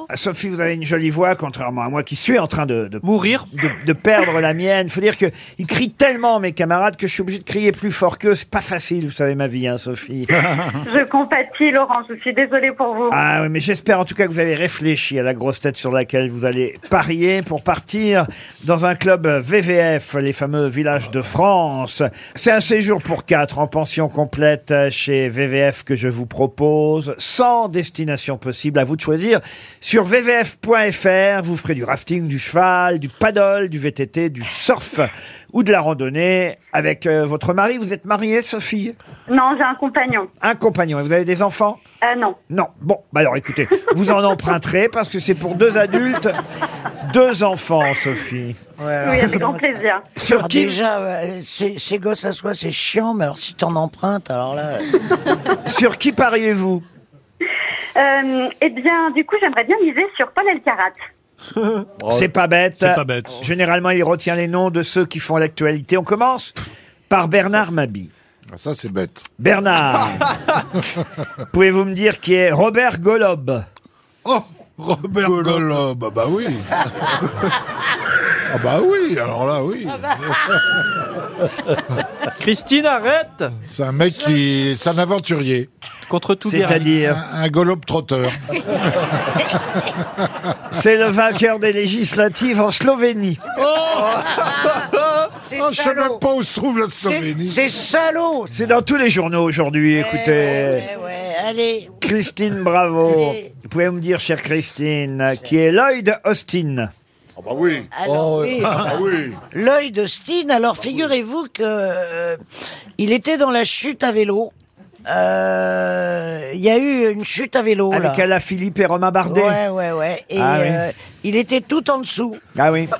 Speaker 2: Ah, Sophie, vous avez une jolie voix, contrairement à moi qui suis en train de, mourir, de, de perdre la mienne. Faut dire que ils crient tellement mes camarades que je suis obligé de crier plus fort qu'eux. C'est pas facile, vous savez ma vie, hein, Sophie.
Speaker 17: Je compatis Laurent, je suis désolée pour vous.
Speaker 2: Ah oui, mais j'espère en tout cas que vous avez réfléchi à la grosse tête sur laquelle vous allez parier pour partir dans un club VVF, les fameux villages de France. C'est un séjour pour quatre en pension complète euh, chez VVF que je vous propose, sans destination possible, à vous de choisir. Sur vvf.fr, vous ferez du rafting, du cheval, du paddle, du VTT, du surf ou de la randonnée avec euh, votre mari. Vous êtes mariée, Sophie
Speaker 17: Non, j'ai un compagnon.
Speaker 2: Un compagnon. Et vous avez des enfants
Speaker 17: Ah non.
Speaker 2: non. Bon, bah alors écoutez, vous en emprunterez parce que c'est pour deux adultes, deux enfants, Sophie.
Speaker 17: Oui, avec grand plaisir.
Speaker 9: Alors Ah, déjà, ouais, ces, ces gosses à soi, c'est chiant, mais alors si t'en empruntes, alors là... euh,
Speaker 2: Sur qui pariez-vous
Speaker 17: Euh, eh bien, du coup, j'aimerais bien miser sur Paul Elkarat.
Speaker 2: C'est pas bête. Oh, C'est pas bête. Généralement, il retient les noms de ceux qui font l'actualité. On commence par Bernard Mabi. Ça, c'est bête. Bernard, pouvez-vous me dire qui est Robert Golob
Speaker 3: Oh, Robert Golob, ah bah oui. Ah bah oui, alors là, oui.
Speaker 6: Ah bah. Christine, arrête
Speaker 3: C'est un mec qui... C'est un aventurier.
Speaker 6: Contre tout
Speaker 2: C'est-à-dire
Speaker 3: Un, un Golob trotteur.
Speaker 2: C'est le vainqueur des législatives en Slovénie.
Speaker 9: C'est
Speaker 3: Oh, je sais même pas où se trouve la Slovénie.
Speaker 9: C'est salaud
Speaker 2: C'est dans tous les journaux aujourd'hui, écoutez.
Speaker 9: Eh Ouais, allez
Speaker 2: Christine Bravo. Vous pouvez me dire, chère Christine, qui est Lloyd Austin
Speaker 3: Ah bah oui.
Speaker 7: Oh,
Speaker 9: Alors, oui.
Speaker 7: Ah,
Speaker 9: L'œil de Steen, alors figurez-vous que euh, il était dans la chute à vélo. Euh, Il y a eu une chute à vélo. là.
Speaker 2: Avec Alain Philippe et Romain Bardet.
Speaker 9: Ouais, ouais, ouais. Et
Speaker 2: Ah oui.
Speaker 9: euh, il était tout en dessous.
Speaker 2: Ah oui.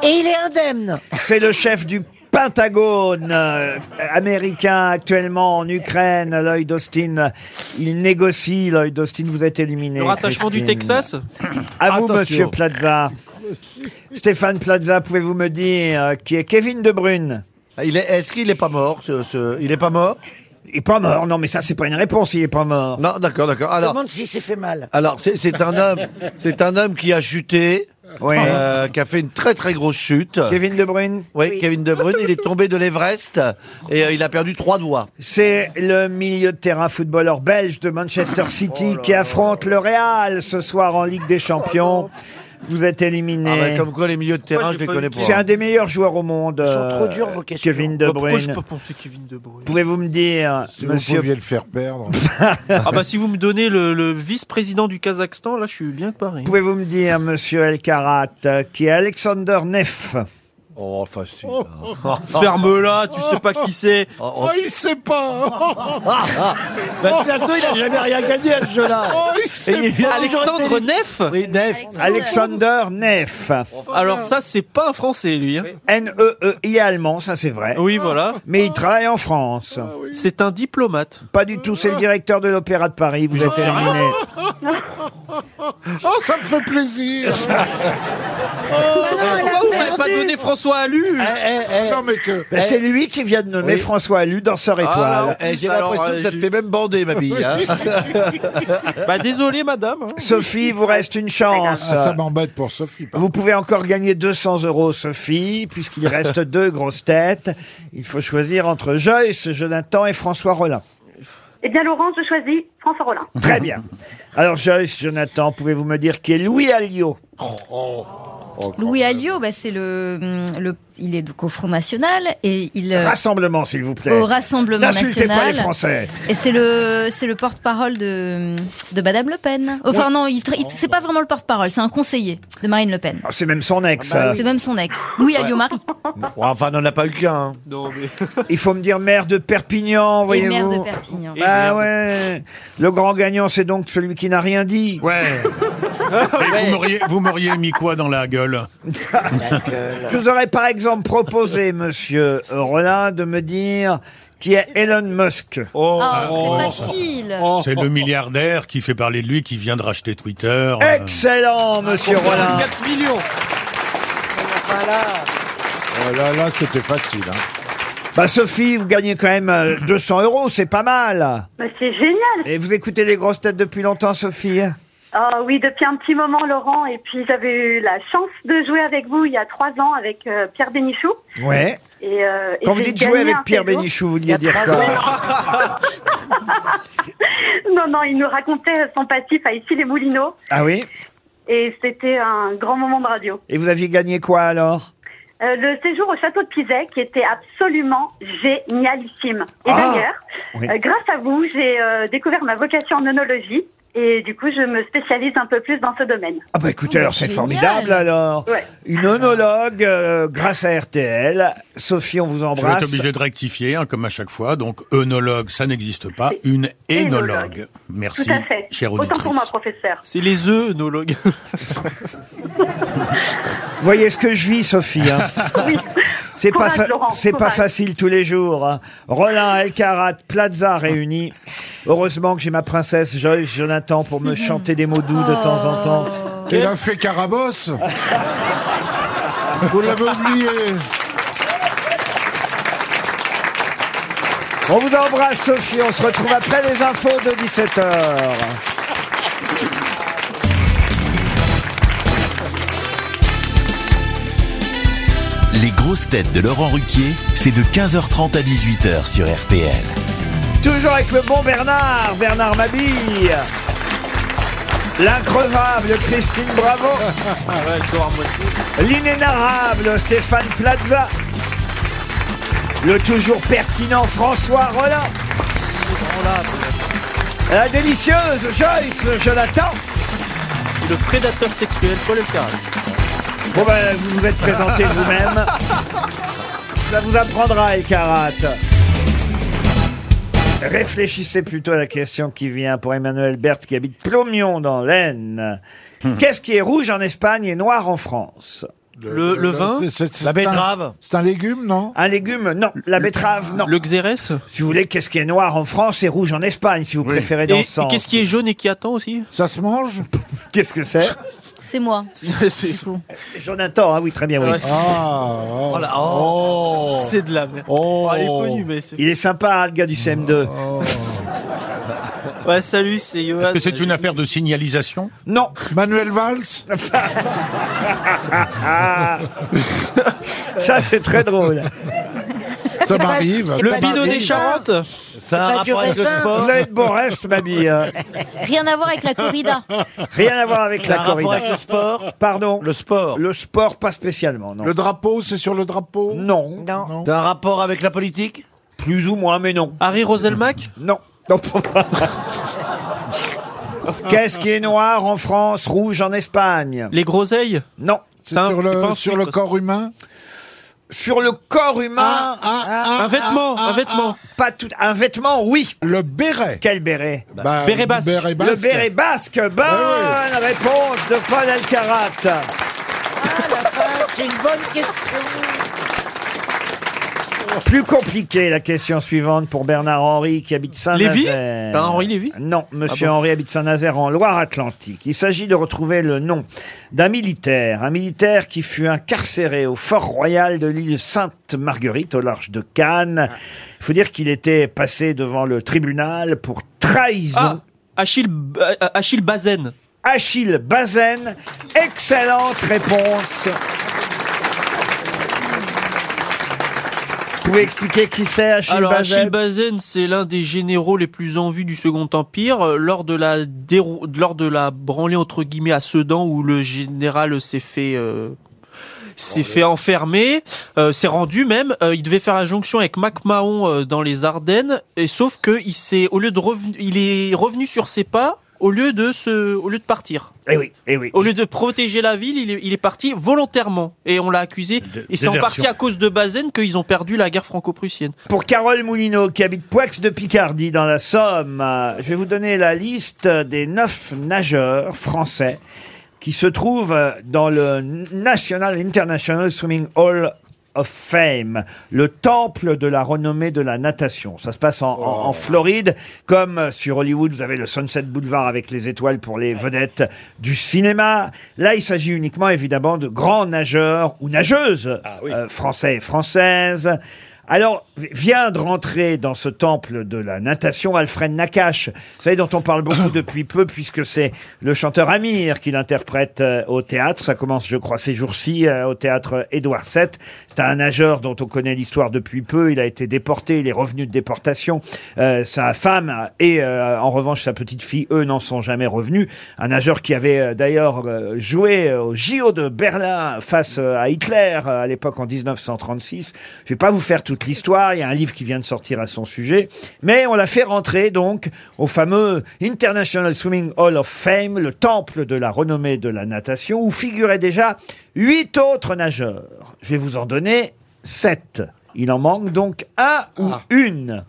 Speaker 9: Et il est indemne.
Speaker 2: C'est le chef du Pentagone euh, américain actuellement en Ukraine, Lloyd Austin. Il négocie, Lloyd Austin, vous êtes éliminé.
Speaker 6: Le rattachement
Speaker 2: Christine.
Speaker 6: du Texas
Speaker 2: À vous,
Speaker 6: Attention.
Speaker 2: monsieur Plaza. Stéphane Plaza, pouvez-vous me dire euh, qui est Kevin De Bruyne
Speaker 7: Ah, Est-ce qu'il n'est pas mort ce, ce- Il n'est pas mort
Speaker 2: Il n'est pas mort, non, mais ça, c'est pas une réponse, il n'est pas mort.
Speaker 7: Non, d'accord, d'accord.
Speaker 9: Je me
Speaker 7: Alors,
Speaker 9: demande s'il s'est fait mal.
Speaker 7: alors c'est, c'est un homme, c'est un homme qui a chuté, euh, qui a fait une très très grosse chute.
Speaker 2: Kevin De Bruyne.
Speaker 7: Oui, Kevin De Bruyne, il est tombé de l'Everest et euh, il a perdu trois doigts.
Speaker 2: C'est le milieu de terrain footballeur belge de Manchester
Speaker 7: Oh
Speaker 2: City qui affronte le Real ce soir en Ligue des Champions. Vous êtes éliminé.
Speaker 7: Ah bah, comme quoi les milieux de terrain, je les connais pas.
Speaker 2: C'est un des meilleurs joueurs au monde.
Speaker 7: Ils sont trop
Speaker 2: euh,
Speaker 3: Oh,
Speaker 7: durs, vos questions.
Speaker 2: Kevin De
Speaker 7: Pourquoi
Speaker 6: Pourquoi je
Speaker 2: Bruyne.
Speaker 6: peux penser Kevin De Bruyne
Speaker 2: Pouvez-vous me dire,
Speaker 3: Si
Speaker 2: monsieur
Speaker 3: vous pouviez le faire perdre.
Speaker 6: Ah bah si vous me donnez le, le vice-président du Kazakhstan, là je suis bien paré.
Speaker 2: Pouvez-vous me dire, monsieur El Karat, euh, qui est Alexander Neff
Speaker 7: Oh, facile.
Speaker 6: Ah. Ferme-la, tu sais pas qui c'est.
Speaker 3: Oh, il sait pas
Speaker 7: Bah, de toute façon, il a jamais rien gagné à ce jeu-là.
Speaker 3: Oh, il sait
Speaker 7: Et il-
Speaker 3: pas.
Speaker 6: Alexandre Neff
Speaker 7: Oui, Neff.
Speaker 2: Alexander Neff.
Speaker 6: Alors ça, c'est pas un Français, lui. hein.
Speaker 2: N-E-E-I E allemand, ça c'est vrai.
Speaker 6: Oui, voilà. Ah,
Speaker 2: Mais il travaille en France.
Speaker 6: C'est un diplomate.
Speaker 2: Pas du tout, c'est le directeur de l'Opéra de Paris, vous êtes éliminé.
Speaker 7: Ah,
Speaker 6: Eh.
Speaker 3: Oh, ça me fait plaisir Oh.
Speaker 6: Pourquoi vous m'avez pas donné François Alu
Speaker 3: Eh, Non mais que...
Speaker 2: Ben, c'est lui qui vient de nommer
Speaker 7: Oui.
Speaker 2: François Alu dans Sœur Étoile.
Speaker 7: Ah, alors, eh, j'ai l'impression que t'as fait même bander, ma bille. hein.
Speaker 6: Bah désolé, madame. hein.
Speaker 2: Sophie, il vous reste une chance.
Speaker 3: Ah, ça m'embête pour Sophie. par
Speaker 2: Vous pouvez encore gagner 200 euros, Sophie, puisqu'il reste deux grosses têtes. Il faut choisir entre Joyce, Jonathan et François Rollin.
Speaker 17: Eh bien, Laurent, je choisis François Rollin.
Speaker 2: Très bien. Alors, Joyce, Jonathan, pouvez-vous me dire qui est Louis Alliot Oh,
Speaker 4: Louis Alliot, bah, c'est le, hum, le, il est donc au Front National et il euh,
Speaker 2: Rassemblement, s'il vous plaît.
Speaker 4: au Rassemblement
Speaker 2: N'insultez
Speaker 4: National.
Speaker 2: pas les Français.
Speaker 4: Et c'est le, c'est le porte-parole de, de Madame Le Pen. Enfin non, il, tra- il- c'est pas vraiment le porte-parole, c'est un conseiller de Marine Le Pen.
Speaker 2: Ah, C'est même son ex. euh.
Speaker 4: bah C'est même son ex, Louis
Speaker 2: Ouais.
Speaker 4: Alliot Marie.
Speaker 2: enfin, on n'en a pas eu qu'un. hein. Il faut me dire maire de Perpignan,
Speaker 4: Et maire de
Speaker 2: voyez-vous.
Speaker 4: Perpignan.
Speaker 2: Bah ouais. Le grand gagnant, c'est donc celui qui n'a rien dit.
Speaker 8: Ouais.
Speaker 2: Ah,
Speaker 8: Mais vous m'auriez- Vous m'auriez mis quoi dans la gueule
Speaker 2: Je vous aurais par exemple proposé, monsieur Rollin, de me dire qui est Elon Musk.
Speaker 4: Oh, très facile.
Speaker 8: C'est le milliardaire qui fait parler de lui, qui vient de racheter Twitter.
Speaker 2: Eh, Excellent, monsieur Rollin.
Speaker 7: 4 millions.
Speaker 3: là Ah, là, c'était facile. hein.
Speaker 2: Bah Sophie, vous gagnez quand même euh, 200 euros, c'est pas mal.
Speaker 17: Mais c'est génial.
Speaker 2: Et vous écoutez les grosses têtes depuis longtemps, Sophie
Speaker 17: Ah oui, depuis un petit moment, Laurent. Et puis j'avais eu la chance de jouer avec vous il y a trois ans avec euh, Pierre Bénichou.
Speaker 2: Ouais.
Speaker 17: Et, euh, et
Speaker 2: Quand vous
Speaker 17: j'ai
Speaker 2: dites
Speaker 17: gagné
Speaker 2: jouer avec
Speaker 17: un
Speaker 2: Pierre
Speaker 17: cadeau.
Speaker 2: Bénichou, vous vouliez dire quoi
Speaker 17: Non, non, il nous racontait son passif à Ici les Moulineaux.
Speaker 2: Ah oui
Speaker 17: Et c'était un grand moment de radio.
Speaker 2: Et vous aviez gagné quoi alors
Speaker 17: Euh, le séjour au château de Pizet qui était absolument génialissime. Et
Speaker 2: Ah
Speaker 17: d'ailleurs,
Speaker 2: Oui.
Speaker 17: euh, grâce à vous, j'ai euh, découvert ma vocation en onologie et du coup, je me spécialise un peu plus dans ce domaine.
Speaker 2: Ah bah écoutez, alors c'est
Speaker 17: Oh, génial.
Speaker 2: formidable alors.
Speaker 17: Ouais.
Speaker 2: Une onologue euh, grâce à RTL. Sophie, on vous
Speaker 8: Je vais être
Speaker 2: embrasse.
Speaker 8: obligé de rectifier, hein, comme à chaque fois. Donc, œnologue, ça n'existe pas. Une
Speaker 17: Œnologue.
Speaker 8: énologue. Merci,
Speaker 17: Tout à fait.
Speaker 8: chère
Speaker 17: Autant
Speaker 8: auditrice.
Speaker 17: pour moi, professeur.
Speaker 7: C'est les œnologues.
Speaker 2: Voyez ce que je vis, Sophie. hein. C'est pas,
Speaker 17: Courage,
Speaker 2: fa-
Speaker 17: Laurent,
Speaker 2: c'est pas
Speaker 17: courage.
Speaker 2: facile tous les jours. hein. Rollin, Elkarat, Plaza réunis. Heureusement que j'ai ma princesse Joyce Jonathan pour me chanter des mots doux de
Speaker 17: Oh.
Speaker 2: temps en temps.
Speaker 3: Il a fait Carabosse Vous l'avez oublié
Speaker 2: On vous embrasse, Sophie. On se retrouve après les infos de 17h.
Speaker 18: Les grosses têtes de Laurent Ruquier, c'est de 15h30 à 18h sur RTL.
Speaker 2: Toujours avec le bon Bernard, Bernard Mabille. L'increvable Christine Bravo. L'inénarrable Stéphane Plaza. Le toujours pertinent François Rollin. La délicieuse Joyce Jonathan.
Speaker 7: Le prédateur sexuel, Paul le
Speaker 2: Bon ben, vous vous êtes présenté vous-même. Ça vous apprendra, El Karat. Réfléchissez plutôt à la question qui vient pour Emmanuel Berthe qui habite Plomion dans l'Aisne. Qu'est-ce qui est rouge en Espagne et noir en France
Speaker 7: Le- le vin La betterave.
Speaker 2: C'est un légume, non Un légume, non. La betterave, non.
Speaker 7: Le xérès
Speaker 2: Si vous voulez, qu'est-ce qui est noir en France et rouge en Espagne, si vous préférez dans
Speaker 7: Et, et
Speaker 2: ce sens.
Speaker 7: qu'est-ce qui est jaune et qui attend aussi
Speaker 2: Ça se mange Qu'est-ce que c'est
Speaker 4: C'est moi.
Speaker 7: C'est
Speaker 4: fou.
Speaker 2: Jonathan, ah oui, très bien, oui.
Speaker 7: Ouais, c'est- Oh là, oh. C'est de la merde. Oh, elle est connue, mais c'est.
Speaker 2: Il est sympa, hein, le gars du CM2.
Speaker 7: Ouais, salut, c'est Johan.
Speaker 8: Oh. Est-ce que c'est une affaire de signalisation
Speaker 2: Non.
Speaker 3: Manuel Valls
Speaker 2: Ah, Ça, c'est très drôle.
Speaker 3: Ça m'arrive.
Speaker 7: Le Pinot des Charentes Ça
Speaker 2: a un rapport avec le sport. Vous avez de beaux restes, mamie. hein.
Speaker 4: Rien à voir avec la corrida.
Speaker 2: Rien à voir avec
Speaker 4: Ça a
Speaker 2: la
Speaker 4: un rapport
Speaker 2: corrida.
Speaker 4: avec le
Speaker 2: sport Pardon Le sport. Le sport, pas spécialement, non.
Speaker 3: Le drapeau, c'est sur le drapeau
Speaker 2: Non.
Speaker 3: Non.
Speaker 2: un rapport avec la politique Plus ou moins, mais non.
Speaker 7: Harry Roselmack
Speaker 2: Non. Non, pas- Qu'est-ce qui est noir en France, rouge en Espagne
Speaker 7: Les groseilles
Speaker 2: Non.
Speaker 7: C'est sur le,
Speaker 3: sur le corps humain Ah,
Speaker 2: Sur le corps humain Ah,
Speaker 7: un vêtement, un vêtement.
Speaker 2: Pas tout, un vêtement, oui.
Speaker 3: Le béret.
Speaker 2: Quel béret
Speaker 3: Bah, Béret basque. béret
Speaker 2: Le
Speaker 3: basque.
Speaker 2: béret basque. Bonne réponse de Paul Alcarat.
Speaker 6: C'est une bonne question.
Speaker 2: Plus compliqué, la question suivante pour Bernard Henry qui habite
Speaker 7: Lévy
Speaker 2: Saint-Nazaire.
Speaker 7: Bernard-Henri Lévy
Speaker 2: Non, monsieur
Speaker 7: Ah bon
Speaker 2: Henri habite Saint-Nazaire en Loire-Atlantique. Il s'agit de retrouver le nom d'un militaire, un militaire qui fut incarcéré au Fort Royal de l'île Sainte-Marguerite au large de Cannes. Il faut dire qu'il était passé devant le tribunal pour trahison.
Speaker 7: Ah, Achille, B- euh, Achille Bazaine.
Speaker 2: Achille Bazaine. Excellente réponse. pouvez expliquer qui c'est Achille
Speaker 6: Alors
Speaker 2: Bazin
Speaker 6: Achille Bazaine, c'est l'un des généraux les plus en vue du Second Empire. Euh, Lors de la dérou- lors de la branlée entre guillemets à Sedan où le général s'est fait euh, s'est fait enfermer, euh, s'est rendu même. Euh, il devait faire la jonction avec MacMahon euh, dans les Ardennes et sauf que il s'est au lieu de reven- il est revenu sur ses pas au lieu de se au lieu de partir.
Speaker 2: Eh oui, eh oui.
Speaker 6: Au lieu de protéger la ville, il est, il est parti volontairement et on l'a accusé. et c'est en
Speaker 2: désertion.
Speaker 6: partie à cause de Bazaine qu'ils ont perdu la guerre franco-prussienne.
Speaker 2: Pour Carole Moulineau, qui habite Poix de Picardie, dans la Somme, euh, je vais vous donner la liste des neuf nageurs français qui se trouvent euh, dans le National International Swimming Hall of Fame, le temple de la renommée de la natation. Ça se passe en, en- en Floride, comme sur Hollywood, vous avez le Sunset Boulevard avec les étoiles pour les vedettes du cinéma. Là, il s'agit uniquement, évidemment, de grands nageurs ou nageuses euh, français et françaises. Alors, vi- vient de rentrer dans ce temple de la natation Alfred Nakache, vous savez, dont on parle beaucoup depuis peu, puisque c'est le chanteur Amir qui l'interprète euh, au théâtre. Ça commence, je crois, ces jours-ci, euh, au théâtre Édouard VII. C'est un nageur dont on connaît l'histoire depuis peu. Il a été déporté, il est revenu de déportation. Euh, sa femme et, euh, en revanche, sa petite fille, eux, n'en sont jamais revenus. Un nageur qui avait euh, d'ailleurs euh, joué au JO de Berlin face euh, à Hitler euh, à l'époque en 1936. Je vais pas vous faire toute l'histoire, il y a un livre qui vient de sortir à son sujet, mais on l'a fait rentrer donc au fameux International Swimming Hall of Fame, le temple de la renommée de la natation où figuraient déjà huit autres nageurs. Je vais vous en donner sept. Il en manque donc un ou une.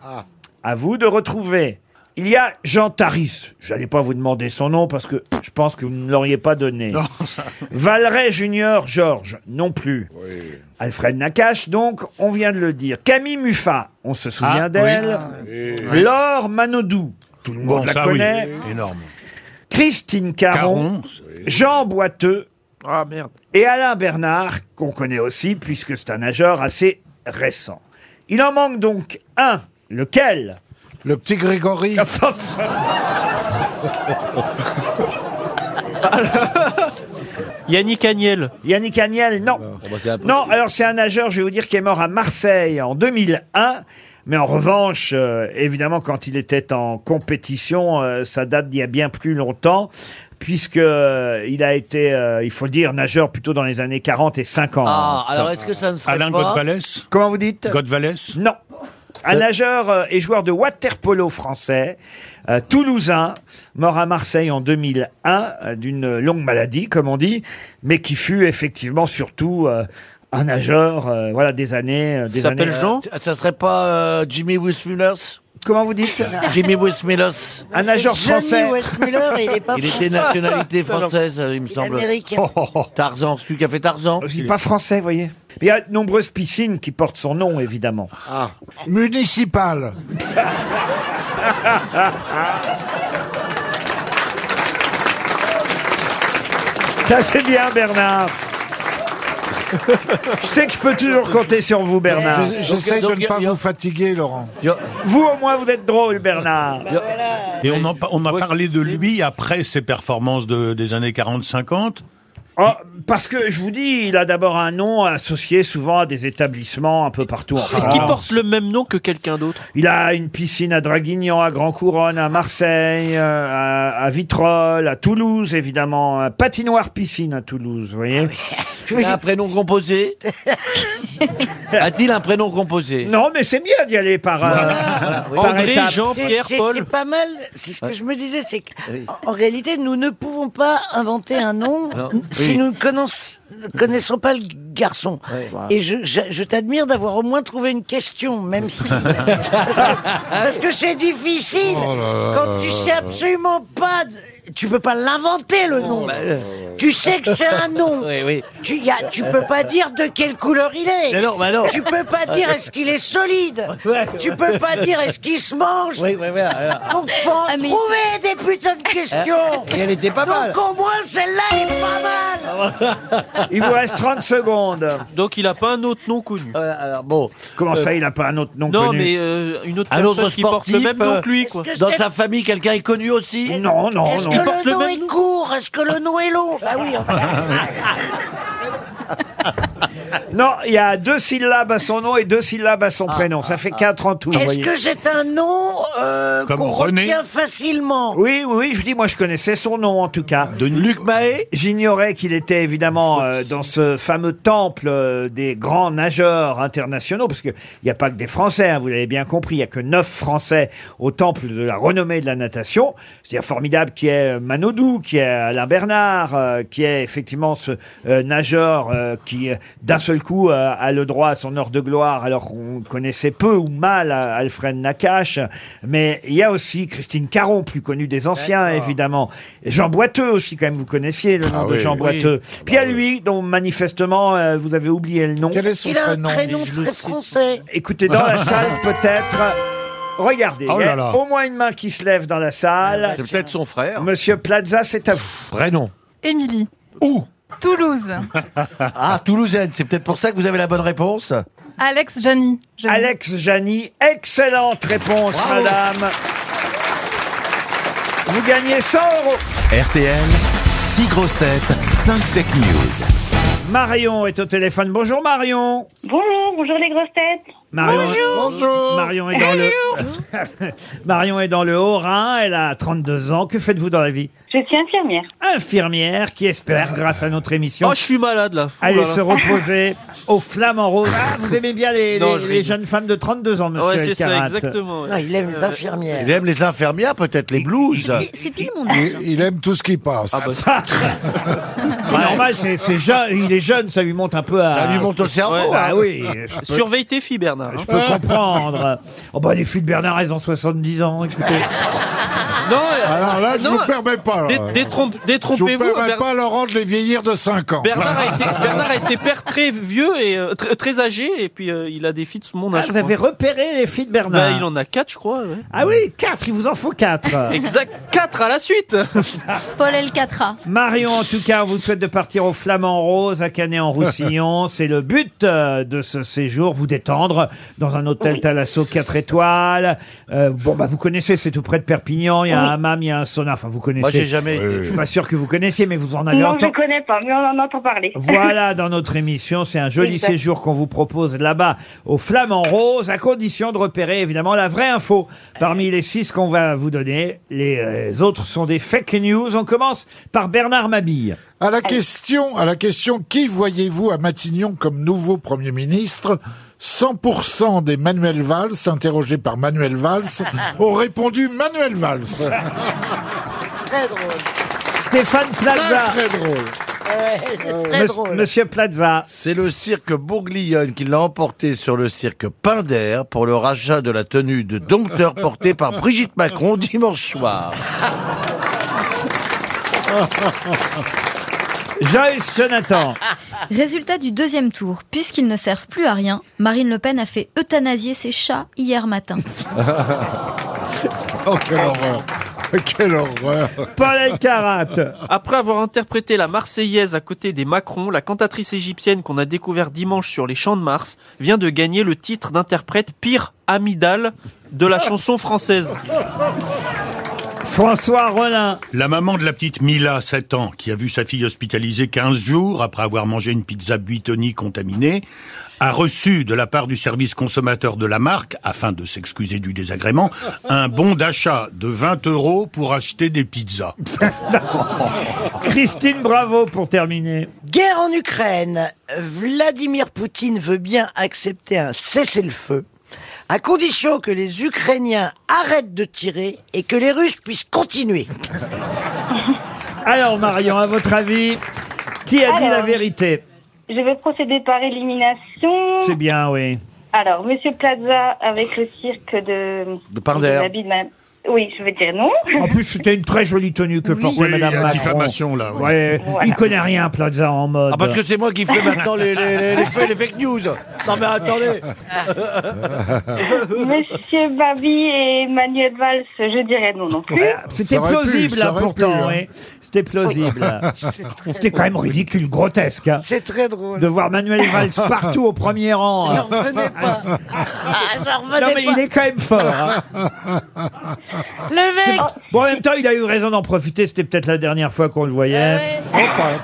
Speaker 2: À vous de retrouver. Il y a Jean Taris. J'allais pas vous demander son nom parce que je pense que vous ne l'auriez pas donné. Valeret Junior Georges, non plus. Alfred Nakache, donc, on vient de le dire. Camille Muffat, on se souvient
Speaker 8: Ah, oui.
Speaker 2: d'elle.
Speaker 8: Ah, oui.
Speaker 2: Laure Manodou, tout le monde
Speaker 8: Bon,
Speaker 2: la
Speaker 8: ça, oui.
Speaker 2: connaît.
Speaker 8: Énorme.
Speaker 2: Christine Caron,
Speaker 8: Caron,
Speaker 2: Jean Boiteux ah, et Alain Bernard, qu'on connaît aussi puisque c'est un nageur assez récent. Il en manque donc un. Lequel Le petit Grégory.
Speaker 6: Yannick Agnel.
Speaker 2: Yannick Agnel, non. Non, alors c'est un nageur, je vais vous dire, qui est mort à Marseille en 2001. Mais en revanche, euh, évidemment, quand il était en compétition, euh, ça date d'il y a bien plus longtemps, puisque euh, il a été, euh, il faut le dire, nageur plutôt dans les années 40 et 50.
Speaker 7: Ah, alors est-ce que ça ne serait
Speaker 8: Alain
Speaker 7: pas...
Speaker 8: Godvalès
Speaker 2: Comment vous dites
Speaker 8: Godvalès
Speaker 2: Non. Un nageur euh, et joueur de waterpolo français, euh, toulousain, mort à Marseille en 2001 euh, d'une longue maladie, comme on dit, mais qui fut effectivement surtout euh, un nageur, euh, voilà, des années, euh, des années.
Speaker 7: Euh, Ça serait pas euh, Jimmy Westmillers
Speaker 2: Comment vous dites
Speaker 7: Jimmy Westmillers.
Speaker 2: Un nageur
Speaker 7: agent
Speaker 2: C'est français. Johnny
Speaker 9: Westmiller et il est pas
Speaker 7: Il
Speaker 9: français.
Speaker 7: était nationalité française, euh, il me
Speaker 9: Il est
Speaker 7: semble. oh.
Speaker 9: américain.
Speaker 7: Tarzan, celui qui a fait Tarzan.
Speaker 2: Je dis pas français, vous voyez. Il y a de nombreuses piscines qui portent son nom, évidemment. Municipal. Ça, c'est bien, Bernard. je sais que je peux toujours compter sur vous, Bernard.
Speaker 3: Je- J'essaie de ne pas vous fatiguer, Laurent.
Speaker 2: Vous, au moins, vous êtes drôle, Bernard.
Speaker 8: Et on, en pa- on a parlé de lui après ses performances de- des années 40-50.
Speaker 2: Oh, parce que je vous dis, il a d'abord un nom associé souvent à des établissements un peu partout en France.
Speaker 6: Est-ce qu'il porte le même nom que quelqu'un d'autre
Speaker 2: Il a une piscine à Draguignan, à Grand-Couronne, à Marseille, euh, à, à Vitrolles, à Toulouse, évidemment. Un patinoire piscine à Toulouse, vous voyez
Speaker 7: Ah Il a un prénom composé. A-t-il un prénom composé Ah.
Speaker 2: Non, mais c'est bien d'y aller par... euh, par étapes.
Speaker 9: C'est- c'est- C'est pas mal. C'est ce que
Speaker 7: Ouais.
Speaker 9: je me disais, c'est qu'en
Speaker 7: Oui.
Speaker 9: en réalité, nous ne pouvons pas inventer un nom
Speaker 7: Non.
Speaker 9: si
Speaker 7: Oui.
Speaker 9: nous ne connaissons, ne connaissons pas le garçon. Et je, je- je t'admire d'avoir au moins trouvé une question, même si. Parce que c'est difficile.
Speaker 19: Oh là là
Speaker 9: quand tu
Speaker 19: là
Speaker 9: sais
Speaker 19: là.
Speaker 9: absolument pas. de- Tu peux pas l'inventer
Speaker 7: Oh
Speaker 9: le nom. tu sais que c'est un nom.
Speaker 7: Oui, oui.
Speaker 9: Tu, y a- tu peux pas dire de quelle couleur il est.
Speaker 7: Mais non, mais non.
Speaker 9: Tu peux pas dire est-ce qu'il est solide. tu peux pas dire est-ce qu'il se mange.
Speaker 7: Oui, oui, ah, oui. alors.
Speaker 9: Donc faut
Speaker 4: Ah,
Speaker 9: en trouver des putains de questions.
Speaker 7: Et Eh, elle était pas
Speaker 9: Donc,
Speaker 7: mal. Ah
Speaker 9: au moins celle-là elle est pas mal.
Speaker 2: Il vous reste 30 secondes.
Speaker 6: Donc il a pas un autre nom connu.
Speaker 7: Euh, bon. euh,
Speaker 2: Comment ça, il a pas un autre nom
Speaker 6: non,
Speaker 2: connu
Speaker 6: mais euh, une autre
Speaker 7: Un
Speaker 6: personne
Speaker 7: autre
Speaker 6: qui porte
Speaker 7: sportif.
Speaker 6: le même nom
Speaker 7: euh,
Speaker 6: que lui, quoi.
Speaker 7: Dans sa famille, quelqu'un est connu aussi
Speaker 2: Non, Oh, non,
Speaker 9: Est-ce que le nom est court Est-ce que le nom est long Bah oui. enfin.
Speaker 2: Non, il y a deux syllabes à son nom et deux syllabes à son
Speaker 7: Ah.
Speaker 2: prénom. Ça fait quatre en tout. vous
Speaker 9: Est-ce
Speaker 2: voyez.
Speaker 9: que c'est un nom euh,
Speaker 2: Comme
Speaker 9: qu'on
Speaker 2: René.
Speaker 9: retient facilement
Speaker 2: Oui, oui, oui, je dis, moi, je connaissais son nom, en tout cas. De Luc Mahé J'ignorais qu'il était, évidemment, euh, dans ce fameux temple euh, des grands nageurs internationaux, parce qu'il n'y a pas que des Français, hein, vous l'avez bien compris, il n'y a que neuf Français au temple de la renommée de la natation. C'est-à-dire formidable qui est euh, Manodou, qui est Alain Bernard, euh, qui est effectivement ce euh, nageur euh, qui, euh, d'un seul coup, euh, a le droit à son heure de gloire, alors qu'on connaissait peu ou mal euh, Alfred Nakache. Mais il y a aussi Christine Caron, plus connue des anciens, évidemment. Et Jean Boiteux aussi, quand même, vous connaissiez le nom
Speaker 15: Ah
Speaker 2: de
Speaker 15: oui,
Speaker 2: Jean
Speaker 15: oui.
Speaker 2: Boiteux. Puis à lui, dont manifestement euh, vous avez oublié le nom. Quel est
Speaker 9: Il a un prénom très français.
Speaker 2: Écoutez, dans la salle, peut-être. Regardez,
Speaker 20: Oh
Speaker 2: il y
Speaker 20: là
Speaker 2: a
Speaker 20: là.
Speaker 2: au moins une main qui se lève dans la salle.
Speaker 20: C'est peut-être son frère.
Speaker 2: Monsieur Plaza, c'est à vous.
Speaker 10: Prénom.
Speaker 21: Émilie. Où Toulouse.
Speaker 10: Ah, Toulousaine, c'est peut-être pour ça que vous avez la bonne réponse.
Speaker 21: Alex Jani.
Speaker 2: Alex Jani, excellente réponse,
Speaker 21: Bravo.
Speaker 2: madame. Vous gagnez 100 euros.
Speaker 1: RTL, 6 grosses têtes, 5 fake news.
Speaker 2: Marion est au téléphone. Bonjour Marion.
Speaker 22: Bonjour, bonjour les grosses têtes.
Speaker 2: Marion
Speaker 22: Bonjour. Bonjour.
Speaker 2: Marion est dans le Marion est dans le Haut-Rhin, elle a 32 ans. Que faites-vous dans la vie
Speaker 22: Je suis infirmière.
Speaker 2: Infirmière qui espère grâce à notre émission.
Speaker 6: Oh, je suis malade là. Ouh
Speaker 2: aller
Speaker 6: là là.
Speaker 2: se reposer aux flammes en rose. Ah, vous aimez bien les,
Speaker 6: Non,
Speaker 2: les-
Speaker 6: je
Speaker 2: les
Speaker 6: rigole.
Speaker 2: jeunes femmes de 32 ans, monsieur
Speaker 6: Ouais, c'est ça,
Speaker 2: Elkarat.
Speaker 6: exactement. ouais.
Speaker 9: Ah, il
Speaker 2: Euh,
Speaker 9: aime les infirmières.
Speaker 20: Il aime les infirmières, peut-être les blouses.
Speaker 4: C'est pile mon âge.
Speaker 3: Il, il aime tout ce qui passe.
Speaker 7: Ah, bah,
Speaker 2: C'est normal, c'est c'est jeune, il est jeune, ça lui monte un peu à...
Speaker 20: Ça lui monte au cerveau,
Speaker 2: Ah
Speaker 20: hein.
Speaker 2: oui. je peux-
Speaker 6: Surveille tes filles, Bernard.
Speaker 2: Je peux comprendre. Oh bah les filles de Bernard, elles ont 70 ans, écoutez.
Speaker 6: Non,
Speaker 3: Ah, Alors là, je
Speaker 6: non,
Speaker 3: vous permets pas. là.
Speaker 6: dé- détrompe- détrompez-vous,
Speaker 3: Je vous permets
Speaker 6: Bernard-
Speaker 3: pas, Laurent, de les vieillir de 5 ans.
Speaker 6: Bernard a, été, Bernard a été père très vieux et euh, tr- très âgé, et puis euh, il a des filles de mon âge.
Speaker 2: Ah,
Speaker 6: je
Speaker 2: vous avez
Speaker 6: crois.
Speaker 2: repéré les filles de Bernard.
Speaker 6: Bah, il en a quatre, je crois. ouais.
Speaker 2: Ah oui, 4, il vous en faut 4.
Speaker 6: Exact, quatre à la suite.
Speaker 4: Paul Elcatra.
Speaker 2: Marion, en tout cas, on vous souhaite de partir au Flamand Rose à Canet-en-Roussillon. C'est le but euh, de ce séjour, vous détendre dans un hôtel Thalasso 4 étoiles. Euh, bon, bah, vous connaissez, c'est tout près de Perpignan. Il y a un hammam, il y a un sauna. Enfin, vous connaissez.
Speaker 20: Moi, j'ai jamais été.
Speaker 2: Je suis pas sûr que vous connaissiez, mais vous en avez
Speaker 22: non, je
Speaker 2: entendu.
Speaker 22: ne connais pas, mais on en entend parler.
Speaker 2: Voilà dans notre émission, c'est un joli
Speaker 22: Exact.
Speaker 2: séjour qu'on vous propose là-bas au Flamand Rose, à condition de repérer évidemment la vraie info. Parmi les six qu'on va vous donner, les euh, autres sont des fake news. On commence par Bernard Mabille.
Speaker 3: À la question, à la question, qui voyez-vous à Matignon comme nouveau Premier ministre 100% des Manuel Valls, interrogés par Manuel Valls, ont répondu Manuel Valls.
Speaker 9: Très drôle.
Speaker 2: Stéphane Plaza.
Speaker 3: Ah, Très, très drôle.
Speaker 9: Ouais,
Speaker 7: Euh,
Speaker 9: c'est très drôle.
Speaker 2: Monsieur Plaza.
Speaker 20: C'est le cirque Bourguignonne qui l'a emporté sur le cirque Pinder pour le rachat de la tenue de dompteur portée par Brigitte Macron dimanche soir.
Speaker 2: Joyce Jonathan.
Speaker 4: Résultat du deuxième tour. Puisqu'ils ne servent plus à rien, Marine Le Pen a fait euthanasier ses chats hier matin.
Speaker 3: oh, quelle horreur. Quelle horreur.
Speaker 2: Paul Elkarat.
Speaker 6: Après avoir interprété la Marseillaise à côté des Macron, la cantatrice égyptienne qu'on a découvert dimanche sur les Champs de Mars vient de gagner le titre d'interprète pire amidale de la chanson française.
Speaker 2: François Rollin.
Speaker 8: La maman de la petite Mila, 7 ans, qui a vu sa fille hospitalisée 15 jours après avoir mangé une pizza buitoni contaminée, a reçu de la part du service consommateur de la marque, afin de s'excuser du désagrément, un bon d'achat de 20 euros pour acheter des pizzas.
Speaker 2: Christine Bravo pour terminer.
Speaker 9: Guerre en Ukraine. Vladimir Poutine veut bien accepter un cessez-le-feu à condition que les Ukrainiens arrêtent de tirer et que les Russes puissent continuer.
Speaker 2: Alors Marion, à votre avis, qui a dit
Speaker 22: Alors.
Speaker 2: la vérité
Speaker 22: Je vais procéder par élimination.
Speaker 2: C'est bien, oui.
Speaker 22: Alors, Monsieur Plaza avec le cirque de...
Speaker 2: De Pinder.
Speaker 22: l'habit de ma- Oui, je vais dire non.
Speaker 2: En plus, c'était une très jolie tenue que portait
Speaker 8: Oui,
Speaker 2: Madame
Speaker 8: il y a
Speaker 2: Macron.
Speaker 8: diffamation, là, oui.
Speaker 2: Ouais, Il connaît rien, Plaza, en mode.
Speaker 7: Ah, parce que c'est moi qui fais maintenant les, les, les, les faits, les fake news. Non, mais attendez.
Speaker 22: Monsieur Babi et Manuel Valls, je dirais non non plus.
Speaker 2: Ouais, C'était
Speaker 15: Ça aurait pu,
Speaker 2: plausible,
Speaker 15: ça
Speaker 2: là,
Speaker 15: aurait
Speaker 2: pourtant.
Speaker 15: pu, hein.
Speaker 2: oui. C'était plausible.
Speaker 15: C'est très
Speaker 2: C'était quand même
Speaker 15: drôle.
Speaker 2: ridicule, grotesque. hein.
Speaker 9: C'est très drôle.
Speaker 2: De voir Manuel Valls partout au premier rang. hein.
Speaker 9: J'en revenais pas. Ah, j'en revenais
Speaker 2: Non, mais
Speaker 9: pas.
Speaker 2: il est quand même fort. hein.
Speaker 9: Le mec.
Speaker 2: Bon, en même temps, il a eu raison d'en profiter. C'était peut-être la dernière fois qu'on le voyait.
Speaker 9: Ah
Speaker 3: Oh,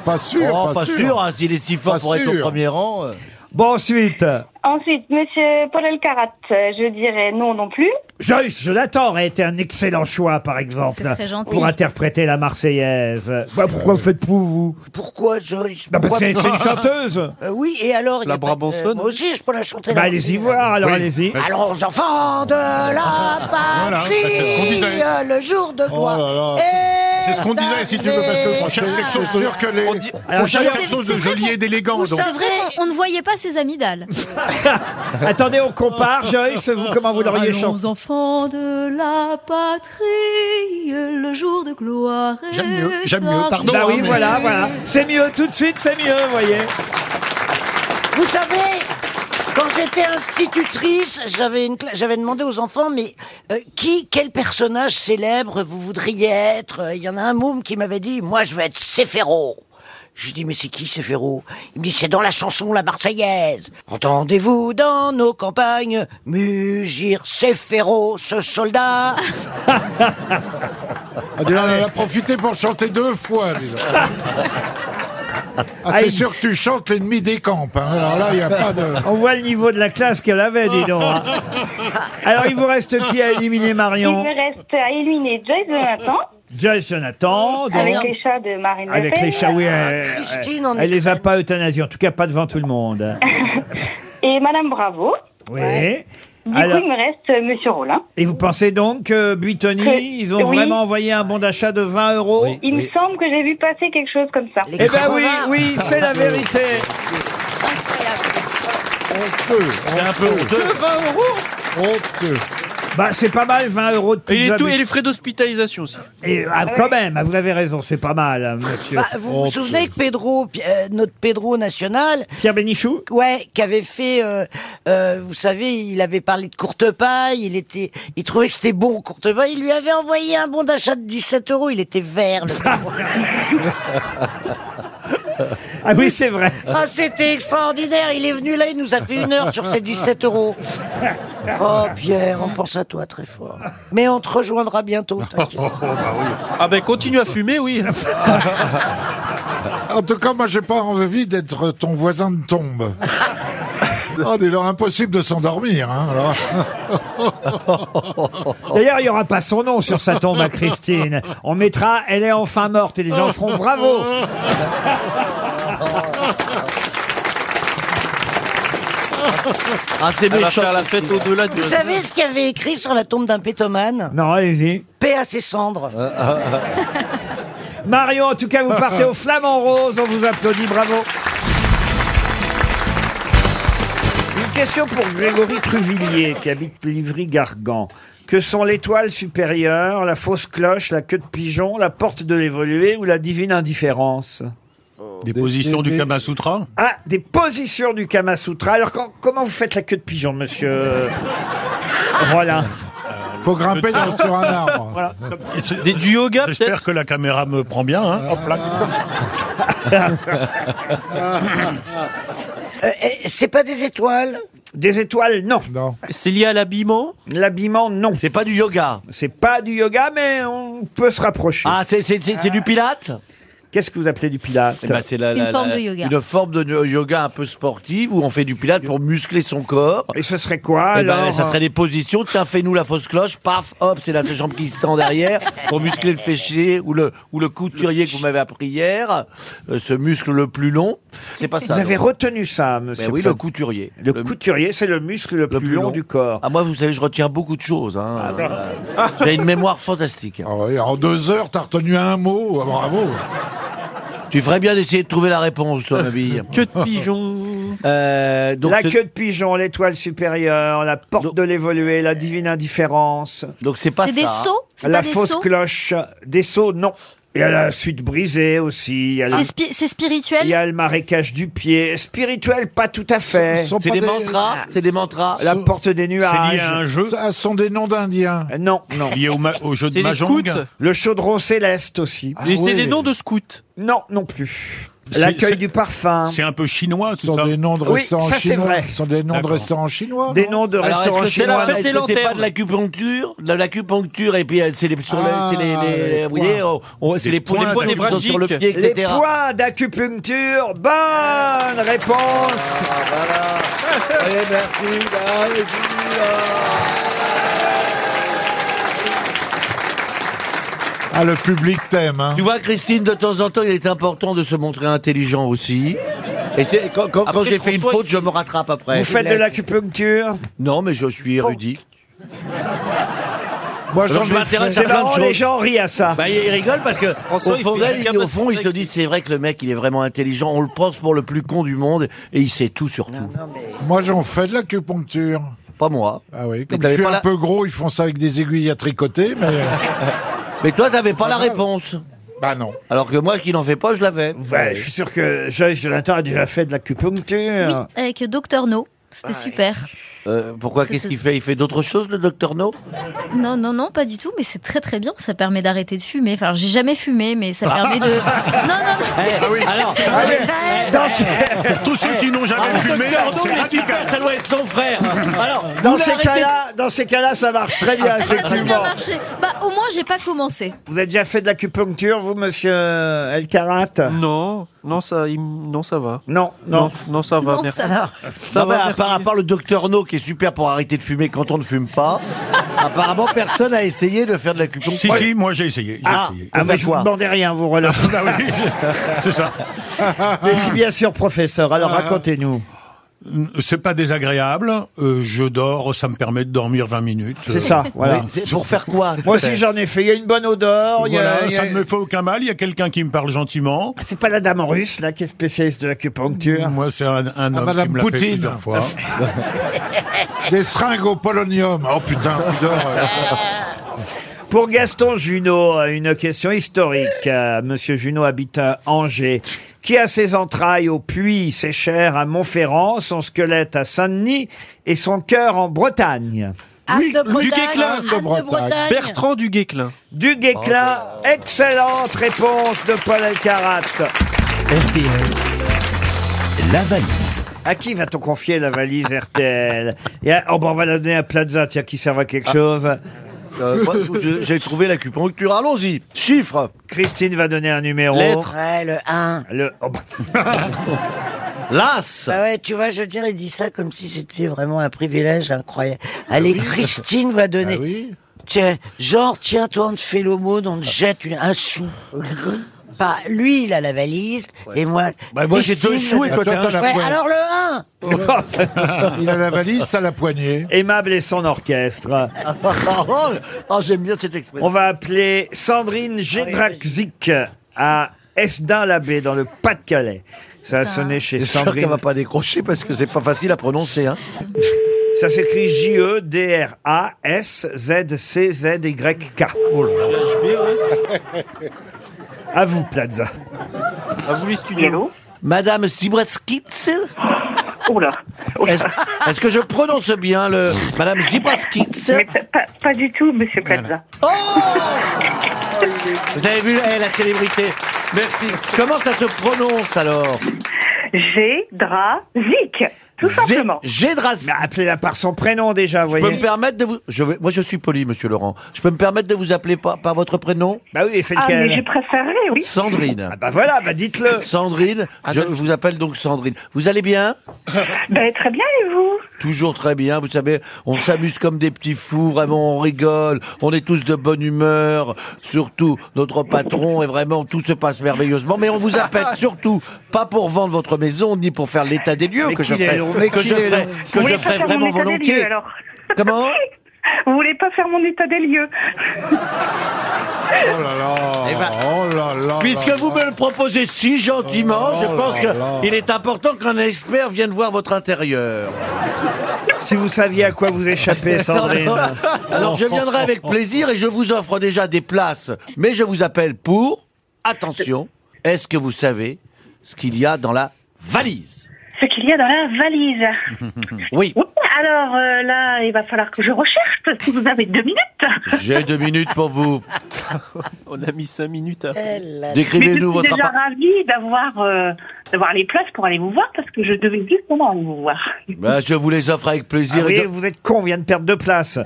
Speaker 3: pas, pas sûr,
Speaker 7: Oh,
Speaker 3: pas,
Speaker 7: pas sûr, hein, s'il est si fort
Speaker 3: Pas
Speaker 7: pour être au
Speaker 3: sûr.
Speaker 7: premier rang. euh.
Speaker 2: Bon, ensuite,
Speaker 17: Ensuite, Monsieur Paul Elkarat, euh, je dirais non non plus.
Speaker 2: Joyce Jonathan aurait été un excellent choix, par exemple,
Speaker 17: C'est très gentil.
Speaker 2: pour interpréter la Marseillaise. Bah, pourquoi vous faites pour vous
Speaker 9: Pourquoi, Joyce
Speaker 2: Bah, parce
Speaker 9: Pourquoi-
Speaker 2: que c'est une chanteuse.
Speaker 9: Euh, Oui, et alors il y
Speaker 2: La
Speaker 9: a pas-
Speaker 2: Brabançonne.
Speaker 9: euh, Moi aussi, je peux la chanter.
Speaker 2: Bah,
Speaker 9: la
Speaker 2: allez-y
Speaker 9: Marseillaise.
Speaker 2: voir, alors allez-y.
Speaker 9: Alors, aux enfants de la
Speaker 2: Voilà,
Speaker 9: patrie,
Speaker 2: ça, c'est ce qu'on disait.
Speaker 9: le jour de
Speaker 3: Oh
Speaker 9: gloire.
Speaker 3: là là. C'est ce qu'on disait, si tu veux, parce que on cherche quelque chose de. Que les...
Speaker 8: On cherche
Speaker 4: c'est-
Speaker 8: quelque chose
Speaker 4: c'est
Speaker 8: de
Speaker 4: vrai
Speaker 8: joli et d'élégant.
Speaker 4: C'est
Speaker 8: donc.
Speaker 4: vrai, on ne voyait pas ses amygdales.
Speaker 2: Attendez, on compare, Joyce, vous, comment vous l'auriez chanté
Speaker 4: Allons enfants de la patrie, le jour de gloire. est
Speaker 2: J'aime mieux,
Speaker 4: arrivé.
Speaker 2: j'aime mieux, pardon, Bah oui, hein, mais- voilà, voilà. C'est mieux, tout de suite, c'est mieux, vous voyez.
Speaker 9: Vous savez, quand j'étais institutrice, j'avais une cla- j'avais demandé aux enfants, mais euh, qui, quel personnage célèbre vous voudriez être Il y en a un môme qui m'avait dit, moi je veux être Séphiro. Je lui dis, mais c'est qui Séphiro Il me dit, c'est dans la chanson La Marseillaise. Entendez-vous dans nos campagnes mugir Séphiro, ce soldat
Speaker 3: Ah, dis là, elle a profité pour chanter deux fois, disons. Ah, c'est sûr que tu chantes l'ennemi des camps. hein. Alors là, il n'y a pas de.
Speaker 2: On voit le niveau de la classe qu'elle avait, dis donc. hein. Alors, il vous reste qui à éliminer, Marion
Speaker 17: Il me reste à éliminer Joyce Jonathan
Speaker 2: Joyce Jonathan, Oh, donc,
Speaker 17: avec les chats de Marine Le
Speaker 2: avec
Speaker 17: Pen.
Speaker 2: les chats, oui, elle,
Speaker 17: Christine en
Speaker 2: elle les a
Speaker 17: Ukraine.
Speaker 2: pas euthanasiés, en tout cas pas devant tout le monde.
Speaker 17: et Madame Bravo.
Speaker 2: Oui.
Speaker 17: Du
Speaker 2: Alors-
Speaker 17: coup, il me reste euh, Monsieur Rollin.
Speaker 2: Et vous pensez donc
Speaker 17: Que-
Speaker 2: que Buitoni, ils ont
Speaker 17: oui.
Speaker 2: vraiment envoyé un bon d'achat de 20 euros
Speaker 17: Il me semble que j'ai vu passer quelque chose comme ça.
Speaker 2: Eh ben oui, oui, c'est la vérité.
Speaker 23: C'est un peu honteux.
Speaker 6: 20 euros
Speaker 2: Bah, c'est pas mal, 20 euros de
Speaker 6: et les,
Speaker 2: pizza.
Speaker 6: taux-
Speaker 2: mais-
Speaker 6: et les frais d'hospitalisation aussi.
Speaker 2: Et, ah, quand même, ah, vous avez raison, c'est pas mal, hein, monsieur.
Speaker 9: Bah, vous vous souvenez que Pedro, Pi- euh, notre Pedro national,
Speaker 2: Pierre Bénichou,
Speaker 9: ouais, qui avait fait, euh, euh, vous savez, il avait parlé de Courtepaille, il était, il trouvait que c'était bon Courtepaille, il lui avait envoyé un bon d'achat de 17 euros, il était vert. Le Pedro.
Speaker 2: Ah oui, c'est vrai.
Speaker 9: ah, c'était extraordinaire, il est venu là, il nous a fait une heure sur ces 17 euros. Oh Pierre, on pense à toi très fort. Mais on te rejoindra bientôt. t'inquiète.
Speaker 6: Ah ben continue à fumer, oui.
Speaker 3: En tout cas, moi, j'ai pas envie d'être ton voisin de tombe. Oh, il est impossible de s'endormir. hein, alors.
Speaker 2: D'ailleurs, il n'y aura pas son nom sur sa tombe à Christine. On mettra « Elle est enfin morte » et les gens feront « Bravo !»
Speaker 9: Oh.
Speaker 6: Ah c'est
Speaker 23: méchant.
Speaker 6: faire la fête au-delà du.
Speaker 9: Vous savez ce qu'il y avait écrit sur la tombe d'un pétomane
Speaker 2: Non, allez-y.
Speaker 9: Paix à ses
Speaker 2: Euh,
Speaker 9: cendres.
Speaker 2: Marion, euh. en tout cas, vous partez au Flamand Rose. On vous applaudit, bravo. Une question pour Grégory Truvillier, qui habite Livry-Gargan. Que sont l'étoile supérieure, la fausse cloche, la queue de pigeon, la porte de l'évolué ou la divine indifférence
Speaker 8: Des positions du Kama Sutra
Speaker 2: Ah, des positions du Kama Sutra. Alors, quand- comment vous faites la queue de pigeon, monsieur euh, Rollin
Speaker 3: Faut grimper dans- sur un arbre.
Speaker 6: Des, du yoga
Speaker 8: J'espère que la caméra me prend bien. Hein. Hop là.
Speaker 9: Euh, eh, c'est pas des étoiles
Speaker 2: Des étoiles, non.
Speaker 6: C'est lié à l'habillement
Speaker 2: L'habillement, non.
Speaker 7: C'est pas du yoga.
Speaker 2: C'est pas du yoga, mais on peut se rapprocher. Euh.
Speaker 7: Ah, c'est, c'est, c'est, c'est du pilate
Speaker 2: Qu'est-ce que vous appelez du pilate
Speaker 7: Eh ben, c'est la-
Speaker 4: C'est une
Speaker 7: la-
Speaker 4: forme
Speaker 7: la-
Speaker 4: de yoga.
Speaker 7: Une forme de yoga un peu sportive où on fait du pilate pour muscler son corps. Eh ben,
Speaker 2: Et ce serait quoi alors
Speaker 7: Ça serait des positions. Tiens, fais-nous la fausse cloche. Paf, hop, c'est la jambe qui se tend derrière pour muscler le fessier ou le, ou le couturier que vous m'avez appris hier. euh, ce muscle le plus long. C'est pas ça.
Speaker 2: Vous avez
Speaker 7: non
Speaker 2: retenu ça, monsieur.
Speaker 7: Ben oui, le
Speaker 2: Plaza.
Speaker 7: couturier.
Speaker 2: Le, couturier, c'est le muscle le, plus, long, du corps. Ah,
Speaker 7: Ah, moi, vous savez, je retiens beaucoup de choses. hein. Euh, J'ai une mémoire fantastique.
Speaker 3: Ah oui, en deux heures, t'as retenu un mot. Ah, bravo.
Speaker 7: Tu ferais bien d'essayer de trouver la réponse, toi, ma bille.
Speaker 6: Que de pigeon.
Speaker 7: Euh, donc
Speaker 2: la
Speaker 7: c'est-
Speaker 2: queue de pigeon, l'étoile supérieure, la porte de l'évolué, la divine indifférence.
Speaker 7: Donc c'est pas hein.
Speaker 4: C'est des ça. sauts C'est
Speaker 2: La
Speaker 4: pas des
Speaker 2: fausse
Speaker 4: sauts
Speaker 2: cloche. Des sauts, non. Il y a la suite brisée aussi. Il y a, la-
Speaker 4: C'est spi- c'est
Speaker 2: il y
Speaker 4: spirituel
Speaker 2: a le marécage du pied. Spirituel, pas tout à fait.
Speaker 3: sont
Speaker 7: C'est
Speaker 3: pas Ah,
Speaker 7: des mantras, c'est des mantras.
Speaker 2: La porte des nuages. Euh,
Speaker 8: lié à un jeu
Speaker 3: Ça, ce sont des noms d'Indiens.
Speaker 2: Non, non.
Speaker 8: lié au, ma- au jeu de
Speaker 6: C'est des
Speaker 8: Mahjong.
Speaker 6: scouts.
Speaker 2: Le chaudron céleste aussi.
Speaker 6: Et c'est
Speaker 3: Ah oui.
Speaker 6: des noms de scouts.
Speaker 2: Non, non plus. L'accueil du parfum.
Speaker 8: C'est un peu chinois, c'est
Speaker 3: ça des noms de
Speaker 2: Oui,
Speaker 3: restaurants
Speaker 2: ça, c'est
Speaker 3: chinois.
Speaker 2: vrai.
Speaker 3: Ce sont des noms de
Speaker 2: D'accord.
Speaker 3: restaurants chinois.
Speaker 2: Des
Speaker 3: non
Speaker 2: noms de
Speaker 7: Alors, est-ce
Speaker 2: restaurants
Speaker 7: que c'est
Speaker 2: chinois.
Speaker 7: la fête des lanternes. C'est pas de l'acupuncture, de l'acupuncture et puis euh, c'est les sur le-
Speaker 2: Ah,
Speaker 7: c'est les, les-
Speaker 2: les
Speaker 7: vous voyez,
Speaker 2: points.
Speaker 7: on- on- c'est les, points,
Speaker 2: points
Speaker 7: les points sur le pied, etc.
Speaker 2: Les points d'acupuncture. Bonne réponse.
Speaker 7: Ah,
Speaker 3: Ah, le public t'aime. Hein.
Speaker 7: Tu vois, Christine, de temps en temps, il est important de se montrer intelligent aussi. Et c'est- quand, quand- quand
Speaker 2: Après,
Speaker 7: j'ai fait une
Speaker 2: François,
Speaker 7: faute, je me rattrape après.
Speaker 2: Vous faites de l'acupuncture
Speaker 7: Non, mais je suis érudit.
Speaker 2: Moi, j'en
Speaker 7: Alors, je
Speaker 2: ai
Speaker 7: m'intéresse
Speaker 2: fait.
Speaker 7: à
Speaker 2: C'est
Speaker 7: plein de
Speaker 2: marrant,
Speaker 7: choses.
Speaker 2: les gens rient à ça.
Speaker 7: Bah, ils rigolent parce que
Speaker 2: François,
Speaker 7: au
Speaker 2: il
Speaker 7: fond,
Speaker 2: fait
Speaker 7: d'elle,
Speaker 2: quelqu'un
Speaker 7: ils- au
Speaker 2: parce
Speaker 7: fond, ils se disent c'est vrai que le mec, il est vraiment intelligent. On le pense pour le plus con du monde et il sait tout sur tout.
Speaker 3: Moi, j'en fais de l'acupuncture.
Speaker 7: Pas moi.
Speaker 3: Ah oui,
Speaker 7: Mais
Speaker 3: comme je
Speaker 7: t'avais
Speaker 3: suis
Speaker 7: pas
Speaker 3: un
Speaker 7: la-
Speaker 3: peu gros, ils font ça avec des aiguilles à tricoter, mais... euh,
Speaker 7: Mais toi, t'avais
Speaker 2: Ah
Speaker 7: pas la réponse.
Speaker 3: Bah non.
Speaker 7: Alors que moi, qui n'en fais pas, je l'avais.
Speaker 2: Ouais, je suis sûr que Joyce Jonathan a déjà fait de l'acupuncture.
Speaker 4: Oui, avec Docteur No. C'était super.
Speaker 7: Euh, pourquoi Qu'est-ce qu'il fait Il fait d'autres choses, le docteur No
Speaker 4: Non, non, non, pas du tout, mais c'est très très bien. Ça permet d'arrêter de fumer. Enfin, j'ai jamais fumé, mais
Speaker 3: Ah,
Speaker 4: ça permet de. Non, non, non.
Speaker 7: Eh, Alors, eh,
Speaker 2: dans ce-
Speaker 8: Tous ceux qui n'ont jamais
Speaker 7: Ah,
Speaker 8: fumé,
Speaker 7: docteur No,
Speaker 8: c'est
Speaker 7: mais
Speaker 8: radical.
Speaker 7: super, ça doit être son frère. Alors,
Speaker 2: Dans
Speaker 7: vous
Speaker 2: ces
Speaker 7: l'arrêtez- Ah,
Speaker 2: cas-là, dans ces cas-là, ça marche très bien,
Speaker 4: Ça a très bien
Speaker 2: effectivement.
Speaker 4: marché. Bah, au moins, j'ai pas commencé.
Speaker 2: Vous avez déjà fait de l'acupuncture, vous, monsieur El Karat
Speaker 6: Non, non ça, il- non, ça va.
Speaker 2: Non,
Speaker 6: non, non, ça va.
Speaker 4: Non,
Speaker 6: merci.
Speaker 4: ça va.
Speaker 6: Ça
Speaker 7: Non,
Speaker 6: va,
Speaker 7: mais à,
Speaker 6: merci.
Speaker 7: part, à part le docteur No qui est super pour arrêter de fumer quand on ne fume pas, apparemment personne n'a essayé de faire de l'acupuncture.
Speaker 8: Si, si, moi j'ai essayé. j'ai
Speaker 7: Ah,
Speaker 8: essayé.
Speaker 2: Ah,
Speaker 7: On
Speaker 2: bah,
Speaker 7: fait
Speaker 2: je vous
Speaker 7: quoi
Speaker 2: demandais rien, vous relâchez.
Speaker 6: Ah
Speaker 8: Bah oui, c'est ça.
Speaker 2: Mais si, bien sûr, professeur. Alors,
Speaker 8: Ah.
Speaker 2: racontez-nous.
Speaker 8: C'est pas désagréable. euh, je dors, ça me permet de dormir 20 minutes. Euh,
Speaker 2: C'est ça, voilà.
Speaker 7: Mais c'est pour faire quoi
Speaker 2: Moi aussi, j'en ai fait. Il y a une bonne odeur. il y a-
Speaker 8: Voilà,
Speaker 2: il y a- Ah,
Speaker 8: ça ne me fait aucun mal. Il y a quelqu'un qui me parle gentiment.
Speaker 2: C'est pas la dame en russe, là, qui est spécialiste de l'acupuncture.
Speaker 8: Moi, c'est un, un homme
Speaker 3: Madame
Speaker 8: qui me l'a fait
Speaker 3: Poutine.
Speaker 8: plusieurs fois.
Speaker 3: Des seringues au polonium. Oh putain, pudeur.
Speaker 2: Pour Gaston Junot, une question historique. Euh, Monsieur Junot habite à Angers. Qui a ses entrailles au puits, ses chairs à Montferrand, son squelette à Saint-Denis et son cœur en Bretagne
Speaker 9: Anne de Bretagne, Anne de Bretagne.
Speaker 6: Bertrand du Guesclin.
Speaker 2: Du Guesclin, excellente réponse de Paul Elkarat.
Speaker 24: La valise.
Speaker 2: À qui va-t-on confier la valise RTL Et à- oh, bah, On va la donner à Plaza, tiens, qui serve à quelque chose.
Speaker 7: Ah. Euh, moi, je- J'ai trouvé l'acupuncture. Allons-y. Chiffre.
Speaker 2: Christine va donner un numéro.
Speaker 7: Lettre.
Speaker 9: Ouais, le 1.
Speaker 2: Le... oh, bah,
Speaker 7: Las.
Speaker 9: Bah ouais, tu vois, je veux dire, il dit ça comme si c'était vraiment un privilège incroyable. Allez,
Speaker 7: Ah
Speaker 9: Christine va donner. Tiens, genre, tiens, toi, on te fait l'aumône,
Speaker 7: Ah.
Speaker 9: on te jette une- un sou. Pas, lui, il a la valise, et moi.
Speaker 7: Bah, moi, j'ai
Speaker 9: Christine-
Speaker 7: deux sous et toi,
Speaker 3: Attends,
Speaker 7: t'as un
Speaker 3: t'as la
Speaker 9: Ouais,
Speaker 3: poigne.
Speaker 9: alors le 1
Speaker 3: Il a la valise à la poignée.
Speaker 2: Aimable et son orchestre.
Speaker 7: Oh, oh, j'aime bien cette expression.
Speaker 2: On va appeler Sandrine Gédraxic à Esdin-l'Abbé, dans le Pas-de-Calais. Ça a sonné chez
Speaker 7: J'espère qu'elle
Speaker 2: Sandrine.
Speaker 7: va pas décrocher parce que c'est pas facile à prononcer. Hein.
Speaker 2: Ça s'écrit J-E-D-R-A-S-Z-C-Z-Y-K. Oh À vous, Plaza.
Speaker 6: À vous les studios.
Speaker 7: Madame Zibratskitz
Speaker 17: Oula.
Speaker 7: Est-ce est-ce que je prononce bien le Madame Zibratskitz
Speaker 17: Mais pas, pas- pas du tout, monsieur Plaza.
Speaker 2: Oh
Speaker 7: Vous avez vu eh, la célébrité Merci. Comment ça se prononce alors
Speaker 17: Gédrazic, tout simplement.
Speaker 7: Gédras.
Speaker 2: Mais appelez-la par son prénom déjà, vous
Speaker 7: Je peux me
Speaker 2: voyez.
Speaker 7: permettre de vous. Je vais... Moi, je suis poli, monsieur Laurent. Je peux me permettre de vous appeler par, par votre prénom
Speaker 2: Bah oui, c'est
Speaker 17: Ah, mais j'ai
Speaker 2: lequel
Speaker 17: préféré, oui.
Speaker 7: Sandrine.
Speaker 2: Bah voilà, bah dites-le. Ah bah.
Speaker 7: Sandrine, je vous appelle donc Sandrine. Vous allez bien
Speaker 17: Ben, très bien, et vous
Speaker 7: Toujours très bien, vous savez, on s'amuse comme des petits fous, vraiment on rigole, on est tous de bonne humeur, surtout notre patron et vraiment tout se passe merveilleusement, mais on vous appelle surtout pas pour vendre votre maison ni pour faire l'état des lieux
Speaker 2: Mais
Speaker 7: que je
Speaker 2: qu'il est
Speaker 7: ferai,
Speaker 2: long, mais
Speaker 7: que
Speaker 2: qu'il
Speaker 7: je
Speaker 2: est
Speaker 7: ferai,
Speaker 2: long.
Speaker 7: que
Speaker 17: Vous
Speaker 7: je
Speaker 17: voulez pas
Speaker 7: ferai
Speaker 17: faire mon
Speaker 7: vraiment
Speaker 17: état des
Speaker 7: volontiers.
Speaker 17: lieux, alors
Speaker 7: Comment
Speaker 17: Vous voulez pas faire mon état des lieux
Speaker 3: Oh là là.
Speaker 7: Eh ben,
Speaker 3: oh là là.
Speaker 7: Puisque
Speaker 3: là
Speaker 7: vous
Speaker 3: là.
Speaker 7: me le proposez si gentiment, je
Speaker 3: Oh
Speaker 7: pense
Speaker 3: là là.
Speaker 7: qu'il est important qu'un expert vienne voir votre intérieur.
Speaker 2: Si vous saviez à quoi vous échappez, Sandrine.
Speaker 7: Alors je viendrai avec plaisir et je vous offre déjà des places, mais je vous appelle pour attention. Est-ce que vous savez ce qu'il y a dans la valise
Speaker 17: Ce qu'il y a dans la valise.
Speaker 7: Oui,
Speaker 17: Oui, alors euh, là, il va falloir que je recherche, parce que vous avez deux minutes.
Speaker 7: j'ai deux minutes pour vous.
Speaker 6: On a mis 5 minutes à.
Speaker 25: Décrivez-nous
Speaker 17: Eh Mais Je
Speaker 25: votre
Speaker 17: suis déjà
Speaker 25: appart-
Speaker 17: ravie d'avoir euh, d'avoir les places pour aller vous voir parce que je devais justement aller vous voir.
Speaker 7: Ben, je vous les offre avec plaisir.
Speaker 2: Ah oui, vous êtes con, on vient de perdre deux places.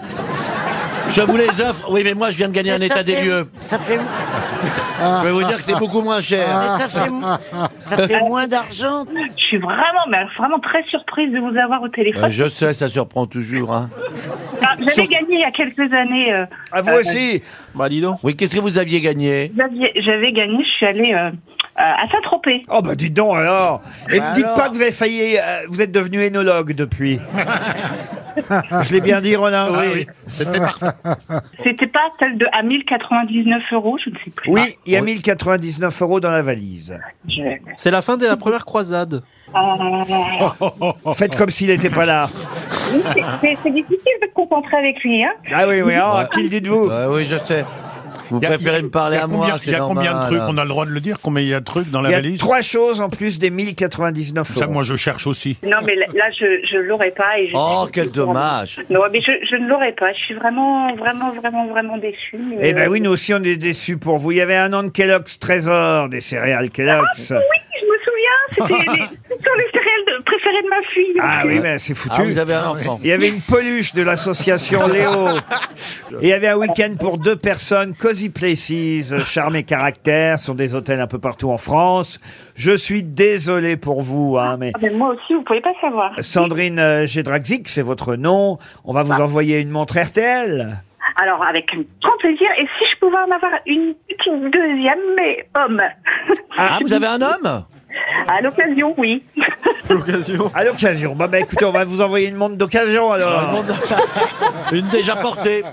Speaker 7: Je vous les offre. Oui, mais moi, je viens de gagner un
Speaker 9: Ça
Speaker 7: état des
Speaker 9: fait-
Speaker 7: lieux.
Speaker 9: Ça fait,
Speaker 7: Je vais vous dire que c'est beaucoup moins cher.
Speaker 9: Mais ça fait mo- ça fait moins d'argent.
Speaker 17: Je suis vraiment, mais alors vraiment très surprise de vous avoir au téléphone.
Speaker 7: Ben, je sais, ça surprend toujours. Hein.
Speaker 17: Ah, J'avais gagné il y a quelques années. euh,
Speaker 25: Ah,
Speaker 17: euh,
Speaker 7: Bah, dis donc. Oui, qu'est-ce que vous aviez gagné
Speaker 17: j'avais- J'avais gagné, je suis allée euh, euh, à Saint-Tropez.
Speaker 2: Oh bah dis donc alors Et
Speaker 17: Bah
Speaker 2: me dites
Speaker 17: alors.
Speaker 2: pas que vous avez failli... euh, vous êtes devenu énologue depuis. Je l'ai bien dit, Ronin
Speaker 17: Ah oui, c'était parfait. C'était pas celle de à 1099 euros, je ne sais plus.
Speaker 2: Oui, il y a 1099 euros dans la valise.
Speaker 6: C'est la fin de la première croisade.
Speaker 17: Euh,
Speaker 2: Faites comme s'il n'était pas là.
Speaker 17: oui, c'est- c'est- c'est difficile de se concentrer avec lui. Hein.
Speaker 2: Ah oui, oui, ah,
Speaker 7: Ouais.
Speaker 2: qui le dites-vous
Speaker 7: Oui, je sais. Vous préférez me parler
Speaker 8: Il y a
Speaker 7: à moi
Speaker 8: combien, il y a
Speaker 7: c'est
Speaker 8: combien de
Speaker 7: normal,
Speaker 8: trucs
Speaker 7: hein.
Speaker 8: On a le droit de le dire Combien il y a de trucs dans la
Speaker 2: Il y a
Speaker 8: valise
Speaker 2: trois choses en plus des 1099 euros.
Speaker 8: Ça, moi, je cherche aussi.
Speaker 17: Non, mais là- là, je je l'aurais pas. Et je-
Speaker 8: Oh, quel dommage.
Speaker 17: Non, mais je, je ne l'aurais pas. Je suis vraiment, vraiment, vraiment, vraiment déçue. mais,
Speaker 2: Eh ben
Speaker 17: euh,
Speaker 2: oui, nous aussi on est déçus pour vous. Il y avait un an de Kellogg's Trésor, des céréales Kellogg's.
Speaker 17: euh, Oui, je me souviens. C'était les, ce sont les céréales de- préférées de ma fille.
Speaker 2: Ah oui, mais c'est foutu.
Speaker 7: Ah, vous avez un enfant.
Speaker 2: Il y avait une peluche de l'association Léo. Et il y avait un week-end pour deux personnes, Cozy Places, euh, Charme et Caractère, sont des hôtels un peu partout en France. Je suis désolé pour vous, hein, mais
Speaker 17: Ah, mais moi aussi, vous pouvez pas savoir.
Speaker 2: Sandrine euh, Gédraxic, c'est votre nom. On va vous
Speaker 17: Bah.
Speaker 2: envoyer une montre RTL.
Speaker 17: Alors, avec un grand plaisir. Et si je pouvais en avoir une petite deuxième, mais homme.
Speaker 2: Ah, vous avez un homme
Speaker 17: À l'occasion, oui.
Speaker 2: À l'occasion. À l'occasion. Bah, bah écoutez, on va vous envoyer une montre d'occasion alors.
Speaker 7: Une déjà portée.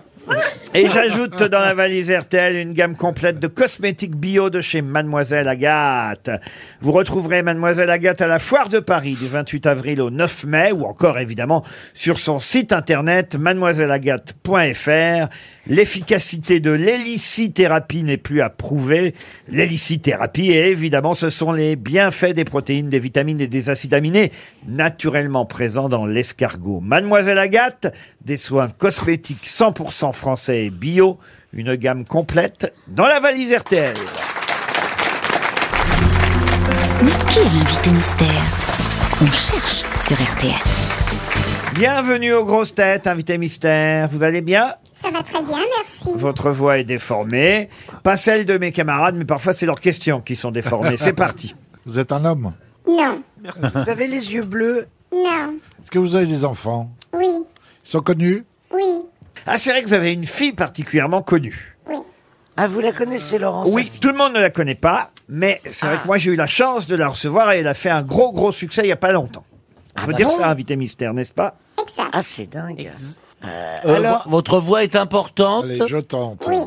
Speaker 2: Et j'ajoute dans la valise RTL une gamme complète de cosmétiques bio de chez Mademoiselle Agathe. Vous retrouverez Mademoiselle Agathe à la Foire de Paris du 28 avril au 9 mai ou encore évidemment sur son site internet mademoiselleagathe.fr. L'efficacité de l'hélicithérapie n'est plus à prouver. L'hélicithérapie, et évidemment, ce sont les bienfaits des protéines, des vitamines et des acides aminés naturellement présents dans l'escargot. Mademoiselle Agathe, des soins cosmétiques 100% français et bio, une gamme complète dans la valise RTL.
Speaker 26: Mais qui est l'invité mystère On cherche sur RTL.
Speaker 2: Bienvenue aux grosses têtes, invité mystère. Vous allez bien
Speaker 15: Ça va très bien, merci.
Speaker 2: Votre voix est déformée. Pas celle de mes camarades, mais parfois c'est leurs questions qui sont déformées. C'est parti.
Speaker 3: Vous êtes un homme
Speaker 15: Non.
Speaker 3: Vous
Speaker 15: avez les yeux bleus Non.
Speaker 3: Est-ce que vous avez des enfants
Speaker 15: Oui.
Speaker 3: Ils sont connus
Speaker 15: Oui.
Speaker 2: Ah, c'est vrai que vous avez une fille particulièrement connue.
Speaker 15: Oui.
Speaker 9: Ah, vous la connaissez, Laurence
Speaker 2: Oui, tout le monde ne la connaît pas, mais c'est
Speaker 9: Ah.
Speaker 2: vrai que moi j'ai eu la chance de la recevoir et elle a fait un gros gros succès il n'y a pas longtemps. On peut
Speaker 9: bah
Speaker 2: dire
Speaker 9: bon
Speaker 2: ça, invité mystère, n'est-ce pas
Speaker 9: Ah, c'est dingue. Euh,
Speaker 7: Euh,
Speaker 9: alors,
Speaker 7: vo- votre voix est importante.
Speaker 3: Allez, je tente.
Speaker 15: Oui.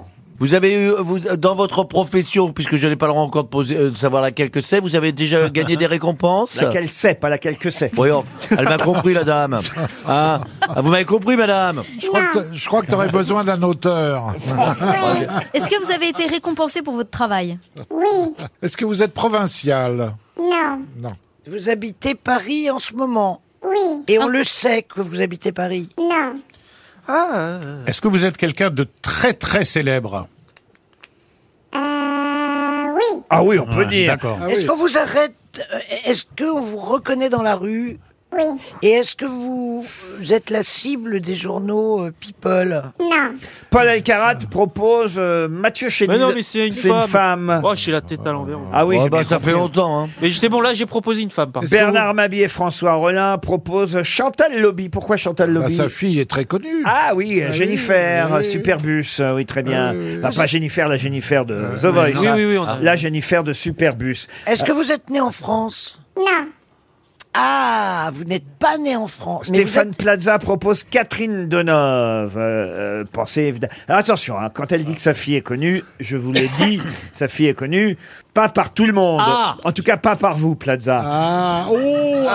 Speaker 7: Vous avez eu, vous, dans votre profession, puisque je n'ai pas le droit encore de, poser, euh, de savoir laquelle que c'est, vous avez déjà gagné des récompenses
Speaker 2: Laquelle c'est, pas laquelle que c'est.
Speaker 7: Voyons, elle m'a compris, la dame. Hein Ah, vous m'avez compris, madame
Speaker 3: Je crois que t- Je crois que tu aurais besoin d'un auteur.
Speaker 4: Est-ce que vous avez été récompensé pour votre travail
Speaker 15: Oui.
Speaker 3: Est-ce que vous êtes provincial
Speaker 15: Non.
Speaker 3: Non.
Speaker 9: vous habitez Paris en ce moment
Speaker 15: Oui.
Speaker 9: Et on le sait que vous habitez Paris.
Speaker 15: Non.
Speaker 2: Ah.
Speaker 8: Est-ce que vous êtes quelqu'un de très très célèbre
Speaker 15: Euh, oui.
Speaker 2: Ah oui, on peut
Speaker 8: Ouais,
Speaker 2: dire.
Speaker 8: d'accord.
Speaker 9: Est-ce qu'on vous arrête euh, Est-ce qu'on vous reconnaît dans la rue
Speaker 15: Oui.
Speaker 9: Et est-ce que vous, vous êtes la cible des journaux euh, People
Speaker 15: Non.
Speaker 2: Paul Alcarat propose euh, Mathieu Chédid.
Speaker 6: Mais non, mais c'est une femme.
Speaker 2: femme.
Speaker 6: Oh, j'ai la tête à l'envers.
Speaker 2: Ah oui,
Speaker 7: Oh,
Speaker 2: j'ai
Speaker 7: bah,
Speaker 2: bien
Speaker 7: ça fait
Speaker 2: compris.
Speaker 7: longtemps. Hein.
Speaker 6: Mais j'étais bon, là, j'ai proposé une femme. Par contre.
Speaker 2: Bernard Mabie et François Rollin proposent Chantal Lobby. Pourquoi Chantal Lobby
Speaker 3: Ah, bah, sa fille est très connue.
Speaker 2: Ah oui,
Speaker 3: Ah
Speaker 2: Jennifer,
Speaker 3: oui, oui, oui.
Speaker 2: Superbus, euh, oui très bien.
Speaker 3: Ah oui, oui,
Speaker 2: Bah,
Speaker 3: oui.
Speaker 2: pas Jennifer, la Jennifer de The
Speaker 3: oui,
Speaker 2: Voice.
Speaker 3: oui,
Speaker 2: hein.
Speaker 3: oui, oui, on a-
Speaker 2: La Jennifer de Superbus. Euh,
Speaker 9: Est-ce que vous êtes né en France
Speaker 15: Non.
Speaker 9: Ah, vous n'êtes pas né en France. mais vous
Speaker 2: Stéphane Plaza propose Catherine Deneuve. Euh, euh, pensez évidemment. Alors, attention, hein, quand elle dit que sa fille est connue, je vous l'ai dit, sa fille est connue, pas par tout le monde.
Speaker 3: Ah
Speaker 2: en tout cas, pas par vous, Plaza.
Speaker 3: Ah, oh,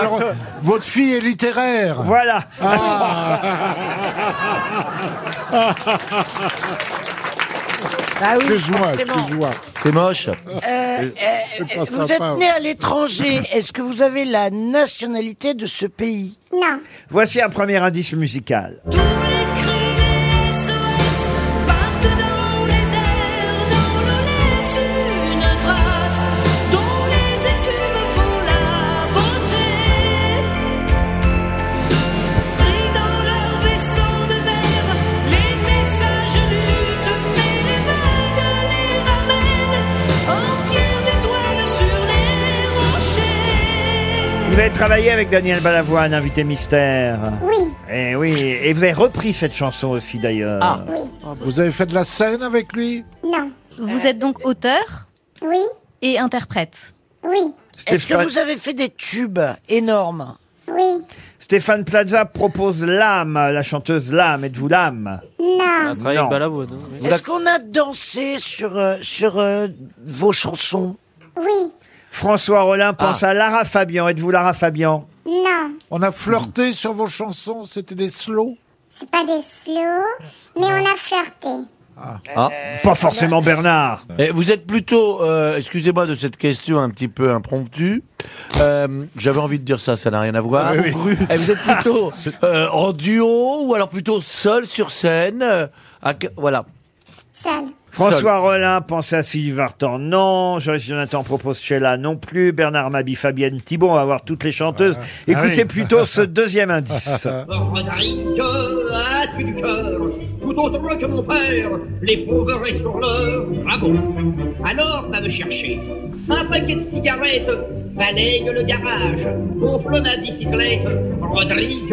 Speaker 3: alors, votre fille est littéraire. Ah.
Speaker 2: Voilà.
Speaker 9: Ah oui,
Speaker 3: Excuse-moi,
Speaker 9: forcément.
Speaker 3: excuse-moi.
Speaker 7: C'est moche.
Speaker 9: Euh, euh,
Speaker 3: C'est pas
Speaker 9: vous
Speaker 3: sympa,
Speaker 9: êtes
Speaker 3: hein.
Speaker 9: né à l'étranger. Est-ce que vous avez la nationalité de ce pays
Speaker 15: Non.
Speaker 2: Voici un premier indice musical.
Speaker 5: SOS partent dans les airs
Speaker 2: Vous avez travaillé avec Daniel Balavoine, invité mystère.
Speaker 5: Oui.
Speaker 2: Et oui, et vous avez repris cette chanson aussi d'ailleurs.
Speaker 5: Ah. Oui.
Speaker 2: Vous avez fait de la scène avec lui
Speaker 5: Non.
Speaker 4: Vous êtes donc auteur
Speaker 5: Oui.
Speaker 4: Et interprète
Speaker 5: Oui.
Speaker 9: Est-ce que
Speaker 2: Stéphane-
Speaker 9: vous avez fait des tubes énormes
Speaker 5: Oui.
Speaker 2: Stéphane Plaza propose l'âme, la chanteuse l'âme. Êtes-vous l'âme
Speaker 9: Non.
Speaker 6: travaillé avec Balavoine. hein.
Speaker 9: Est-ce qu'on a dansé sur, euh, sur euh, vos chansons Ah.
Speaker 5: Oui.
Speaker 2: François Rollin pense à Lara Fabian. Êtes-vous Lara Fabian
Speaker 5: Non.
Speaker 3: On a flirté sur vos chansons, c'était des slow
Speaker 5: C'est pas des slow, mais on a flirté.
Speaker 2: Ah, Euh, Pas forcément Bernard.
Speaker 7: Et Eh, vous êtes plutôt, euh, excusez-moi de cette question un petit peu impromptue. Euh, J'avais envie de dire ça, ça n'a rien à voir.
Speaker 27: Ah oui, oui.
Speaker 7: Et vous êtes plutôt euh, en duo ou alors plutôt seul sur scène. euh, à que- voilà.
Speaker 5: Seul.
Speaker 2: François Rollin pense à Sylvie Vartan, non. Joyce Jonathan propose Sheila, non plus. Bernard Mabi, Fabienne Thibon, on va voir toutes les chanteuses. Écoutez
Speaker 15: Ah oui.
Speaker 2: plutôt ce deuxième indice.
Speaker 15: Rodrigue a tué du cœur, tout autre que mon père, les pauvres et sur l'heure. Ah bon Alors va me chercher un paquet de cigarettes, balaye le garage, gonfle ma bicyclette. Rodrigue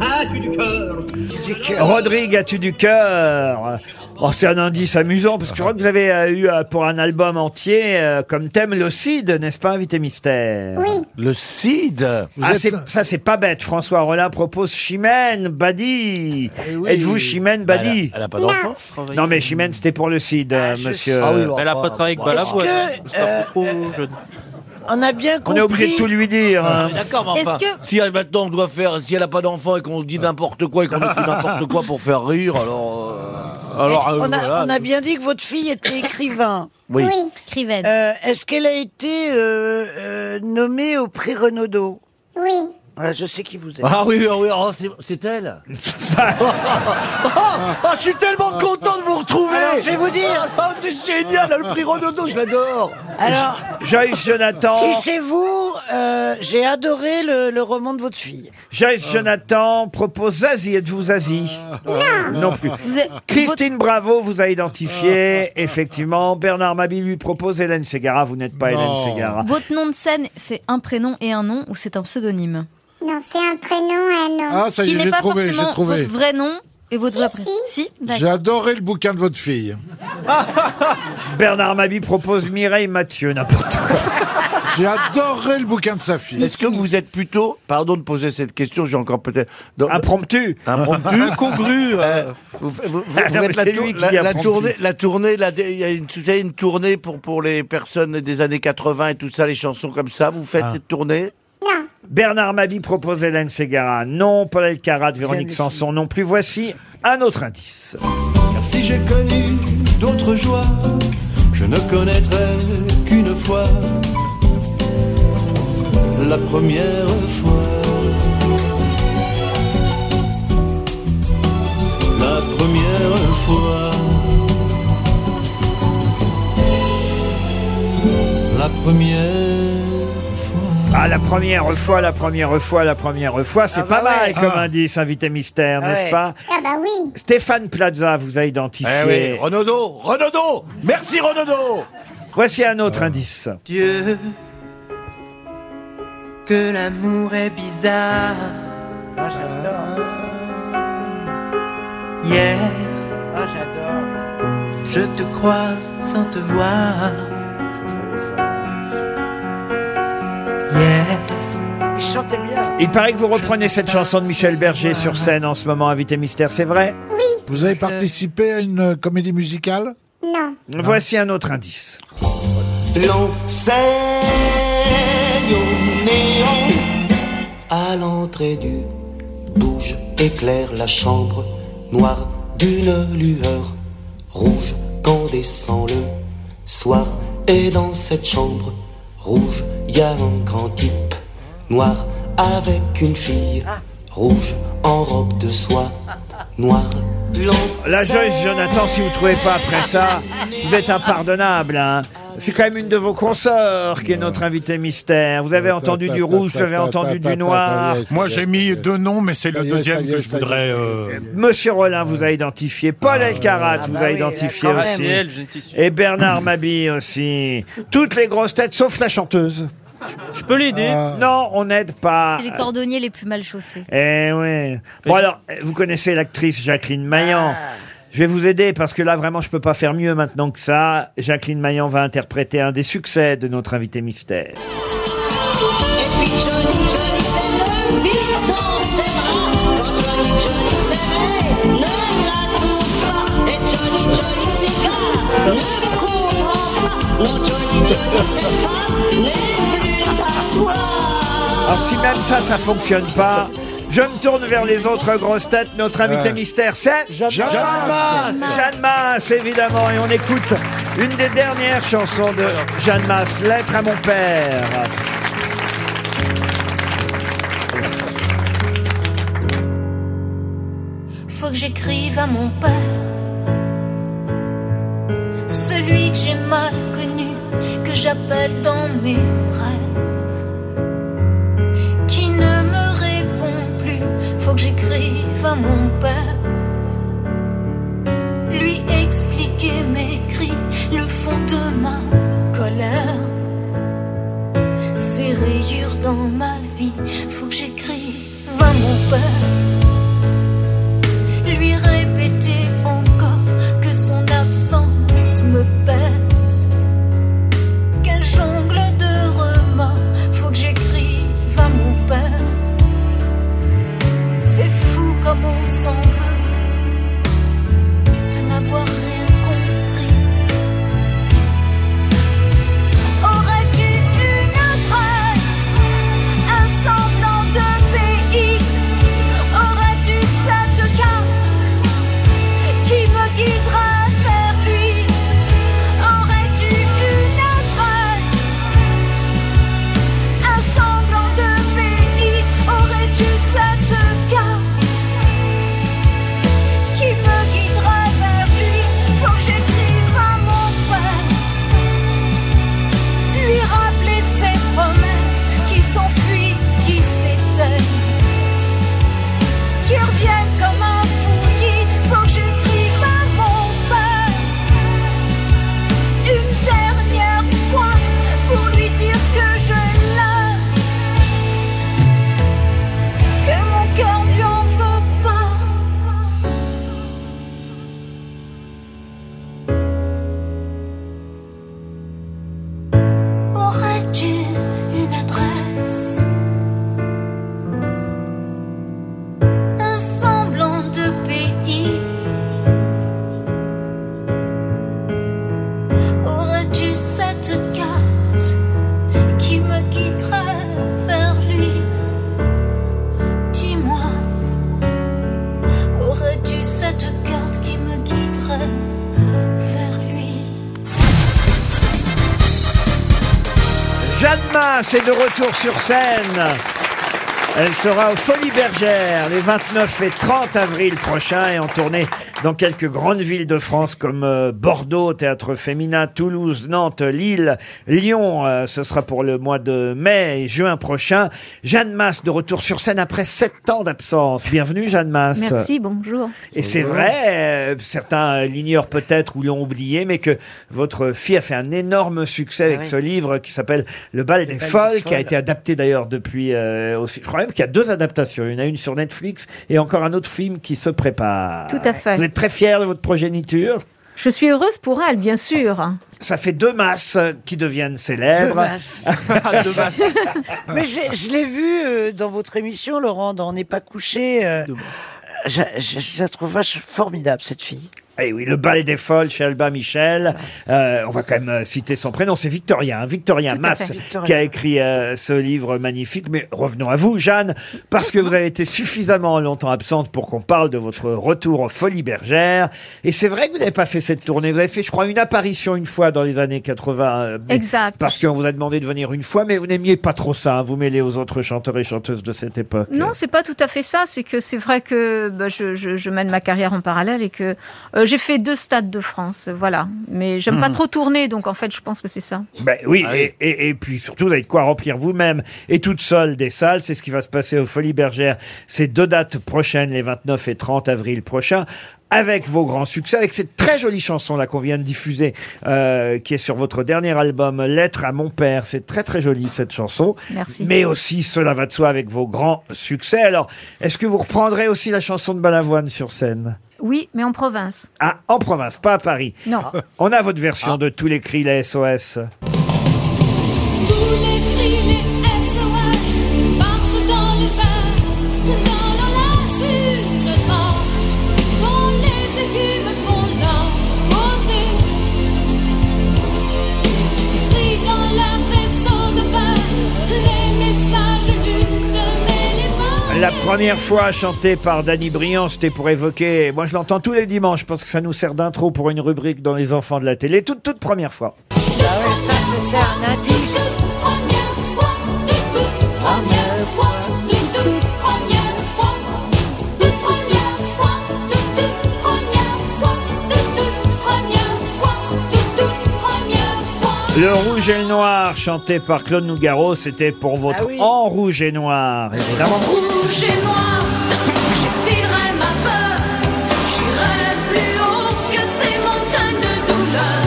Speaker 15: a tué du cœur.
Speaker 2: Rodrigue, as-tu du cœur Oh, c'est un indice amusant, parce que je crois que vous avez euh, eu euh, pour un album entier euh, comme thème le CID, n'est-ce pas, invité mystère
Speaker 5: Oui.
Speaker 7: Le CID
Speaker 2: Ah, c'est- ça, c'est pas bête. François Rollin propose Chimène Badi.
Speaker 7: Eh oui.
Speaker 2: Êtes-vous Chimène
Speaker 7: Bah,
Speaker 2: Badi
Speaker 7: elle a- elle a pas d'enfant.
Speaker 2: Non. Non, mais Chimène, c'était pour le CID, euh, monsieur.
Speaker 6: Ah oui, bah, Elle a bah, pas travaillé avec bah, Balavoine.
Speaker 9: Que, euh, on a bien
Speaker 2: On
Speaker 9: compris. Ah,
Speaker 2: est obligé de tout lui dire. hein.
Speaker 7: Mais Ah, D'accord, mais enfin,
Speaker 9: Est-ce que-
Speaker 7: si elle, maintenant on doit faire, si elle a pas d'enfant et qu'on dit n'importe quoi et qu'on écrit n'importe quoi pour faire rire, alors. euh, alors euh,
Speaker 9: on, a,
Speaker 7: voilà.
Speaker 9: on a bien dit que votre fille était écrivain.
Speaker 7: Oui.
Speaker 5: Oui.
Speaker 4: Écrivaine.
Speaker 9: Euh, Est-ce qu'elle a été euh, euh, nommée au prix Renaudot
Speaker 5: Oui.
Speaker 9: Ouais, Je sais qui vous êtes.
Speaker 7: Ah oui, oui, oui, oh, c'est- c'est elle. Ah, ah, je suis tellement content de vous retrouver.
Speaker 9: Alors, je vais vous dire.
Speaker 7: Ah, c'est génial, le prix Renaudot, je l'adore.
Speaker 9: Alors,
Speaker 2: Joyce Jonathan.
Speaker 9: si c'est vous, euh, j'ai adoré le, le roman de votre fille.
Speaker 2: Joyce Jonathan propose Zazie. Êtes-vous Zazie Non. plus.
Speaker 9: Vous êtes-
Speaker 2: Christine Bravo vous a identifié, effectivement. Bernard Mabi lui propose Hélène Ségara. Vous n'êtes pas Hélène Ségara.
Speaker 4: Votre nom de scène, c'est un prénom et un nom ou c'est un pseudonyme
Speaker 5: Non, c'est un prénom et un nom.
Speaker 3: Ah, ça y est,
Speaker 4: Qui n'est
Speaker 3: j'ai
Speaker 4: pas
Speaker 3: trouvé, j'ai
Speaker 4: forcément
Speaker 3: trouvé.
Speaker 4: Votre vrai nom et votre vrai prénom. Si,
Speaker 3: J'ai
Speaker 4: d'accord.
Speaker 3: adoré le bouquin de votre fille.
Speaker 2: Bernard Mabi propose Mireille Mathieu, n'importe quoi.
Speaker 3: J'ai adoré le bouquin de sa fille.
Speaker 7: Est-ce que vous êtes plutôt, pardon de poser cette question, j'ai encore peut-être
Speaker 2: impromptu,
Speaker 7: impromptu, euh, congru. vous vous- vous- vous
Speaker 2: Ah non, mais
Speaker 7: faites la,
Speaker 2: c'est
Speaker 7: tour-
Speaker 2: lui qui
Speaker 7: la-
Speaker 2: dit
Speaker 7: la
Speaker 2: impromptu.
Speaker 7: tournée, la tournée, la dé- il y a une, vous savez, une tournée pour pour les personnes des années 80 et tout ça, les chansons comme ça. Vous
Speaker 2: Ah.
Speaker 7: faites cette tournée
Speaker 2: Bernard Mabi propose Hélène Ségara. Non. Paul Elkarat, Véronique Sanson non plus. Voici un autre indice.
Speaker 28: Car si j'ai connu d'autres joies, je ne connaîtrai qu'une fois. La première fois. La première fois. La première.
Speaker 2: Ah, la première fois, la première fois, la première fois, c'est
Speaker 28: bah
Speaker 2: pas mal
Speaker 28: ouais.
Speaker 2: comme
Speaker 28: Ah.
Speaker 2: indice, invité mystère, n'est-ce
Speaker 28: ouais.
Speaker 2: pas
Speaker 5: Ah bah oui.
Speaker 2: Stéphane Plaza vous a identifié.
Speaker 7: Eh oui, Renaudot, Renaudot, merci Renaudot.
Speaker 2: Voici un autre indice.
Speaker 29: Dieu, que l'amour est bizarre.
Speaker 7: Ah,
Speaker 29: Hier,
Speaker 7: Ah,
Speaker 29: je te croise sans te voir.
Speaker 9: Il chantait bien.
Speaker 2: Il paraît que vous reprenez cette chanson de Michel Berger sur scène en ce moment, invité mystère, c'est vrai
Speaker 5: Oui.
Speaker 3: Vous avez participé à une euh, comédie musicale
Speaker 5: Non.
Speaker 2: Voici un autre indice.
Speaker 28: L'enseigne au néon à l'entrée du bouge éclaire la chambre noire d'une lueur rouge quand descend le soir et dans cette chambre rouge y a un grand type noir avec une fille rouge en robe de soie noire
Speaker 2: La Joyce Jonathan, si vous trouvez pas après ça, vous êtes impardonnable. hein. C'est quand même une de vos consorts qui est notre invité mystère. Vous avez entendu du rouge, vous avez entendu du noir.
Speaker 8: Moi, j'ai mis deux noms, mais c'est le deuxième que je voudrais. euh,
Speaker 2: Monsieur Rollin vous a identifié, Paul
Speaker 6: Ah,
Speaker 2: Elkarat vous a identifié
Speaker 6: quand même.
Speaker 2: aussi,
Speaker 6: Ah, c'est elle, j'étais sûr.
Speaker 2: et Bernard Mabille aussi. Toutes les grosses têtes, sauf la chanteuse. Je peux l'aider
Speaker 6: Ah.
Speaker 2: Non, on n'aide pas.
Speaker 4: C'est les cordonniers les plus mal chaussés.
Speaker 2: Eh oui. Bon alors, vous connaissez l'actrice Jacqueline Maillan. Je vais vous aider parce que là vraiment je peux pas faire mieux maintenant que ça. Jacqueline Maillan va interpréter un des succès de notre invité mystère.
Speaker 5: Et puis Johnny, Johnny s'aime, vit dans ses bras. Quand Johnny, Johnny s'aime, ne la trouve pas. Et Johnny, Johnny s'égare, ne comprend pas. Non, Johnny, Johnny cette femme n'est plus à toi.
Speaker 2: Alors si même ça ça fonctionne pas, je me tourne vers les autres grosses têtes. Notre invité
Speaker 15: Ouais.
Speaker 2: mystère c'est Jeanne
Speaker 15: Jeanne
Speaker 2: Masse.
Speaker 15: Masse.
Speaker 2: Jeanne Masse évidemment et on écoute une des dernières chansons de Jeanne Masse, Lettre à mon père.
Speaker 5: Faut que j'écrive à mon père, celui que j'ai mal connu, que j'appelle dans mes rêves, qui ne me répond plus. Faut que j'écrive à mon père, lui expliquer mes cris, le fond de ma colère, ces rayures dans ma vie. Faut que j'écrive à mon père lui répéter encore que son absence me pèse. Quel jongle de remords, faut que j'écrive à mon père. C'est fou comme on s'en veut de n'avoir rien compris. Aurais-tu une adresse, un semblant de pays? Aurais-tu cette carte qui me guidera vers lui? Aurais-tu une adresse, un semblant de pays? Aurais-tu cette carte qui me guidera vers lui? Faut que j'écrive à mon père lui rappeler ses promesses qui s'enfuient, qui s'éteignent, qui reviennent comme un fouillis. Faut que j'écrive à mon père une dernière fois pour lui dire que je l'aime, que mon cœur lui en veut pas. Aurais-tu une adresse Un semblant de pays Aurais-tu cette carte qui me guiderait vers lui Dis-moi, aurais-tu cette carte qui me guiderait vers lui
Speaker 2: Jeanne Masse est de retour sur scène. Elle sera aux Folies Bergères les 29 et 30 avril prochains et en tournée dans quelques grandes villes de France comme euh, Bordeaux, Théâtre Féminin, Toulouse, Nantes, Lille, Lyon. Euh, ce sera pour le mois de mai et juin prochain. Jeanne Masse de retour sur scène après sept ans d'absence. Bienvenue Jeanne Masse.
Speaker 11: Merci, bonjour.
Speaker 2: Ah, Et c'est vrai, euh, certains euh, l'ignorent peut-être ou l'ont oublié, mais que votre fille a fait un énorme succès avec
Speaker 11: Ah oui.
Speaker 2: ce livre qui s'appelle Le bal des
Speaker 11: bal des
Speaker 2: folles, qui a
Speaker 11: folles.
Speaker 2: été adapté d'ailleurs depuis euh, aussi. Je crois même qu'il y a deux adaptations. Il y en a une sur Netflix et encore un autre film qui se prépare.
Speaker 11: Tout à fait.
Speaker 2: Vous êtes très fiers de votre progéniture.
Speaker 11: Je suis heureuse pour elle, bien sûr.
Speaker 2: Ça fait deux masses euh, qui deviennent célèbres.
Speaker 11: Deux masses.
Speaker 9: Mais j'ai- je l'ai vu euh, dans votre émission, Laurent, dans On n'est pas couché. euh, je, je- je la trouve vache- formidable, cette fille.
Speaker 2: Eh oui, le bal des folles chez Alba Michel. Euh, on va quand même euh, citer son prénom, c'est Victorien, hein, Victorien
Speaker 9: Tout à
Speaker 2: Masse,
Speaker 9: fait, Victorien.
Speaker 2: qui a écrit euh, ce livre magnifique. Mais revenons à vous, Jeanne, parce que vous avez été suffisamment longtemps absente pour qu'on parle de votre retour aux Folies Bergères. Et c'est vrai que vous n'avez pas fait cette tournée. Vous avez fait, je crois, une apparition une fois dans les années 80. euh, mais-
Speaker 11: Exact.
Speaker 2: Parce qu'on vous a demandé de venir une fois, mais vous n'aimiez pas trop ça. hein, vous mêlez aux autres chanteurs et chanteuses de cette époque.
Speaker 11: Non, c'est pas tout à fait ça. C'est que c'est vrai que bah, je, je- je mène ma carrière en parallèle et que euh, j'ai fait deux stades de France, voilà. Mais j'aime
Speaker 8: Mmh.
Speaker 11: pas
Speaker 2: Mhm.
Speaker 11: trop tourner, donc en fait, je pense que c'est ça.
Speaker 2: Ben oui, Et, et- et puis surtout, vous avez de quoi remplir vous-même et toute seule des salles. C'est ce qui va se passer aux Folies Bergères. Ces deux dates prochaines, les 29 et 30 avril prochains. avec vos grands succès, avec cette très jolie chanson là qu'on vient de diffuser, euh, qui est sur votre dernier album, Lettre à mon père. C'est très très joli cette chanson.
Speaker 11: Merci.
Speaker 2: Mais aussi, cela va de soi avec vos grands succès. Alors, est-ce que vous reprendrez aussi la chanson de Balavoine sur scène
Speaker 11: Oui, mais en province.
Speaker 2: Ah, en province, pas à Paris.
Speaker 11: Non.
Speaker 2: On a votre version de tous les cris, la SOS.
Speaker 5: Tous les cris, les SOS partent dans les airs, dans leur lasse une trace, dont les écumes font la beauté. Pris dans leur vaisseau de verre, les messages luttent, mais les vagues
Speaker 2: La première fois chantée par Danny Briand, c'était pour évoquer. Moi, je l'entends tous les dimanches parce que ça nous sert d'intro pour une rubrique dans les enfants de la télé. Toute, toute première fois.
Speaker 5: Première fois, de toute première fois, de première fois, de toute première fois, de toute première fois, de toute première fois.
Speaker 2: Le Rouge et le Noir, chanté par Claude Nougaro, c'était pour votre En Rouge et Noir, évidemment.
Speaker 5: Rouge et noir, j'exilerai ma peur, j'irai plus haut que ces montagnes de douleur.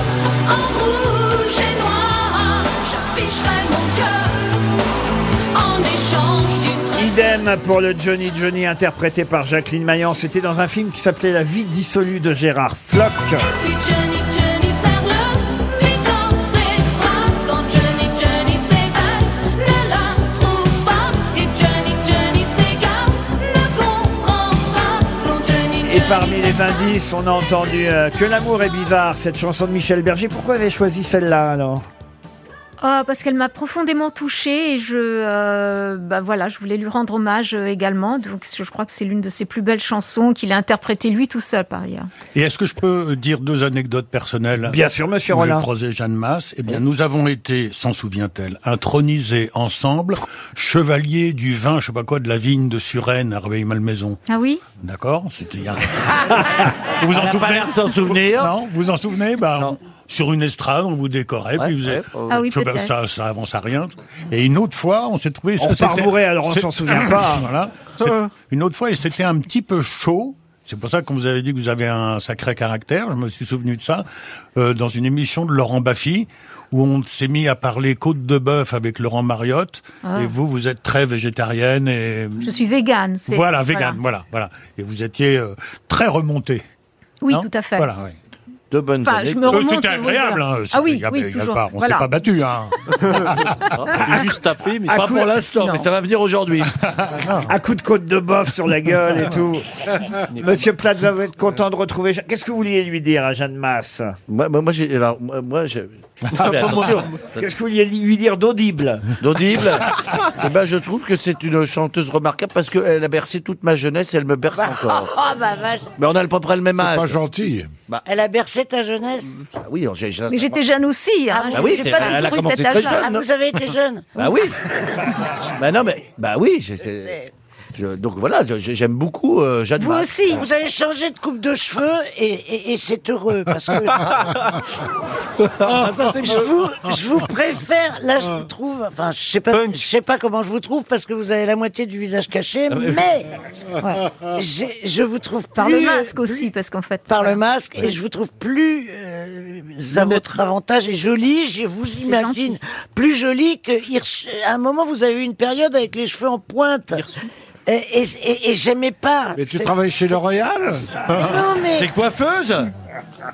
Speaker 5: En rouge et noir, j'afficherai mon cœur en échange d'une
Speaker 2: Idem pour le Johnny Johnny, interprété par Jacqueline Maillan. C'était dans un film qui s'appelait La vie dissolue de Gérard Floch.
Speaker 5: Puis Johnny Johnny serre-le, lui dans ses bras. Quand Johnny Johnny s'éveille, ne la trouve pas. Et Johnny Johnny s'égare, ne comprend pas. Non, Johnny
Speaker 2: Et parmi les indices, on a entendu euh, Que l'amour est bizarre, cette chanson de Michel Berger. Pourquoi avez-vous choisi celle-là alors
Speaker 11: Ah, parce qu'elle m'a profondément touchée et je, euh, bah voilà, je voulais lui rendre hommage euh, également. Donc je je crois que c'est l'une de ses plus belles chansons qu'il a interprétée lui tout seul par ailleurs.
Speaker 8: Et est-ce que je peux dire deux anecdotes personnelles
Speaker 2: Bien sûr, monsieur
Speaker 8: Où
Speaker 2: Rollin.
Speaker 8: J'ai croisé Jeanne Masse. Eh bien, nous avons été, s'en souvient-elle, intronisés ensemble, chevaliers du vin, je sais pas quoi, de la vigne de Suresnes à Réveil-Malmaison.
Speaker 11: Ah oui
Speaker 8: D'accord C'était il y a...
Speaker 7: On n'a pas l'air de s'en souvenir.
Speaker 8: Non, vous en souvenez bah, on- Sur une estrade, on vous décorait, puis vous êtes...
Speaker 11: Ah oui,
Speaker 8: Je sais pas,
Speaker 11: peut-être.
Speaker 8: ça, ça avance à rien. Et une autre fois, on s'est trouvé...
Speaker 2: On
Speaker 8: ça,
Speaker 2: repart
Speaker 8: c'était-
Speaker 2: bourré, alors on
Speaker 8: c'est-
Speaker 2: s'en souvient pas.
Speaker 8: voilà. C'est- Une autre fois, et c'était un petit peu chaud. C'est pour ça qu'on vous avait dit que vous avez un sacré caractère. Je me suis souvenu de ça euh, dans une émission de Laurent Baffy où on s'est mis à parler côte de bœuf avec Laurent Mariotte.
Speaker 11: Ah.
Speaker 8: Et vous, vous êtes très végétarienne et
Speaker 11: Je suis végane. c'est-
Speaker 8: voilà, végane, voilà. voilà, Et vous étiez euh, très remonté.
Speaker 11: Oui, tout à fait.
Speaker 8: Voilà, oui. De bonnes
Speaker 11: Enfin, années. je me remonte,
Speaker 8: C'était
Speaker 11: je vous
Speaker 8: agréable.
Speaker 11: le dis.
Speaker 8: Hein,
Speaker 11: Ah
Speaker 8: c'était-
Speaker 11: oui,
Speaker 8: il y a-
Speaker 11: oui,
Speaker 8: il y a
Speaker 11: toujours.
Speaker 8: pas- on
Speaker 11: Voilà.
Speaker 8: s'est pas battu. Hein.
Speaker 6: C'est juste tapé, mais
Speaker 2: À
Speaker 6: pas
Speaker 2: coup-
Speaker 6: pour l'instant,
Speaker 2: Non.
Speaker 6: mais ça va venir aujourd'hui.
Speaker 2: À coup de côte de bof sur la gueule et tout. Monsieur Plaza, vous êtes content de retrouver. Jean- Qu'est-ce que vous vouliez lui dire à Jeanne Masse
Speaker 7: Moi, moi, moi, j'ai. alors, moi, moi, j'ai-
Speaker 2: Ah,
Speaker 7: Mais
Speaker 2: pas moi.
Speaker 7: attention.
Speaker 2: Qu'est-ce que vous vouliez lui dire d'audible
Speaker 7: D'audible Eh ben, je trouve que c'est une chanteuse remarquable parce qu'elle a bercé toute ma jeunesse et elle me berce encore.
Speaker 9: Oh bah vache.
Speaker 7: Mais on a à peu près le même âge.
Speaker 3: Pas gentil.
Speaker 7: Bah, ah
Speaker 9: Elle a bercé ta jeunesse. Ah
Speaker 7: oui, j'ai- j'ai-
Speaker 11: Mais j'étais jeune aussi. Hein.
Speaker 7: bah oui,
Speaker 11: J'ai
Speaker 7: c'est-
Speaker 11: pas
Speaker 7: elle a
Speaker 11: toujours eu
Speaker 7: commencé
Speaker 11: cet
Speaker 7: très
Speaker 11: âge-là.
Speaker 7: jeune.
Speaker 9: Vous avez été jeune.
Speaker 7: Bah oui. bah non, mais bah oui. j'ai- j'ai- je- donc voilà, je- j'aime beaucoup euh, Jeanne Masse.
Speaker 9: Vous avez changé de coupe de cheveux et, et- et c'est heureux parce que. Ah, Oh, je, vous, je vous préfère. Là, je vous trouve. Enfin, je sais pas. Je sais pas comment je vous trouve parce que vous avez la moitié du visage caché,
Speaker 11: Ah, mais-
Speaker 9: mais j'ai- je vous trouve
Speaker 11: Par
Speaker 9: plus,
Speaker 11: le
Speaker 9: euh,
Speaker 11: masque aussi, parce qu'en fait.
Speaker 9: Par le
Speaker 11: voilà.
Speaker 9: masque et je vous trouve plus euh, à votre avantage et jolie. Je vous imagine plus jolie que Hirsch. À un moment, vous avez eu une période avec les cheveux en pointe. Et, et, et- et j'aimais pas.
Speaker 3: Mais tu
Speaker 9: C'est-
Speaker 3: travailles chez L'Oréal
Speaker 9: Non, mais- T'es
Speaker 7: coiffeuse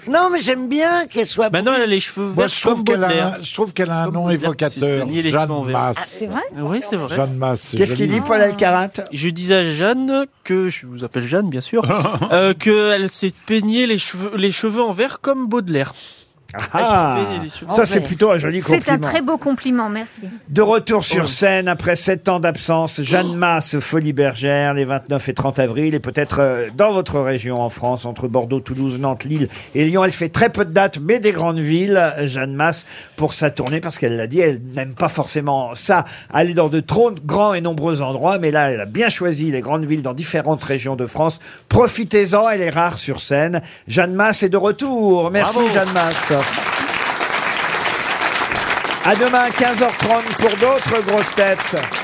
Speaker 9: Non, mais j'aime bien qu'elle soit.
Speaker 6: Maintenant, elle a les cheveux
Speaker 3: Moi,
Speaker 6: verts
Speaker 3: je
Speaker 6: comme
Speaker 3: trouve qu'elle a,
Speaker 6: Baudelaire.
Speaker 3: un- je trouve qu'elle a un nom évocateur.
Speaker 6: lié les cheveux en
Speaker 3: Jeanne
Speaker 6: vert.
Speaker 3: Masse.
Speaker 6: Oui, Ah, c'est vrai.
Speaker 3: Jeanne Masse. c'est
Speaker 6: Qu'est-ce qu'il
Speaker 3: joli.
Speaker 6: dit, Paul Je disais à Jeanne que, je vous appelle Jeanne bien sûr, euh, qu'elle s'est peignée les cheveux, les cheveux en vert comme Baudelaire.
Speaker 2: Ah,
Speaker 6: Elle s'est peignée les cheveux en
Speaker 2: ça c'est
Speaker 6: vert.
Speaker 2: plutôt un joli
Speaker 11: C'est
Speaker 2: compliment.
Speaker 11: un très beau compliment, merci.
Speaker 2: De retour sur scène après sept ans d'absence, Jeanne Masse, Folie Bergère, les 29 et 30 avril, et peut-être euh, dans votre région en France, entre Bordeaux, Toulouse, Nantes, Lille et Lyon. Elle fait très peu de dates, mais des grandes villes, euh, Jeanne Masse, pour sa tournée, parce qu'elle l'a dit, elle n'aime pas forcément ça, aller dans de trop grands et nombreux endroits, mais là, elle a bien choisi les grandes villes dans différentes régions de France. Profitez-en, elle est rare sur scène. Jeanne Masse est de retour. Merci
Speaker 7: Bravo.
Speaker 2: Jeanne Masse. À demain, 15h30 pour d'autres grosses têtes.